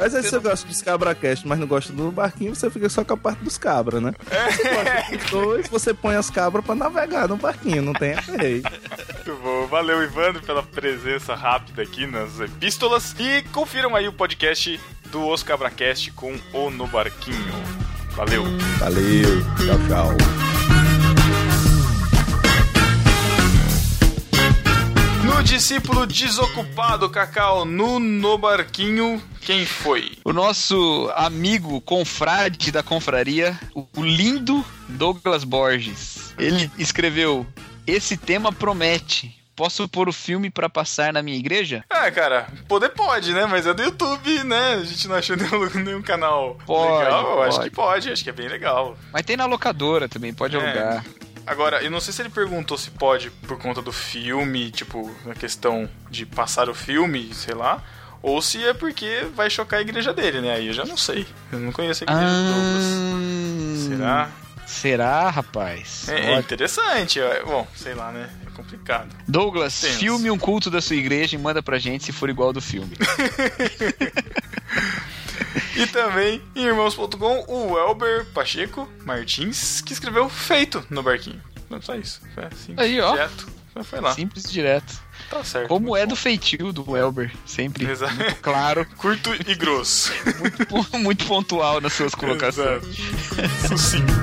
[SPEAKER 11] Mas aí você gosta dos cabracast, mas não gosta do barquinho, você fica só com a parte dos cabras, né? Você gosta dos dois, você põe as cabras pra navegar no barquinho, não tem errei.
[SPEAKER 2] Muito bom. Valeu, Ivandro, pela presença rápida aqui nas epístolas. E confiram aí o podcast do Os Cabracast com o No Barquinho. Valeu.
[SPEAKER 11] Valeu, tchau, tchau.
[SPEAKER 2] No discípulo desocupado, Cacau, no No Barquinho, quem foi?
[SPEAKER 5] O nosso amigo confrade da confraria, o o lindo Douglas Borges. Ele escreveu: Esse tema promete. Posso pôr o filme pra passar na minha igreja?
[SPEAKER 2] Ah, cara, poder pode, né? Mas é do YouTube, né? A gente não achou nenhum, nenhum canal
[SPEAKER 5] Pode,
[SPEAKER 2] legal. Eu Acho
[SPEAKER 5] pode.
[SPEAKER 2] que pode, acho que é bem legal.
[SPEAKER 5] Mas tem na locadora também, pode
[SPEAKER 2] É.
[SPEAKER 5] alugar.
[SPEAKER 2] Agora, eu não sei se ele perguntou se pode por conta do filme, tipo, na questão de passar o filme, sei lá, ou se é porque vai chocar a igreja dele, né? Aí eu já não sei. Eu não conheço a igreja do Douglas.
[SPEAKER 5] Hum,
[SPEAKER 2] Será?
[SPEAKER 5] Ah. Será, rapaz?
[SPEAKER 2] É, é interessante. é- Bom, sei lá, né? É complicado.
[SPEAKER 5] Douglas,
[SPEAKER 2] Tenso.
[SPEAKER 5] filme um culto da sua igreja e manda pra gente se for igual ao do filme.
[SPEAKER 2] E também, em irmãos.com, o Elber Pacheco Martins, que escreveu Feito no Barquinho. Não, só isso. Foi assim,
[SPEAKER 5] Aí, ó.
[SPEAKER 2] direto. Mas Foi lá.
[SPEAKER 5] Simples e direto.
[SPEAKER 2] Tá certo.
[SPEAKER 5] Como
[SPEAKER 2] muito
[SPEAKER 5] é
[SPEAKER 2] bom.
[SPEAKER 5] do feitio do Elber, sempre
[SPEAKER 2] Exato.
[SPEAKER 5] claro,
[SPEAKER 2] Curto e grosso.
[SPEAKER 5] muito pontual nas suas colocações.
[SPEAKER 2] Exato. Sucinto.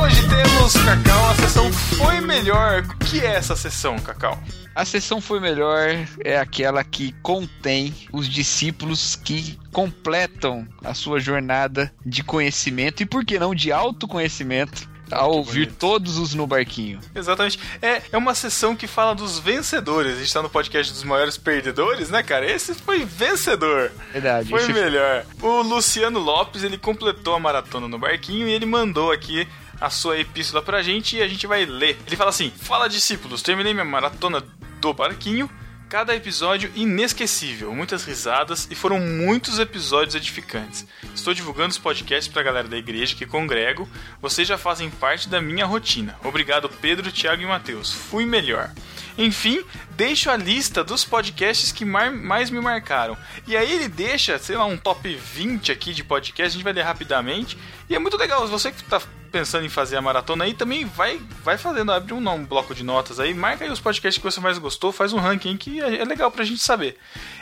[SPEAKER 2] Hoje temos, Cacau, a sessão Foi Melhor. O que é essa sessão, Cacau?
[SPEAKER 5] A sessão foi melhor é aquela que contém os discípulos que completam a sua jornada de conhecimento e por que não de autoconhecimento ao ouvir todos os no barquinho.
[SPEAKER 2] Exatamente. É, é uma sessão que fala dos vencedores. A gente tá no podcast dos maiores perdedores, né, cara? Esse foi vencedor.
[SPEAKER 5] Verdade.
[SPEAKER 2] Foi
[SPEAKER 5] esse-
[SPEAKER 2] melhor. O Luciano Lopes, ele completou a maratona no barquinho e ele mandou aqui a sua epístola pra gente e a gente vai ler. Ele fala assim: Fala discípulos, terminei minha maratona do barquinho. Cada episódio inesquecível, muitas risadas e foram muitos episódios edificantes. Estou divulgando os podcasts pra galera da igreja que congrego. Vocês já fazem parte da minha rotina. Obrigado, Pedro, Thiago e Matheus. Fui melhor. Enfim, deixo a lista dos podcasts que mar- mais me marcaram. E aí ele deixa, sei lá, um top 20 aqui de podcast, a gente vai ler rapidamente. E é muito legal, você que tá pensando em fazer a maratona aí, também vai vai fazendo, abre um, um bloco de notas aí, marca aí os podcasts que você mais gostou, faz um ranking que é, é legal pra gente saber.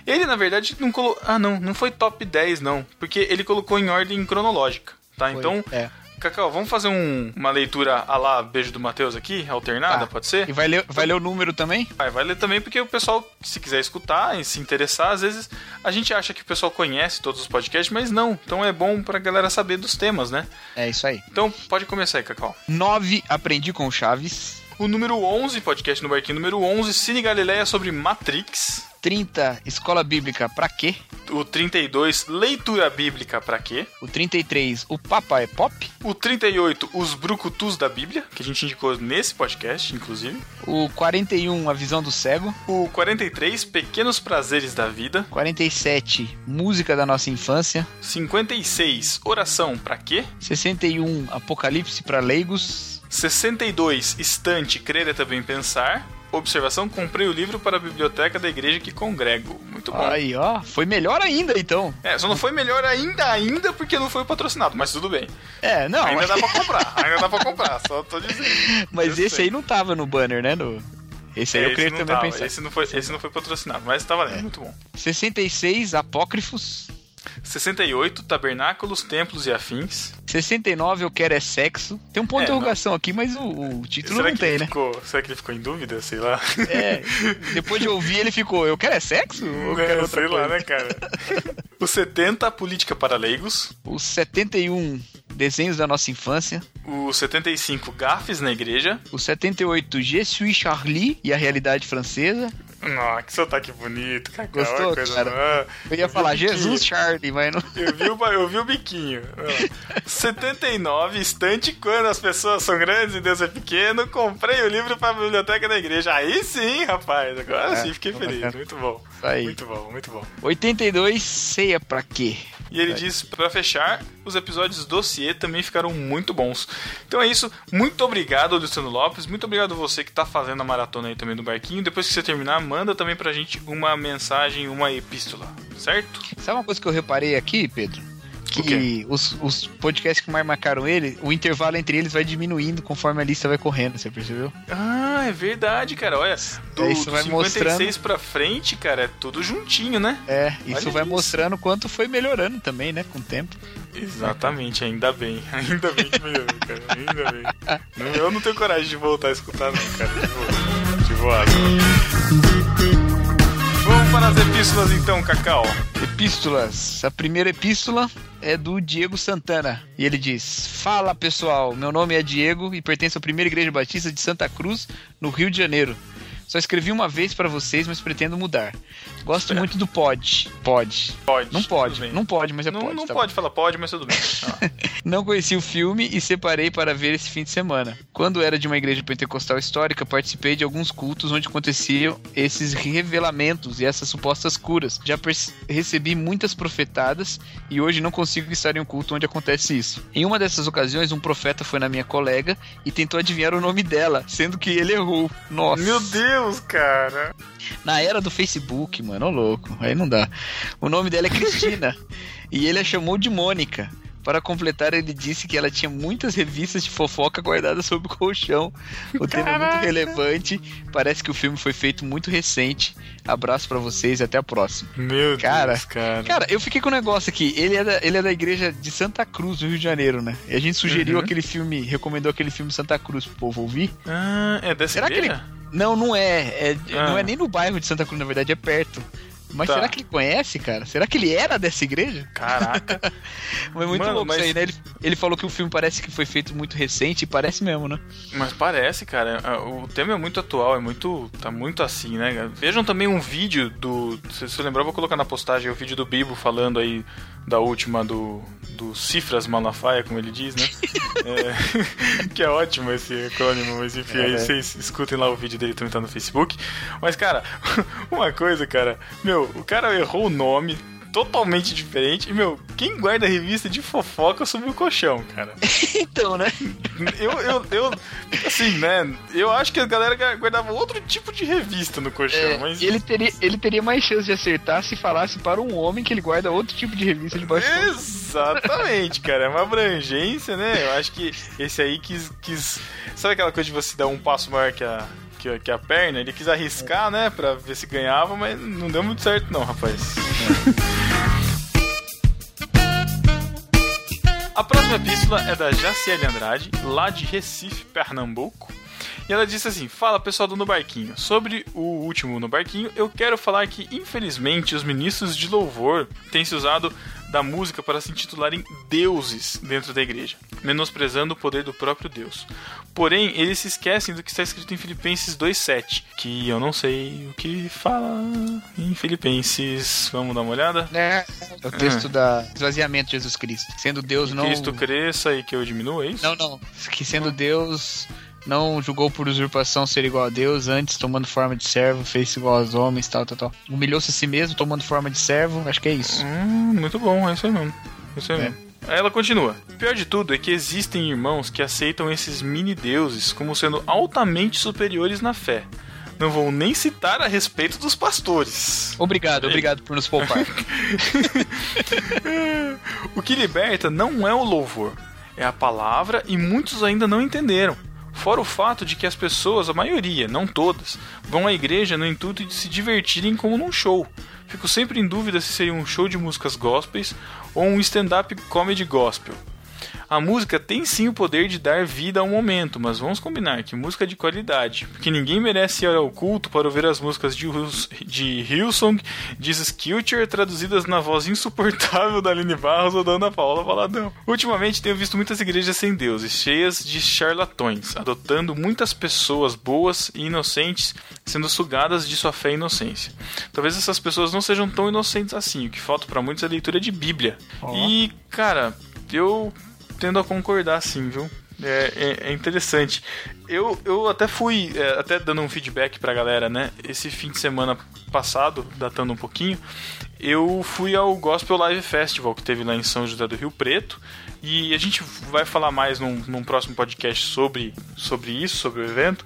[SPEAKER 2] Ele, na verdade, não colocou... Ah, não, não foi top 10, não. Porque ele colocou em ordem cronológica, tá? Então...
[SPEAKER 5] é.
[SPEAKER 2] Cacau, vamos fazer um- uma leitura a lá, beijo do Matheus aqui, alternada,
[SPEAKER 5] Tá.
[SPEAKER 2] pode ser?
[SPEAKER 5] E vai ler, vai ler o número também?
[SPEAKER 2] Vai, vai ler também, porque o pessoal, se quiser escutar e se interessar, às vezes a gente acha que o pessoal conhece todos os podcasts, mas não. Então é bom pra galera saber dos temas, né?
[SPEAKER 5] É isso aí.
[SPEAKER 2] Então pode começar aí, Cacau.
[SPEAKER 5] 9, aprendi com o Chaves.
[SPEAKER 2] O número 11, podcast no barquinho número 11, Cine Galileia sobre Matrix.
[SPEAKER 5] 30, escola bíblica pra quê?
[SPEAKER 2] O 32, Leitura Bíblica pra quê?
[SPEAKER 5] O 33, o Papa é pop?
[SPEAKER 2] O 38, Os Brucutus da Bíblia, que a gente indicou nesse podcast, inclusive.
[SPEAKER 5] O 41, a visão do cego?
[SPEAKER 2] O 43, Pequenos Prazeres da Vida.
[SPEAKER 5] 47, música da nossa infância?
[SPEAKER 2] 56, Oração pra quê?
[SPEAKER 5] 61, Apocalipse para um, leigos.
[SPEAKER 2] 62, estante, crer é também pensar. Observação, comprei o livro para a biblioteca da igreja que congrego. Muito bom.
[SPEAKER 5] Aí, ó. Ah, Foi melhor ainda, então.
[SPEAKER 2] É, só não foi melhor ainda, ainda porque não foi o patrocinado, mas tudo bem.
[SPEAKER 5] É, não.
[SPEAKER 2] Ainda dá pra comprar, ainda dá pra comprar, só tô dizendo.
[SPEAKER 5] Mas
[SPEAKER 2] Eu
[SPEAKER 5] esse
[SPEAKER 2] sei.
[SPEAKER 5] aí não tava no banner, né? No... Esse aí
[SPEAKER 2] É,
[SPEAKER 5] eu creio que
[SPEAKER 2] não
[SPEAKER 5] também É.
[SPEAKER 2] tava,
[SPEAKER 5] pensar.
[SPEAKER 2] Esse não, foi, esse não foi patrocinado, mas tava lendo, muito bom.
[SPEAKER 5] 66 apócrifos.
[SPEAKER 2] 68, tabernáculos, templos e afins.
[SPEAKER 5] 69 eu quero é sexo. Tem um ponto
[SPEAKER 2] É,
[SPEAKER 5] de interrogação aqui, mas o, o título
[SPEAKER 2] Será
[SPEAKER 5] não
[SPEAKER 2] que
[SPEAKER 5] tem,
[SPEAKER 2] ele
[SPEAKER 5] né?
[SPEAKER 2] ficou, Será que ele ficou em dúvida? Sei lá.
[SPEAKER 5] É, depois de ouvir ele ficou, eu quero é sexo? Ou eu quero
[SPEAKER 2] É,
[SPEAKER 5] outra
[SPEAKER 2] sei lá,
[SPEAKER 5] coisa?
[SPEAKER 2] né, cara? O 70, política para leigos.
[SPEAKER 5] O 71, desenhos da nossa infância.
[SPEAKER 2] O 75, gafes na igreja.
[SPEAKER 5] O 78, Je suis Charlie e a realidade francesa.
[SPEAKER 2] Nossa, que sotaque bonito, cara.
[SPEAKER 5] Gostou,
[SPEAKER 2] Olha coisa
[SPEAKER 5] cara? né?
[SPEAKER 2] boa.
[SPEAKER 5] Eu ia falar
[SPEAKER 2] vi que-
[SPEAKER 5] Jesus Charlie, mas não...
[SPEAKER 2] Eu vi, o, ba- eu vi o biquinho. Olha lá. 79, estante quando as pessoas são grandes e Deus é pequeno. Comprei o livro para a biblioteca da igreja. Aí sim, rapaz. Agora
[SPEAKER 5] É,
[SPEAKER 2] sim, fiquei feliz.
[SPEAKER 5] bacana.
[SPEAKER 2] Muito bom.
[SPEAKER 5] Isso aí.
[SPEAKER 2] Muito bom, muito bom.
[SPEAKER 5] 82, ceia pra quê?
[SPEAKER 2] E ele diz, pra fechar, os episódios do CIE também ficaram muito bons. Então é isso. Muito obrigado, Luciano Lopes. Muito obrigado você que tá fazendo a maratona aí também do barquinho. Depois que você terminar, manda também pra gente uma mensagem, uma epístola, certo?
[SPEAKER 5] Sabe uma coisa que eu reparei aqui, Pedro?
[SPEAKER 2] O quê?
[SPEAKER 5] Que os, os podcasts que mais marcaram ele, o intervalo entre eles vai diminuindo conforme a lista vai correndo, você percebeu?
[SPEAKER 2] Ah, é verdade, cara. Olha, do,
[SPEAKER 5] Aí você
[SPEAKER 2] do
[SPEAKER 5] vai
[SPEAKER 2] 56
[SPEAKER 5] mostrando.
[SPEAKER 2] pra frente, cara, é tudo juntinho, né?
[SPEAKER 5] É, isso
[SPEAKER 2] Olha
[SPEAKER 5] vai
[SPEAKER 2] isso.
[SPEAKER 5] mostrando quanto foi melhorando também, né, com o tempo.
[SPEAKER 2] Exatamente, ainda bem. Ainda bem que melhorou, cara. Ainda bem. Não, eu não tenho coragem de voltar a escutar, não, cara. De boa. De boa. Vamos para as epístolas então, Cacau.
[SPEAKER 5] Epístolas. A primeira epístola é do Diego Santana. E ele diz: Fala pessoal, meu nome é Diego e pertenço à primeira igreja batista de Santa Cruz, no Rio de Janeiro. Só escrevi uma vez pra vocês, mas pretendo mudar. Gosto muito do pod. Pod.
[SPEAKER 2] É. Pode.
[SPEAKER 5] Não
[SPEAKER 2] tudo
[SPEAKER 5] pode,
[SPEAKER 2] bem.
[SPEAKER 5] não pode, mas é
[SPEAKER 2] Não,
[SPEAKER 5] pode.
[SPEAKER 2] não
[SPEAKER 5] tá bom.
[SPEAKER 2] pode falar pode, mas tudo bem. Ah,
[SPEAKER 5] Não conheci o filme e separei para ver esse fim de semana. Quando era de uma igreja pentecostal histórica, participei de alguns cultos onde aconteciam esses revelamentos e essas supostas curas. Já perce- recebi muitas profetadas e hoje não consigo estar em um culto onde acontece isso. Em uma dessas ocasiões, um profeta foi na minha colega e tentou adivinhar o nome dela, sendo que ele errou. Nossa.
[SPEAKER 2] Meu Deus, cara.
[SPEAKER 5] Na era do Facebook, mano, ô louco, aí não dá. O nome dela é Cristina e ele a chamou de Mônica. Para completar, ele disse que ela tinha muitas revistas de fofoca guardadas sob o colchão. O tema é muito
[SPEAKER 2] Caraca.
[SPEAKER 5] relevante. Parece que o filme foi feito muito recente. Abraço pra vocês e até a próxima.
[SPEAKER 2] Meu
[SPEAKER 5] Cara,
[SPEAKER 2] Deus, cara.
[SPEAKER 5] Cara, eu fiquei com um negócio aqui. Ele é da, ele é da igreja de Santa Cruz, no Rio de Janeiro, né? E a gente sugeriu
[SPEAKER 2] Uhum.
[SPEAKER 5] aquele filme, recomendou aquele filme Santa Cruz pro povo ouvir.
[SPEAKER 2] Ah, é dessa
[SPEAKER 5] Será que
[SPEAKER 2] igreja?
[SPEAKER 5] Não, não é. É-
[SPEAKER 2] Ah.
[SPEAKER 5] Não é nem no bairro de Santa Cruz, na verdade, é perto. Mas
[SPEAKER 2] Tá.
[SPEAKER 5] será que ele conhece, cara? Será que ele era dessa igreja?
[SPEAKER 2] Caraca.
[SPEAKER 5] Mas é muito
[SPEAKER 2] Mano,
[SPEAKER 5] louco
[SPEAKER 2] mas-
[SPEAKER 5] isso aí, né? Ele, ele falou que o filme parece que foi feito muito recente e parece mesmo, né?
[SPEAKER 2] Mas parece, cara, a- o tema é muito atual, é muito. tá muito assim, né? Vejam também um vídeo do. Se você lembrar, eu vou colocar na postagem o vídeo do Bibo falando aí da última do. do Cifras Malafaia, como ele diz, né? É, que é ótimo esse acrônimo, mas enfim, aí vocês escutem lá o vídeo dele também tá no Facebook. Mas, cara, uma coisa, cara, meu, o cara errou o nome. Totalmente diferente. E, meu, quem guarda revista de fofoca sobre o colchão, cara?
[SPEAKER 5] Então, né?
[SPEAKER 2] Eu, eu, eu, assim, né? Eu acho que a galera guardava outro tipo de revista no colchão, É, mas.
[SPEAKER 5] É, ele, teria, ele teria mais chance de acertar se falasse para um homem que ele guarda outro tipo de revista de baixo.
[SPEAKER 2] Exatamente, cara. É uma abrangência, né? Eu acho que esse aí quis. quis... Sabe aquela coisa de você dar um passo maior que a, que, a- que a perna? Ele quis arriscar, né? Pra ver se ganhava, mas não deu muito certo, não, rapaz. A próxima epístola é da Jaciele Andrade, lá de Recife, Pernambuco. E ela disse assim: Fala pessoal do No Barquinho. Sobre o último No Barquinho, eu quero falar que, infelizmente, os ministros de louvor têm se usado da música para se intitularem deuses dentro da igreja, menosprezando o poder do próprio Deus. Porém, eles se esquecem do que está escrito em Filipenses 2,7, que eu não sei o que fala em Filipenses. Vamos dar uma olhada?
[SPEAKER 5] Né? É o texto da esvaziamento de Jesus Cristo. Sendo Deus não.
[SPEAKER 2] Cristo cresça e que eu diminua, é isso?
[SPEAKER 5] Não, não. Que sendo Deus, não julgou por usurpação ser igual a Deus, antes tomando forma de servo, fez igual aos homens, tal, tal, tal.
[SPEAKER 2] Ah,
[SPEAKER 5] Humilhou-se a si mesmo, tomando forma de servo, acho que é isso.
[SPEAKER 2] Hum, muito bom, é isso aí mesmo. É Isso aí
[SPEAKER 5] É.
[SPEAKER 2] mesmo. Aí ela continua. O pior de tudo é que existem irmãos que aceitam esses mini-deuses como sendo altamente superiores na fé. Não vou nem citar a respeito dos pastores.
[SPEAKER 5] Obrigado, obrigado por nos poupar.
[SPEAKER 2] o que liberta não é o louvor, é a palavra e muitos ainda não entenderam. Fora o fato de que as pessoas, a maioria, não todas, vão à igreja no intuito de se divertirem como num show. Fico sempre em dúvida se seria um show de músicas gospels ou um stand-up comedy gospel. A música tem sim o poder de dar vida ao momento, mas vamos combinar que música é de qualidade, porque ninguém merece ir ao culto para ouvir as músicas de, Hils- de Hillsong, Jesus Culture, traduzidas na voz insuportável da Aline Barros ou da Ana Paula Valadão. Ultimamente tenho visto muitas igrejas sem deuses, cheias de charlatões, adotando muitas pessoas boas e inocentes sendo sugadas de sua fé e inocência. Talvez essas pessoas não sejam tão inocentes assim, o que falta para muitos é leitura de Bíblia. E, cara, eu tendo a concordar, sim, viu? É, é- é interessante. Eu, eu até fui, é, até dando um feedback pra galera, né? Esse fim de semana passado, datando um pouquinho, eu fui ao Gospel Live Festival que teve lá em São José do Rio Preto. E a gente vai falar mais num, num próximo podcast sobre, sobre isso, sobre o evento.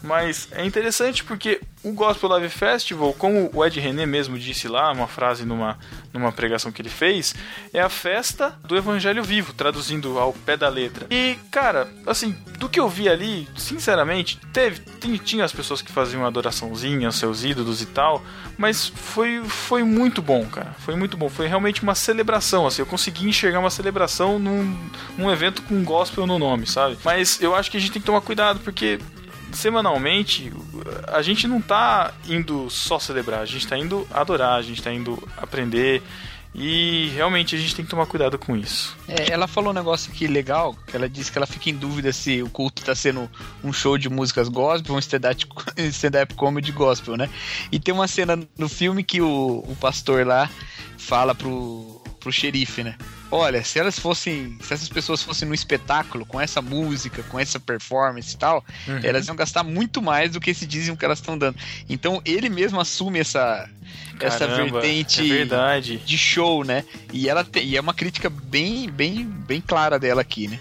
[SPEAKER 2] Mas é interessante porque o Gospel Live Festival, como o Ed René mesmo disse lá, uma frase numa, numa pregação que ele fez, é a festa do Evangelho Vivo, traduzindo ao pé da letra. E, cara, assim, do que eu vi ali, sinceramente, teve, tem- tinha as pessoas que faziam adoraçãozinha aos seus ídolos e tal, mas foi, foi muito bom, cara. Foi muito bom. Foi realmente uma celebração, assim. Eu consegui enxergar uma celebração num, num evento com gospel no nome, sabe? Mas eu acho que a gente tem que tomar cuidado, porque semanalmente a gente não tá indo só celebrar, a gente tá indo adorar, a gente tá indo aprender e realmente a gente tem que tomar cuidado com isso.
[SPEAKER 5] É, ela falou um negócio aqui legal, que ela disse que ela fica em dúvida se o culto tá sendo um show de músicas gospel ou um stand-up stand comedy gospel, né? E tem uma cena no filme que o, o pastor lá fala pro, pro xerife, né? Olha, se elas fossem. Se essas pessoas fossem num espetáculo com essa música, com essa performance e tal,
[SPEAKER 12] Uhum.
[SPEAKER 5] elas iam gastar muito mais do que se dizem que elas estão dando. Então ele mesmo assume essa, essa
[SPEAKER 2] Caramba,
[SPEAKER 5] vertente
[SPEAKER 2] é verdade.
[SPEAKER 5] de show, né? E ela tem- e é uma crítica bem, bem, bem clara dela aqui, né?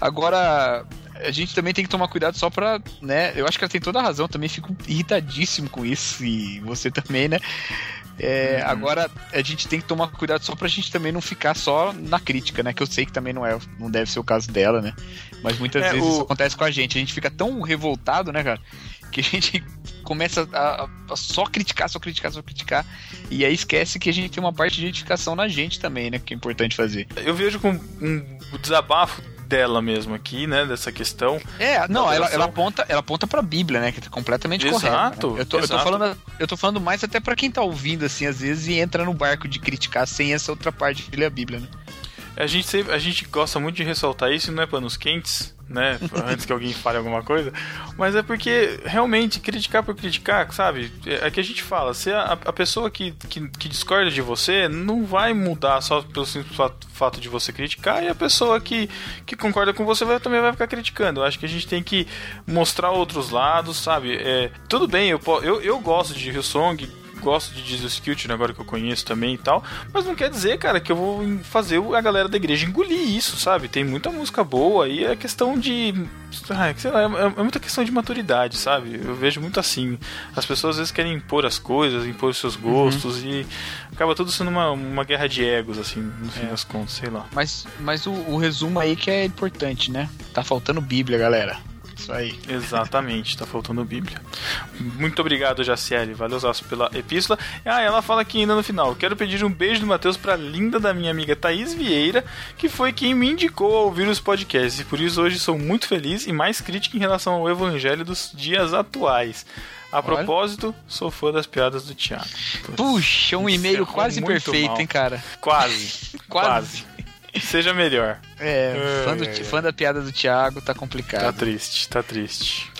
[SPEAKER 5] Agora a gente também tem que tomar cuidado só pra, né? Eu acho que ela tem toda a razão, também fico irritadíssimo com isso e você também, né? É,
[SPEAKER 2] Uhum.
[SPEAKER 5] Agora a gente tem que tomar cuidado só pra gente também não ficar só na crítica, né? Que eu sei que também não é, não deve ser o caso dela, né? Mas muitas
[SPEAKER 2] É,
[SPEAKER 5] vezes
[SPEAKER 2] o-
[SPEAKER 5] isso acontece com a gente, a gente fica tão revoltado, né, cara? Que a gente começa a, a só criticar, só criticar, só criticar. E aí esquece que a gente tem uma parte de edificação na gente também, né? Que é importante fazer.
[SPEAKER 2] Eu vejo com um, o desabafo dela mesmo aqui, né, dessa questão.
[SPEAKER 5] É, não,
[SPEAKER 2] Da
[SPEAKER 5] ela,
[SPEAKER 2] adoração.
[SPEAKER 5] ela aponta, ela aponta pra Bíblia, né? Que tá completamente
[SPEAKER 2] Exato,
[SPEAKER 5] correto. né? Eu tô, eu tô
[SPEAKER 2] exato.
[SPEAKER 5] falando, eu tô falando mais até pra quem tá ouvindo, assim, às vezes, e entra no barco de criticar sem essa outra parte de ler a Bíblia, né?
[SPEAKER 2] A gente, sempre- a gente gosta muito de ressaltar isso, não é panos quentes, né? Antes que alguém fale alguma coisa. Mas é porque, realmente, criticar por criticar, sabe? É é que a gente fala, se a, a pessoa que, que, que discorda de você não vai mudar só pelo simples fato, fato de você criticar, e a pessoa que, que concorda com você vai, também vai ficar criticando. Eu acho que a gente tem que mostrar outros lados, sabe? É, tudo bem, eu, po- eu, eu gosto de Hillsong, gosto de Jesus Culture agora que eu conheço também e tal, mas não quer dizer, cara, que eu vou fazer a galera da igreja engolir isso, sabe? Tem muita música boa e é questão de. Ai, sei lá, é, é muita questão de maturidade, sabe? Eu vejo muito assim. As pessoas às vezes querem impor as coisas, impor os seus gostos e acaba tudo sendo uma, uma guerra de egos, assim, no fim das contas, sei lá.
[SPEAKER 5] Mas, mas o, o resumo aí que é importante, né? Tá faltando Bíblia, galera. Isso aí.
[SPEAKER 2] Exatamente, tá faltando Bíblia. Muito obrigado, Jaciele. Valeu, Zaço, pela epístola. Ah, ela fala aqui ainda no final. Quero pedir um beijo do Matheus pra linda da minha amiga Thaís Vieira, que foi quem me indicou a ouvir os podcasts. E por isso hoje sou muito feliz e mais crítico em relação ao evangelho dos dias atuais. A propósito, sou fã das piadas do Thiago.
[SPEAKER 5] Puxa, um e-mail
[SPEAKER 2] encerrou
[SPEAKER 5] quase
[SPEAKER 2] muito
[SPEAKER 5] perfeito,
[SPEAKER 2] mal.
[SPEAKER 5] hein, cara?
[SPEAKER 2] Quase. quase.
[SPEAKER 5] Quase.
[SPEAKER 2] Seja melhor.
[SPEAKER 5] É,
[SPEAKER 2] Ai,
[SPEAKER 5] fã, do-
[SPEAKER 2] ai, ai.
[SPEAKER 5] fã da piada do Thiago, tá complicado.
[SPEAKER 2] Tá triste, tá triste.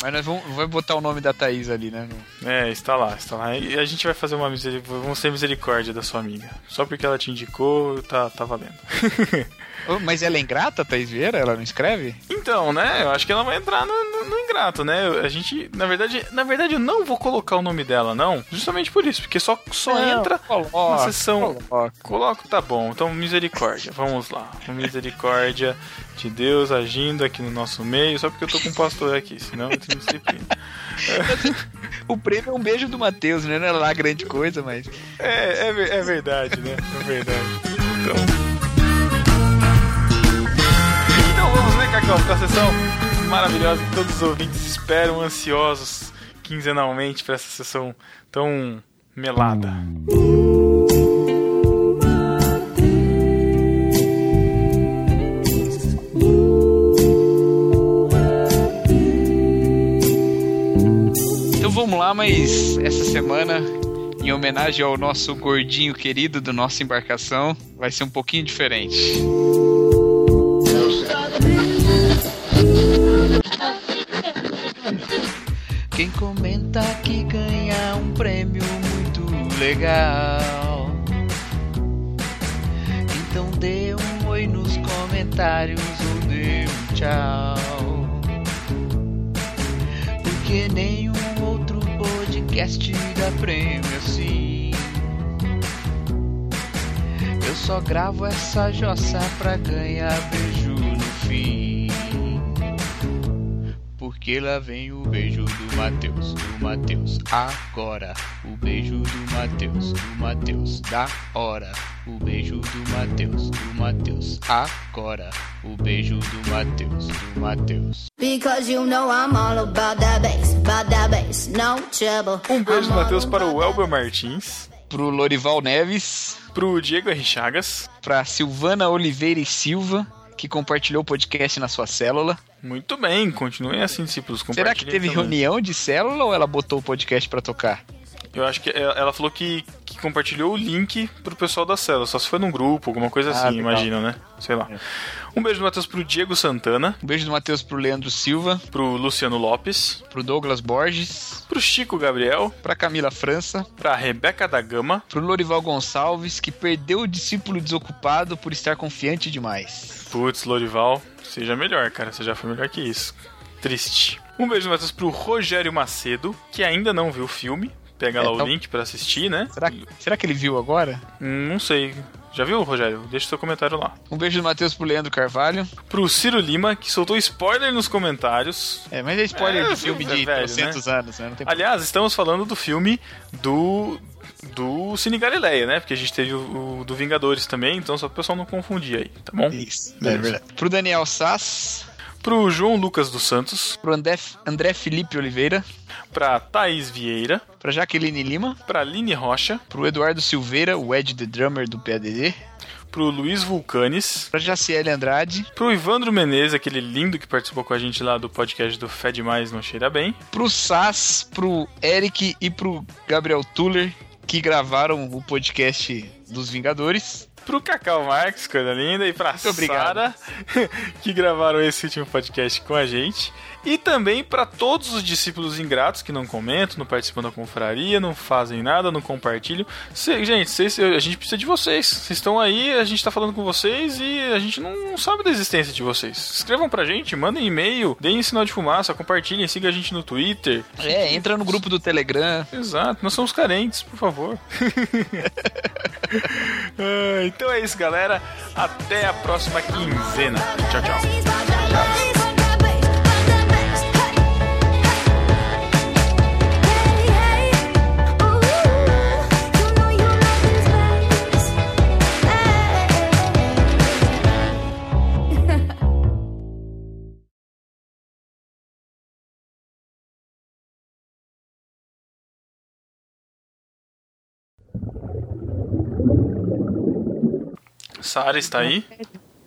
[SPEAKER 5] Mas nós vamos, vamos botar o nome da Thaís ali, né?
[SPEAKER 2] É, está lá, está lá. E a gente vai fazer uma misericórdia. Vamos ter misericórdia da sua amiga. Só porque ela te indicou, tá, tá valendo.
[SPEAKER 5] Ô, Mas ela é ingrata, Thaís Vieira? Ela não escreve?
[SPEAKER 2] Então, né? Eu acho que ela vai entrar no, no- no ingrato, né? A gente, na verdade, na verdade eu não vou colocar o nome dela, não. Justamente por isso, porque só, só
[SPEAKER 5] Não,
[SPEAKER 2] entra
[SPEAKER 5] coloca,
[SPEAKER 2] na sessão. Coloco, tá bom. Então, misericórdia. Vamos lá. Misericórdia de Deus agindo aqui no nosso meio, só porque eu tô com um pastor aqui, senão eu tenho disciplina.
[SPEAKER 5] O prêmio é um beijo do Matheus, né? Não é lá grande coisa, mas.
[SPEAKER 2] É, é, ver- é verdade, né? É verdade. Então. Então vamos, né, Cacau, pra sessão maravilhosa que todos os ouvintes esperam ansiosos quinzenalmente pra essa sessão tão melada.
[SPEAKER 5] Então vamos lá, mas essa semana, em homenagem ao nosso gordinho querido do nossa embarcação, vai ser um pouquinho diferente. Quem comenta que ganha um prêmio muito legal. Então dê um oi nos comentários ou dê um tchau. Porque nenhum outro podcast dá prêmio assim. Eu só gravo essa jossa pra ganhar beijo no fim. Porque lá vem o beijo do Matheus, do Matheus, agora. O beijo do Matheus, do Matheus, da hora. O beijo do Matheus, do Matheus, agora. O beijo do Matheus, do Matheus.
[SPEAKER 1] Because you know I'm all about that bass, about that bass, no trouble.
[SPEAKER 2] Um beijo, Matheus, para o Elber Martins.
[SPEAKER 5] Pro Lorival Neves.
[SPEAKER 2] Pro Diego R. Chagas.
[SPEAKER 5] Pra Silvana Oliveira e Silva, que compartilhou o podcast na sua célula.
[SPEAKER 2] Muito bem, continuem assim, discípulos.
[SPEAKER 5] Será que
[SPEAKER 2] compartilhem
[SPEAKER 5] teve
[SPEAKER 2] também.
[SPEAKER 5] reunião de célula ou ela botou o podcast pra tocar?
[SPEAKER 2] Eu acho que é, ela ela falou que, que compartilhou o link pro pessoal da cela, só se foi num grupo, alguma coisa
[SPEAKER 5] Ah,
[SPEAKER 2] assim,
[SPEAKER 5] legal. É.
[SPEAKER 2] imagino, né? Sei lá. Um beijo do Matheus pro Diego Santana,
[SPEAKER 5] Um beijo do Matheus pro Leandro Silva,
[SPEAKER 2] pro Luciano Lopes,
[SPEAKER 5] pro Douglas Borges,
[SPEAKER 2] pro Chico Gabriel,
[SPEAKER 5] pra Camila França,
[SPEAKER 2] pra Rebeca da Gama,
[SPEAKER 5] pro Lorival Gonçalves, que perdeu o discípulo desocupado por estar confiante demais.
[SPEAKER 2] putz, Lorival, seja melhor, cara, você já foi melhor que isso. Triste. Um beijo do Matheus pro Rogério Macedo, que ainda não viu o filme. Pega
[SPEAKER 5] É,
[SPEAKER 2] lá o
[SPEAKER 5] tal-
[SPEAKER 2] link pra assistir, né?
[SPEAKER 5] Será, que- será que ele viu agora?
[SPEAKER 2] Hum, Não sei. Já viu, Rogério? Deixa seu comentário lá.
[SPEAKER 5] Um beijo do Matheus pro Leandro Carvalho.
[SPEAKER 2] Pro Ciro Lima, que soltou spoiler nos comentários.
[SPEAKER 5] É, mas é spoiler
[SPEAKER 2] É,
[SPEAKER 5] de filme
[SPEAKER 2] é
[SPEAKER 5] de
[SPEAKER 2] velho,
[SPEAKER 5] 300 anos, né? Não tem
[SPEAKER 2] Aliás, estamos falando do filme do do Cine Galileia, né? Porque a gente teve o, o do Vingadores também, então só o pessoal não confundir aí, tá bom?
[SPEAKER 5] Isso, é
[SPEAKER 2] Beleza.
[SPEAKER 5] verdade. Pro Daniel Sass,
[SPEAKER 2] Pro João Lucas dos Santos,
[SPEAKER 5] pro André, André Felipe Oliveira,
[SPEAKER 2] pra Thaís Vieira,
[SPEAKER 5] pra Jaqueline Lima,
[SPEAKER 2] pra Aline Rocha,
[SPEAKER 5] pro Eduardo Silveira, o Ed The Drummer do PADD,
[SPEAKER 2] pro Luiz Vulcanes,
[SPEAKER 5] pra Jaciele Andrade,
[SPEAKER 2] pro Ivandro Menezes, aquele lindo que participou com a gente lá do podcast do Fé Demais Não Cheira Bem,
[SPEAKER 5] pro Sass, pro Eric e pro Gabriel Tuller, que gravaram o podcast dos Vingadores.
[SPEAKER 2] pro Cacau Marques, coisa linda, e pra
[SPEAKER 5] Muito obrigado.
[SPEAKER 2] Sara, que gravaram esse último podcast com a gente. E também pra todos os discípulos ingratos que não comentam, não participam da confraria, não fazem nada, não compartilham. Cê- gente, cês- a gente precisa de vocês. Vocês estão aí, a gente tá falando com vocês e a gente não sabe da existência de vocês. Escrevam pra gente, mandem e-mail, deem sinal de fumaça, compartilhem, sigam a gente no Twitter.
[SPEAKER 5] É, entra no grupo do Telegram.
[SPEAKER 2] Exato, nós somos carentes, por favor. Ah, então é isso, galera. Até a próxima quinzena. Tchau, tchau. Sara está aí?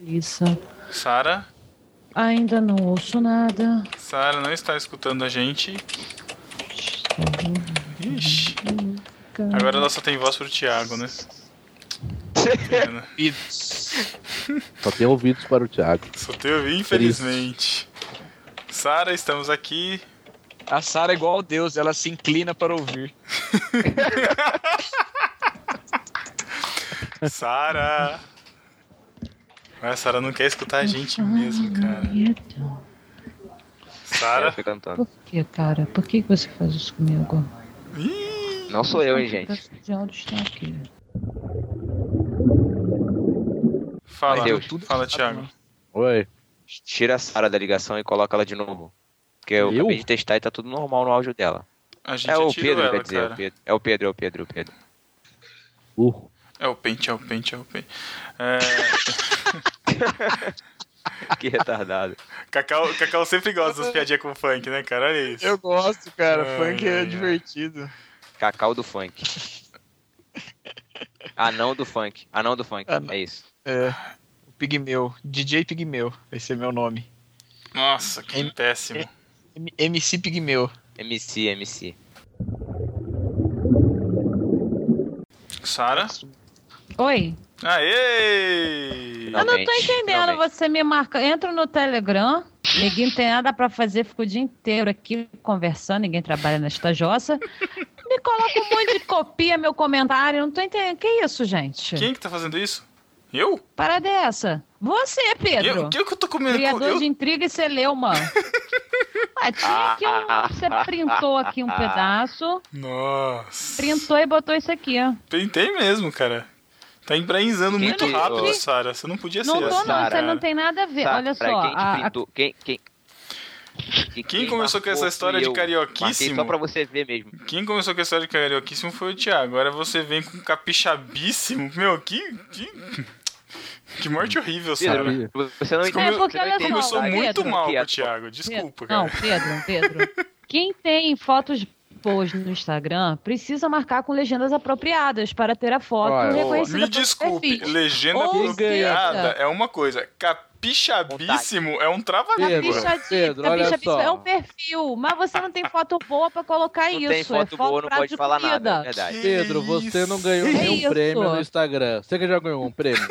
[SPEAKER 6] Isso.
[SPEAKER 2] Sara?
[SPEAKER 6] Ainda não ouço nada.
[SPEAKER 2] Sara não está escutando a gente. Ixi. Agora ela só tem voz pro Thiago, né? Pena.
[SPEAKER 5] E
[SPEAKER 3] Só tem ouvidos para o Thiago.
[SPEAKER 2] Só teve, infelizmente. Sara, estamos aqui.
[SPEAKER 5] a Sara é igual a Deus, ela se inclina para ouvir.
[SPEAKER 2] Sara! Mas a Sara não quer escutar a gente mesmo, cara.
[SPEAKER 5] É,
[SPEAKER 2] Sara.
[SPEAKER 4] Fica cantando.
[SPEAKER 6] Por que, cara? Por que que você faz isso comigo?
[SPEAKER 4] Não sou eu, hein, gente.
[SPEAKER 6] De áudio está aqui.
[SPEAKER 2] Fala,
[SPEAKER 4] Ai, Deus.
[SPEAKER 2] fala,
[SPEAKER 5] né?
[SPEAKER 2] Thiago.
[SPEAKER 3] Oi.
[SPEAKER 4] Tira a Sara da ligação e coloca ela de novo. Porque eu,
[SPEAKER 3] Eu?
[SPEAKER 4] acabei de testar e tá tudo normal no áudio dela.
[SPEAKER 2] A gente
[SPEAKER 4] É o
[SPEAKER 2] atirou
[SPEAKER 4] Pedro,
[SPEAKER 2] ela,
[SPEAKER 4] quer dizer.
[SPEAKER 2] cara.
[SPEAKER 4] o Pedro. É o Pedro, é o Pedro, é o Pedro.
[SPEAKER 3] Uh,
[SPEAKER 2] É o pente, é o pente, é o pente. É...
[SPEAKER 4] que retardado.
[SPEAKER 2] Cacau, Cacau sempre gosta das piadinhas com funk, né, cara? Olha isso.
[SPEAKER 5] Eu gosto, cara.
[SPEAKER 2] Ai,
[SPEAKER 5] funk é
[SPEAKER 2] ai, ai.
[SPEAKER 5] divertido.
[SPEAKER 4] Cacau do funk. Anão do funk. Anão do funk.
[SPEAKER 5] Anão.
[SPEAKER 4] É isso.
[SPEAKER 5] É. O Pigmeu. DJ Pigmeu. Vai ser meu nome.
[SPEAKER 2] Nossa, que péssimo.
[SPEAKER 5] M- MC Pigmeu.
[SPEAKER 4] MC, MC.
[SPEAKER 2] Sara?
[SPEAKER 6] Oi.
[SPEAKER 2] Aê!
[SPEAKER 6] Eu não tô entendendo. Você me marca. Entra no Telegram. Ninguém tem nada pra fazer, fica o dia inteiro aqui conversando, ninguém trabalha nesta jossa. Me coloca um monte de copia meu comentário. eu Não tô entendendo. Que isso, gente?
[SPEAKER 2] Quem que tá fazendo isso? Eu?
[SPEAKER 6] Para dessa. Você, Pedro.
[SPEAKER 2] Eu? O que que eu tô comendo?
[SPEAKER 6] Criador
[SPEAKER 2] Eu-
[SPEAKER 6] de intriga e celeuma. Ah, tinha aqui um, você printou aqui um
[SPEAKER 2] Ah.
[SPEAKER 6] pedaço,
[SPEAKER 2] Nossa.
[SPEAKER 6] printou e botou isso aqui.
[SPEAKER 2] Pintei mesmo, cara. Tá embrainzando
[SPEAKER 4] Quem
[SPEAKER 2] muito
[SPEAKER 4] que-
[SPEAKER 2] rápido,
[SPEAKER 4] Ô,
[SPEAKER 2] Sara. Você não podia
[SPEAKER 6] Não
[SPEAKER 2] ser
[SPEAKER 6] tô
[SPEAKER 2] assim.
[SPEAKER 6] não, você
[SPEAKER 2] cara.
[SPEAKER 6] não tem nada a ver.
[SPEAKER 4] Tá,
[SPEAKER 6] Olha
[SPEAKER 4] peraí,
[SPEAKER 6] só,
[SPEAKER 4] quem,
[SPEAKER 6] a-
[SPEAKER 4] que
[SPEAKER 6] a-
[SPEAKER 4] pintou, quem, quem, que-
[SPEAKER 2] Quem
[SPEAKER 4] quem
[SPEAKER 2] começou com
[SPEAKER 4] marcou
[SPEAKER 2] essa história
[SPEAKER 4] fui
[SPEAKER 2] de
[SPEAKER 4] eu. Marquei
[SPEAKER 2] carioquice?
[SPEAKER 4] só pra você ver mesmo.
[SPEAKER 2] Quem começou com a história de carioquíssimo foi o Thiago. Agora você vem com um capixabíssimo. Meu, que. Que, que morte horrível, Sara.
[SPEAKER 3] Sabia.
[SPEAKER 4] Você não
[SPEAKER 2] Você
[SPEAKER 4] entendeu.
[SPEAKER 6] É,
[SPEAKER 4] você
[SPEAKER 6] porque
[SPEAKER 4] não
[SPEAKER 6] olha só,
[SPEAKER 4] entendeu.
[SPEAKER 2] Começou
[SPEAKER 6] Tá
[SPEAKER 2] muito
[SPEAKER 6] quieto,
[SPEAKER 2] mal com o
[SPEAKER 4] quieto.
[SPEAKER 2] Thiago. Desculpa, cara.
[SPEAKER 6] Não, Pedro, Pedro. Quem tem fotos boas no Instagram precisa marcar com legendas apropriadas para ter a foto
[SPEAKER 3] Olha,
[SPEAKER 6] reconhecida
[SPEAKER 2] Me
[SPEAKER 6] pelos
[SPEAKER 2] desculpe,
[SPEAKER 6] perfis.
[SPEAKER 2] legenda
[SPEAKER 6] Ou
[SPEAKER 2] apropriada
[SPEAKER 6] seja-
[SPEAKER 2] é uma coisa. Capixabíssimo é um
[SPEAKER 6] Tá
[SPEAKER 2] trava-língua.
[SPEAKER 3] Pedro. Pedro,
[SPEAKER 6] a
[SPEAKER 3] olha
[SPEAKER 6] bicha
[SPEAKER 3] só.
[SPEAKER 6] é um perfil, mas você não tem foto boa pra colocar
[SPEAKER 4] Não
[SPEAKER 6] isso.
[SPEAKER 4] tem foto
[SPEAKER 6] é foto
[SPEAKER 4] boa, não
[SPEAKER 6] prato
[SPEAKER 4] pode
[SPEAKER 6] de
[SPEAKER 4] falar
[SPEAKER 6] comida.
[SPEAKER 4] nada, é verdade.
[SPEAKER 2] Que
[SPEAKER 3] Pedro, você não ganhou
[SPEAKER 2] isso?
[SPEAKER 3] nenhum
[SPEAKER 6] Isso.
[SPEAKER 3] prêmio no Instagram. Você que já ganhou um prêmio?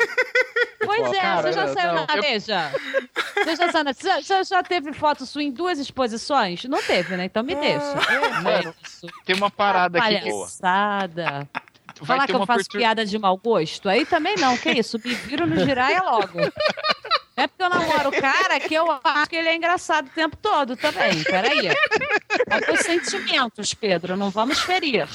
[SPEAKER 6] Pois é,
[SPEAKER 3] Cara,
[SPEAKER 6] você já saiu
[SPEAKER 3] não.
[SPEAKER 6] na veja. Você já saiu na você já, já teve foto sua em duas exposições? Não teve, né? Então me deixa.
[SPEAKER 5] Ah, é, Mano,
[SPEAKER 6] Isso.
[SPEAKER 5] tem uma parada aqui boa.
[SPEAKER 6] Palhaçada.
[SPEAKER 5] Vai
[SPEAKER 6] Falar
[SPEAKER 5] ter
[SPEAKER 6] que eu
[SPEAKER 5] uma
[SPEAKER 6] faço
[SPEAKER 5] pertur-
[SPEAKER 6] piada de mau gosto? Aí também não, que isso? Me viro no giraia logo. Não é porque eu namoro o cara que eu acho que ele é engraçado o tempo todo também. Peraí. Olha os sentimentos, Pedro, não vamos ferir.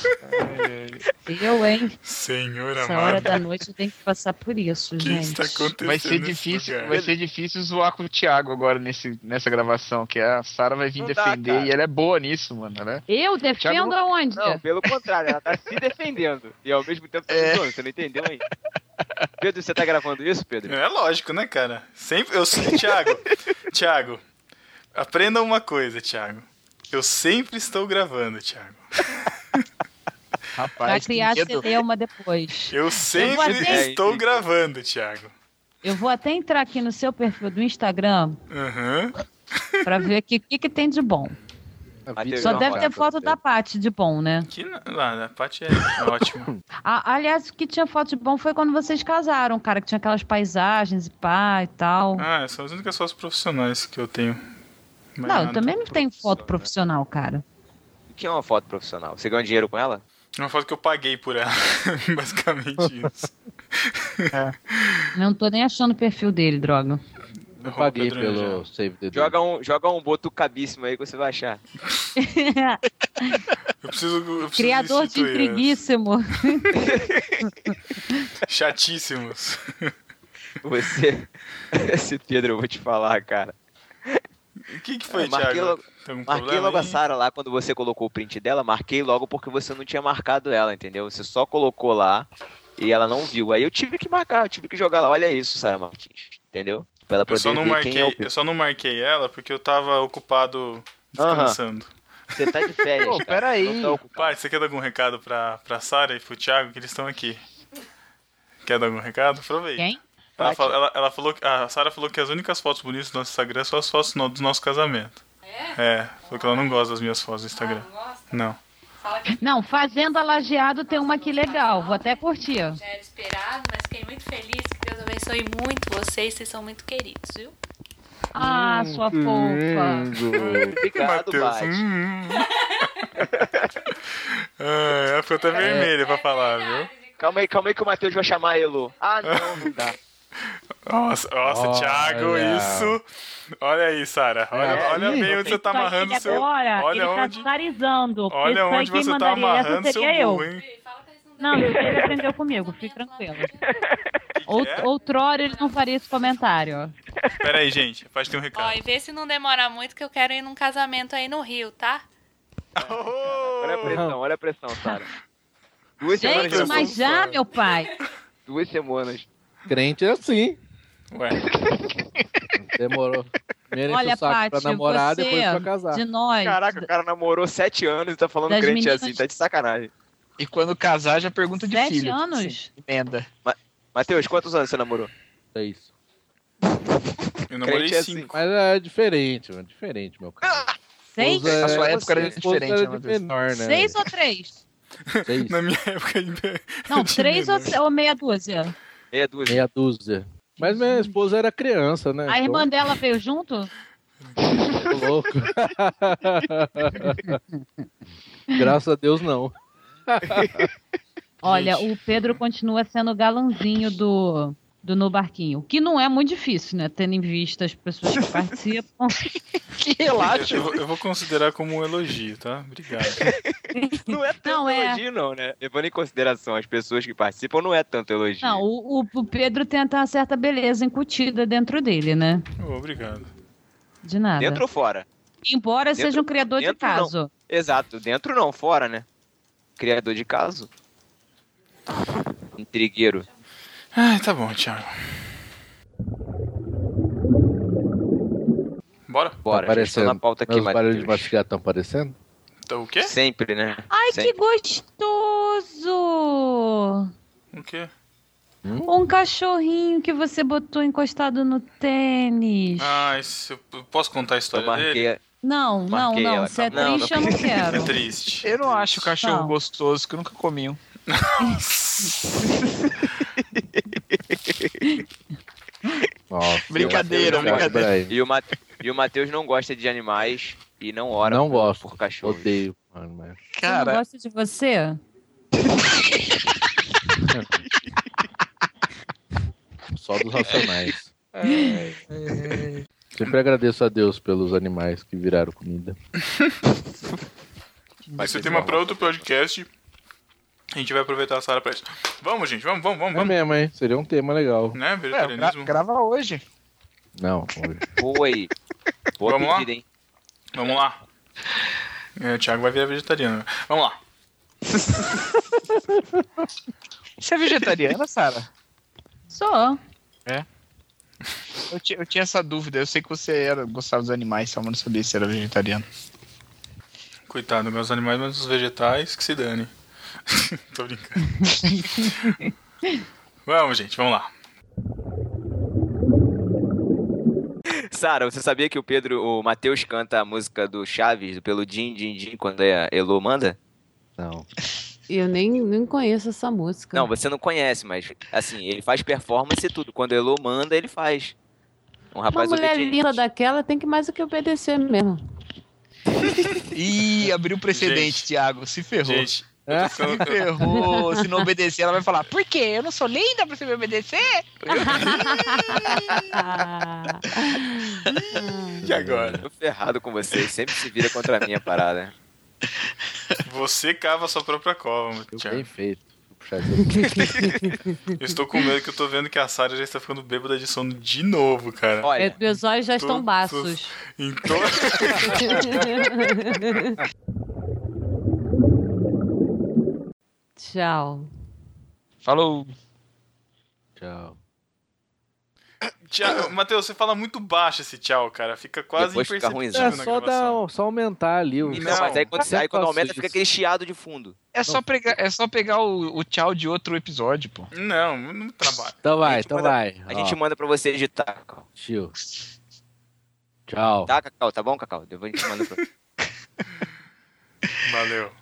[SPEAKER 6] Eu, hein?
[SPEAKER 2] Senhor
[SPEAKER 6] Essa hora
[SPEAKER 2] amado.
[SPEAKER 6] da noite tem que passar por isso,
[SPEAKER 2] O que
[SPEAKER 6] gente.
[SPEAKER 2] está acontecendo?
[SPEAKER 5] Vai ser
[SPEAKER 2] nesse
[SPEAKER 5] difícil,
[SPEAKER 2] lugar?
[SPEAKER 5] vai ser difícil zoar com o Thiago agora nesse, nessa gravação, que a Sara vai vir
[SPEAKER 4] Não dá,
[SPEAKER 5] defender
[SPEAKER 4] cara.
[SPEAKER 5] e ela é boa nisso, mano, né?
[SPEAKER 6] Eu defendo
[SPEAKER 4] Thiago,
[SPEAKER 6] aonde?
[SPEAKER 4] Não, pelo contrário, ela tá se defendendo. E ao mesmo tempo tá
[SPEAKER 5] É.
[SPEAKER 4] zoando, você não entendeu ainda. Pedro, você tá gravando isso, Pedro?
[SPEAKER 2] É lógico, né, cara? Sempre eu sei, Thiago. Thiago, aprenda uma coisa, Thiago. Eu sempre estou gravando, Thiago.
[SPEAKER 6] Pra
[SPEAKER 5] Rapaz, que
[SPEAKER 6] criar
[SPEAKER 5] medo.
[SPEAKER 6] celeuma depois.
[SPEAKER 2] Eu sempre
[SPEAKER 6] até-
[SPEAKER 2] estou gravando, Thiago.
[SPEAKER 6] Eu vou até entrar aqui no seu perfil do Instagram
[SPEAKER 2] Uhum.
[SPEAKER 6] pra ver aqui o que, que tem de bom.
[SPEAKER 4] Mateus,
[SPEAKER 6] Só
[SPEAKER 4] não,
[SPEAKER 6] deve
[SPEAKER 4] cara,
[SPEAKER 6] ter foto da Paty de bom, né?
[SPEAKER 2] Que na- lá, a parte é ótima.
[SPEAKER 6] A- aliás, o que tinha foto de bom foi quando vocês casaram, cara, que tinha aquelas paisagens e pá e tal.
[SPEAKER 2] Ah, são as únicas fotos profissionais que eu tenho. Mais
[SPEAKER 6] não, eu
[SPEAKER 2] nada.
[SPEAKER 6] também não tenho foto profissional, cara.
[SPEAKER 4] O que é uma foto profissional? Você ganha dinheiro com ela?
[SPEAKER 2] É Uma foto que eu paguei por ela. Basicamente isso.
[SPEAKER 6] Não tô nem achando o perfil dele, droga.
[SPEAKER 3] Não paguei
[SPEAKER 2] Pedro Angel.
[SPEAKER 3] pelo Save the Date.
[SPEAKER 4] Joga um, joga um boto cabíssimo aí que você vai achar.
[SPEAKER 2] Eu preciso. eu preciso
[SPEAKER 6] Criador de
[SPEAKER 2] instituir essa.
[SPEAKER 6] intriguíssimo.
[SPEAKER 2] Chatíssimos.
[SPEAKER 4] Você. Esse Pedro, eu vou te falar, cara.
[SPEAKER 2] O que, que foi,
[SPEAKER 4] Eu É, marquei
[SPEAKER 2] Thiago?
[SPEAKER 4] logo-
[SPEAKER 2] Tem algum
[SPEAKER 4] Marquei
[SPEAKER 2] problema
[SPEAKER 4] logo a
[SPEAKER 2] aí?
[SPEAKER 4] Sara lá quando você colocou o print dela, marquei logo porque você não tinha marcado ela, entendeu? Você só colocou lá e ela não viu. Aí eu tive que marcar, eu tive que jogar lá. Olha isso, Sara Martins, entendeu? Pra ela
[SPEAKER 2] Eu
[SPEAKER 4] poder
[SPEAKER 2] só, não
[SPEAKER 4] ver quem é o
[SPEAKER 2] marquei, eu só não marquei ela porque eu tava ocupado descansando.
[SPEAKER 4] Você tá de férias.
[SPEAKER 5] Pô,
[SPEAKER 4] cara.
[SPEAKER 5] peraí.
[SPEAKER 4] Não tá ocupado.
[SPEAKER 2] Pai, você quer dar algum recado pra, pra Sara e pro Thiago que eles estão aqui? Quer dar algum recado? Aproveita.
[SPEAKER 6] Quem?
[SPEAKER 2] Ela, fala- ela- ela falou, que- a Sara falou que as únicas fotos bonitas do nosso Instagram são as fotos no- do nosso casamento. É? É, falou que ela não gosta das minhas fotos do Instagram.
[SPEAKER 6] Ah,
[SPEAKER 2] não.
[SPEAKER 6] Não, Fazenda Lajeado tem uma aqui legal. Vou até curtir.
[SPEAKER 12] Já era esperado, mas fiquei muito feliz. Que Deus abençoe muito vocês, vocês são muito queridos, viu?
[SPEAKER 6] Ah, sua fofa.
[SPEAKER 4] Obrigado, Bate.
[SPEAKER 2] hum, hum. Ah,
[SPEAKER 6] É.
[SPEAKER 2] ela ficou até vermelha pra falar, viu?
[SPEAKER 4] Calma aí, calma aí que o Matheus vai chamar a Elo. Ah, não, não dá.
[SPEAKER 2] Nossa, nossa
[SPEAKER 3] Olha.
[SPEAKER 2] Thiago, isso. Olha aí, Sara. Olha,
[SPEAKER 3] É,
[SPEAKER 2] olha
[SPEAKER 3] aí.
[SPEAKER 2] bem onde você tá
[SPEAKER 13] Isso aí,
[SPEAKER 2] amarrando
[SPEAKER 13] ele
[SPEAKER 2] o seu.
[SPEAKER 13] Agora,
[SPEAKER 2] Olha
[SPEAKER 13] ele
[SPEAKER 2] onde.
[SPEAKER 13] tá tarizando.
[SPEAKER 2] Olha
[SPEAKER 13] Isso aí
[SPEAKER 2] onde
[SPEAKER 13] quem
[SPEAKER 2] você tá
[SPEAKER 13] mandaria essa
[SPEAKER 2] amarrando seu
[SPEAKER 13] seria eu.
[SPEAKER 2] burro, hein?
[SPEAKER 13] Não, ele aprendeu comigo, fique tranquilo.
[SPEAKER 7] Out,
[SPEAKER 2] é?
[SPEAKER 7] Outrora ele não faria esse comentário.
[SPEAKER 2] Pera aí, gente. Faz ter um recado.
[SPEAKER 12] Ó, e vê se não demora muito que eu quero ir num casamento aí no Rio, tá?
[SPEAKER 4] Olha a pressão, olha a pressão, Sara. Duas
[SPEAKER 3] é
[SPEAKER 4] semanas
[SPEAKER 7] Gente,
[SPEAKER 4] de
[SPEAKER 7] mas
[SPEAKER 4] pressão.
[SPEAKER 7] já, meu pai.
[SPEAKER 4] Duas semanas.
[SPEAKER 3] Crente é assim.
[SPEAKER 2] Ué.
[SPEAKER 3] Demorou. Primeiro enche
[SPEAKER 7] Olha,
[SPEAKER 3] o saco pra
[SPEAKER 7] Paty,
[SPEAKER 3] namorar,
[SPEAKER 7] você,
[SPEAKER 3] depois pra casar.
[SPEAKER 7] de nós...
[SPEAKER 4] Caraca, o cara namorou sete anos e tá falando
[SPEAKER 7] Das
[SPEAKER 4] crente
[SPEAKER 7] meninas-
[SPEAKER 4] assim, tá de sacanagem.
[SPEAKER 5] E quando casar, já pergunta de
[SPEAKER 7] Sete
[SPEAKER 5] filho.
[SPEAKER 7] anos?
[SPEAKER 5] Emenda.
[SPEAKER 4] Matheus, quantos anos você namorou?
[SPEAKER 3] É isso.
[SPEAKER 2] Eu
[SPEAKER 3] Crente é assim. Mas é diferente, mano. Diferente, meu cara.
[SPEAKER 7] Seis?
[SPEAKER 3] Esposa- é-
[SPEAKER 5] Na sua época era
[SPEAKER 3] esposa
[SPEAKER 5] diferente, né,
[SPEAKER 3] de
[SPEAKER 5] Matheus?
[SPEAKER 3] menor, né?
[SPEAKER 6] Seis ou três?
[SPEAKER 3] Seis.
[SPEAKER 2] Na minha época ainda.
[SPEAKER 6] Não, três ou, ou meia dúzia.
[SPEAKER 4] Meia dúzia.
[SPEAKER 3] Meia dúzia. Mas minha esposa era criança, né?
[SPEAKER 6] A
[SPEAKER 3] Então,
[SPEAKER 6] irmã dela veio junto?
[SPEAKER 3] tô louco. Graças a Deus, não.
[SPEAKER 6] Olha, o Pedro continua sendo o galanzinho do, do No Barquinho. o Que não é muito difícil, né? Tendo em vista as pessoas que participam.
[SPEAKER 5] que
[SPEAKER 2] Eu, vou- eu vou considerar como um elogio, tá? Obrigado.
[SPEAKER 4] Não é tanto elogio, não, né? Levando em consideração as pessoas que participam, não é tanto elogio.
[SPEAKER 6] Não, o, o- o Pedro tem até uma certa beleza incutida dentro dele, né?
[SPEAKER 2] Obrigado.
[SPEAKER 6] De nada.
[SPEAKER 4] Dentro ou fora?
[SPEAKER 6] Embora
[SPEAKER 4] Dentro-
[SPEAKER 6] seja um criador de
[SPEAKER 4] dentro não.
[SPEAKER 6] caso.
[SPEAKER 4] Exato, dentro não, fora, né? Criador de caso. Intrigueiro.
[SPEAKER 2] Ah, tá bom, Thiago. Bora?
[SPEAKER 4] Bora, já estou
[SPEAKER 3] aparecendo.
[SPEAKER 4] tá na pauta aqui,
[SPEAKER 3] Meus barulhos
[SPEAKER 4] Matheus.
[SPEAKER 3] de mastigar estão aparecendo?
[SPEAKER 2] Então, o quê?
[SPEAKER 4] Sempre, né?
[SPEAKER 6] Ai,
[SPEAKER 4] Sempre.
[SPEAKER 6] que gostoso!
[SPEAKER 2] O quê?
[SPEAKER 6] Um cachorrinho que você botou encostado no tênis.
[SPEAKER 2] Ah, isso, eu posso contar a história dele?
[SPEAKER 6] Não, não,
[SPEAKER 2] Marquei
[SPEAKER 6] não.
[SPEAKER 2] ela,
[SPEAKER 6] Se é
[SPEAKER 2] tá bom.
[SPEAKER 6] triste, eu não quero.
[SPEAKER 2] É triste.
[SPEAKER 5] Eu não acho cachorro
[SPEAKER 6] Não.
[SPEAKER 5] gostoso, que eu nunca comi um. Brincadeira, brincadeira.
[SPEAKER 4] E o, Ma- e o Matheus não gosta de animais e não ora
[SPEAKER 3] Não gosto.
[SPEAKER 4] por cachorro.
[SPEAKER 3] Odeio, mano. Mas...
[SPEAKER 6] Eu não gosto de você?
[SPEAKER 3] Só dos racionais.
[SPEAKER 4] É,
[SPEAKER 3] Sempre agradeço a Deus pelos animais que viraram comida.
[SPEAKER 2] Isso é tema pra outro podcast. A gente vai aproveitar a sala pra isso. Vamos, gente, vamos, vamos, vamos.
[SPEAKER 3] É mesmo, hein? Seria um tema legal.
[SPEAKER 2] Né? Vegetarianismo.
[SPEAKER 5] grava hoje.
[SPEAKER 3] Não, hoje.
[SPEAKER 4] Boa um aí. Boa
[SPEAKER 2] Vamos lá?
[SPEAKER 4] pedida, hein?
[SPEAKER 2] Vamos lá. É, o Thiago vai virar vegetariano. Vamos lá.
[SPEAKER 5] Você é vegetariana, Sara?
[SPEAKER 6] Só.
[SPEAKER 5] Eu, ti- eu tinha essa dúvida. Eu sei que você era, gostava dos animais, só mas não sabia se era vegetariano.
[SPEAKER 2] Coitado, meus animais, mas os vegetais que se dane. Tô brincando. vamos, gente, vamos lá.
[SPEAKER 4] Sara, você sabia que o Pedro, o Matheus canta a música do Chaves, pelo Din Din Din, quando a Elo manda?
[SPEAKER 3] Não.
[SPEAKER 7] Eu nem, nem conheço essa música.
[SPEAKER 4] Não, você não conhece, mas assim, ele faz performance e tudo. Quando a Elo manda, ele faz. Um
[SPEAKER 7] Uma
[SPEAKER 4] rapaz
[SPEAKER 7] mulher
[SPEAKER 4] obediente.
[SPEAKER 7] linda daquela tem que mais do que obedecer mesmo.
[SPEAKER 5] Ih, abriu o precedente, Thiago. Se ferrou.
[SPEAKER 2] Gente,
[SPEAKER 5] se ferrou. se não obedecer, ela vai falar: Por quê? Eu não sou linda pra você me obedecer?
[SPEAKER 7] Ah,
[SPEAKER 2] E agora?
[SPEAKER 4] Tô ferrado com você, sempre se vira contra mim a parada.
[SPEAKER 2] Você cava a sua própria cova, Thiago.
[SPEAKER 3] Bem feito. Vou puxar esse
[SPEAKER 2] Eu estou com medo que eu tô vendo que a Sarah já está ficando bêbada de sono de novo, cara.
[SPEAKER 7] É, Meus olhos já estão
[SPEAKER 2] Todos-
[SPEAKER 7] baços.
[SPEAKER 2] Então.
[SPEAKER 7] Tchau.
[SPEAKER 5] Falou.
[SPEAKER 3] Tchau.
[SPEAKER 2] Tchau, Matheus, você fala muito baixo esse tchau, cara. Fica quase
[SPEAKER 4] Depois fica
[SPEAKER 2] imperceptível
[SPEAKER 3] É
[SPEAKER 2] na
[SPEAKER 3] só, dar,
[SPEAKER 2] gravação.
[SPEAKER 3] um- só aumentar ali. O...
[SPEAKER 4] Não, é mas aí quando, você- aí quando
[SPEAKER 3] é
[SPEAKER 4] aumenta, fica aquele chiado de fundo.
[SPEAKER 5] É só pegar, é só pegar o, o tchau de outro episódio, pô.
[SPEAKER 2] Não, não trabalho.
[SPEAKER 3] Então vai,
[SPEAKER 4] A gente
[SPEAKER 3] então
[SPEAKER 4] manda-
[SPEAKER 3] vai.
[SPEAKER 4] A gente manda pra você editar, Cacau.
[SPEAKER 3] Tio. Tchau.
[SPEAKER 4] Tá, Cacau? Tá bom, Cacau? Depois a gente manda pra...
[SPEAKER 2] Valeu.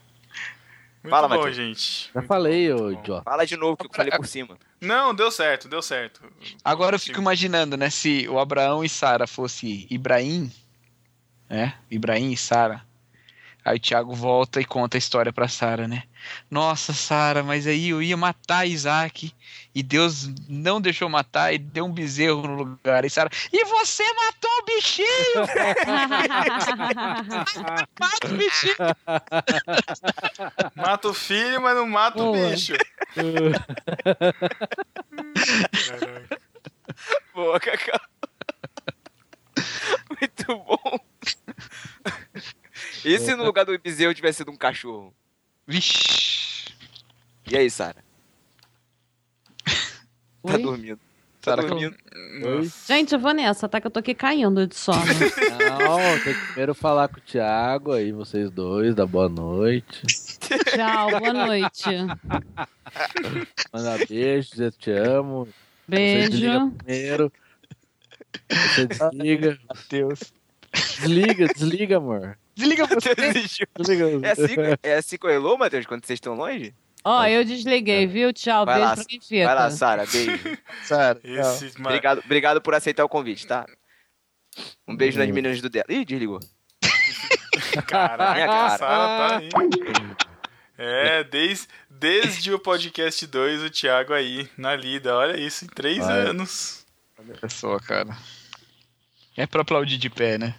[SPEAKER 2] Muito
[SPEAKER 4] Fala,
[SPEAKER 2] bom,
[SPEAKER 4] Matheus.
[SPEAKER 2] gente.
[SPEAKER 3] Já falei, ô idiota.
[SPEAKER 4] Fala de novo que eu falei por cima.
[SPEAKER 2] Não, deu certo, deu certo.
[SPEAKER 5] Agora eu fico imaginando, né? Se o Abraão e Sara fosse Ibrahim, né? Ibrahim e Sara. Aí o Thiago volta e conta a história pra Sara, né? Nossa, Sara, mas aí eu ia matar Isaac e Deus não deixou matar e deu um bezerro no lugar. E Sara, e você matou o bichinho! mata o bichinho!
[SPEAKER 2] Mata o filho, mas não mata o
[SPEAKER 5] Boa.
[SPEAKER 2] bicho.
[SPEAKER 4] Caraca. Boa, Cacau. Muito bom. É, E se no lugar do bezerro tivesse sido um cachorro?
[SPEAKER 5] Vixi.
[SPEAKER 4] E aí, Sara? Tá dormindo. Tá
[SPEAKER 7] Sara,
[SPEAKER 4] dormindo.
[SPEAKER 7] Gente, eu vou nessa, tá? Que eu tô aqui caindo de sono.
[SPEAKER 3] Não, tem que primeiro falar com o Thiago aí, vocês dois, da boa noite.
[SPEAKER 7] Tchau, boa noite.
[SPEAKER 3] Mandar beijo, dizer que te amo.
[SPEAKER 7] Beijo.
[SPEAKER 3] Você desliga primeiro. Você desliga.
[SPEAKER 5] Deus.
[SPEAKER 3] Desliga, desliga, amor.
[SPEAKER 5] Desliga
[SPEAKER 4] você.
[SPEAKER 3] Desliga.
[SPEAKER 4] É assim, é assim que eu elô, Matheus, quando vocês estão longe?
[SPEAKER 7] Ó, eu desliguei, viu? Tchau,
[SPEAKER 4] Vai
[SPEAKER 7] beijo
[SPEAKER 4] lá,
[SPEAKER 7] pra quem fica.
[SPEAKER 4] vai lá, Sara, beijo.
[SPEAKER 5] Sara,
[SPEAKER 2] Esse tchau. mar-
[SPEAKER 4] obrigado, obrigado por aceitar o convite, tá? Um beijo nas meninas do dela. Ih, desligou.
[SPEAKER 2] Caraca,
[SPEAKER 4] Cara.
[SPEAKER 2] a Sara tá aí. É, desde, desde o podcast 2, o Thiago aí na lida. Olha isso, em três
[SPEAKER 5] Vai.
[SPEAKER 2] anos.
[SPEAKER 5] Olha só, cara. É pra aplaudir de pé, né?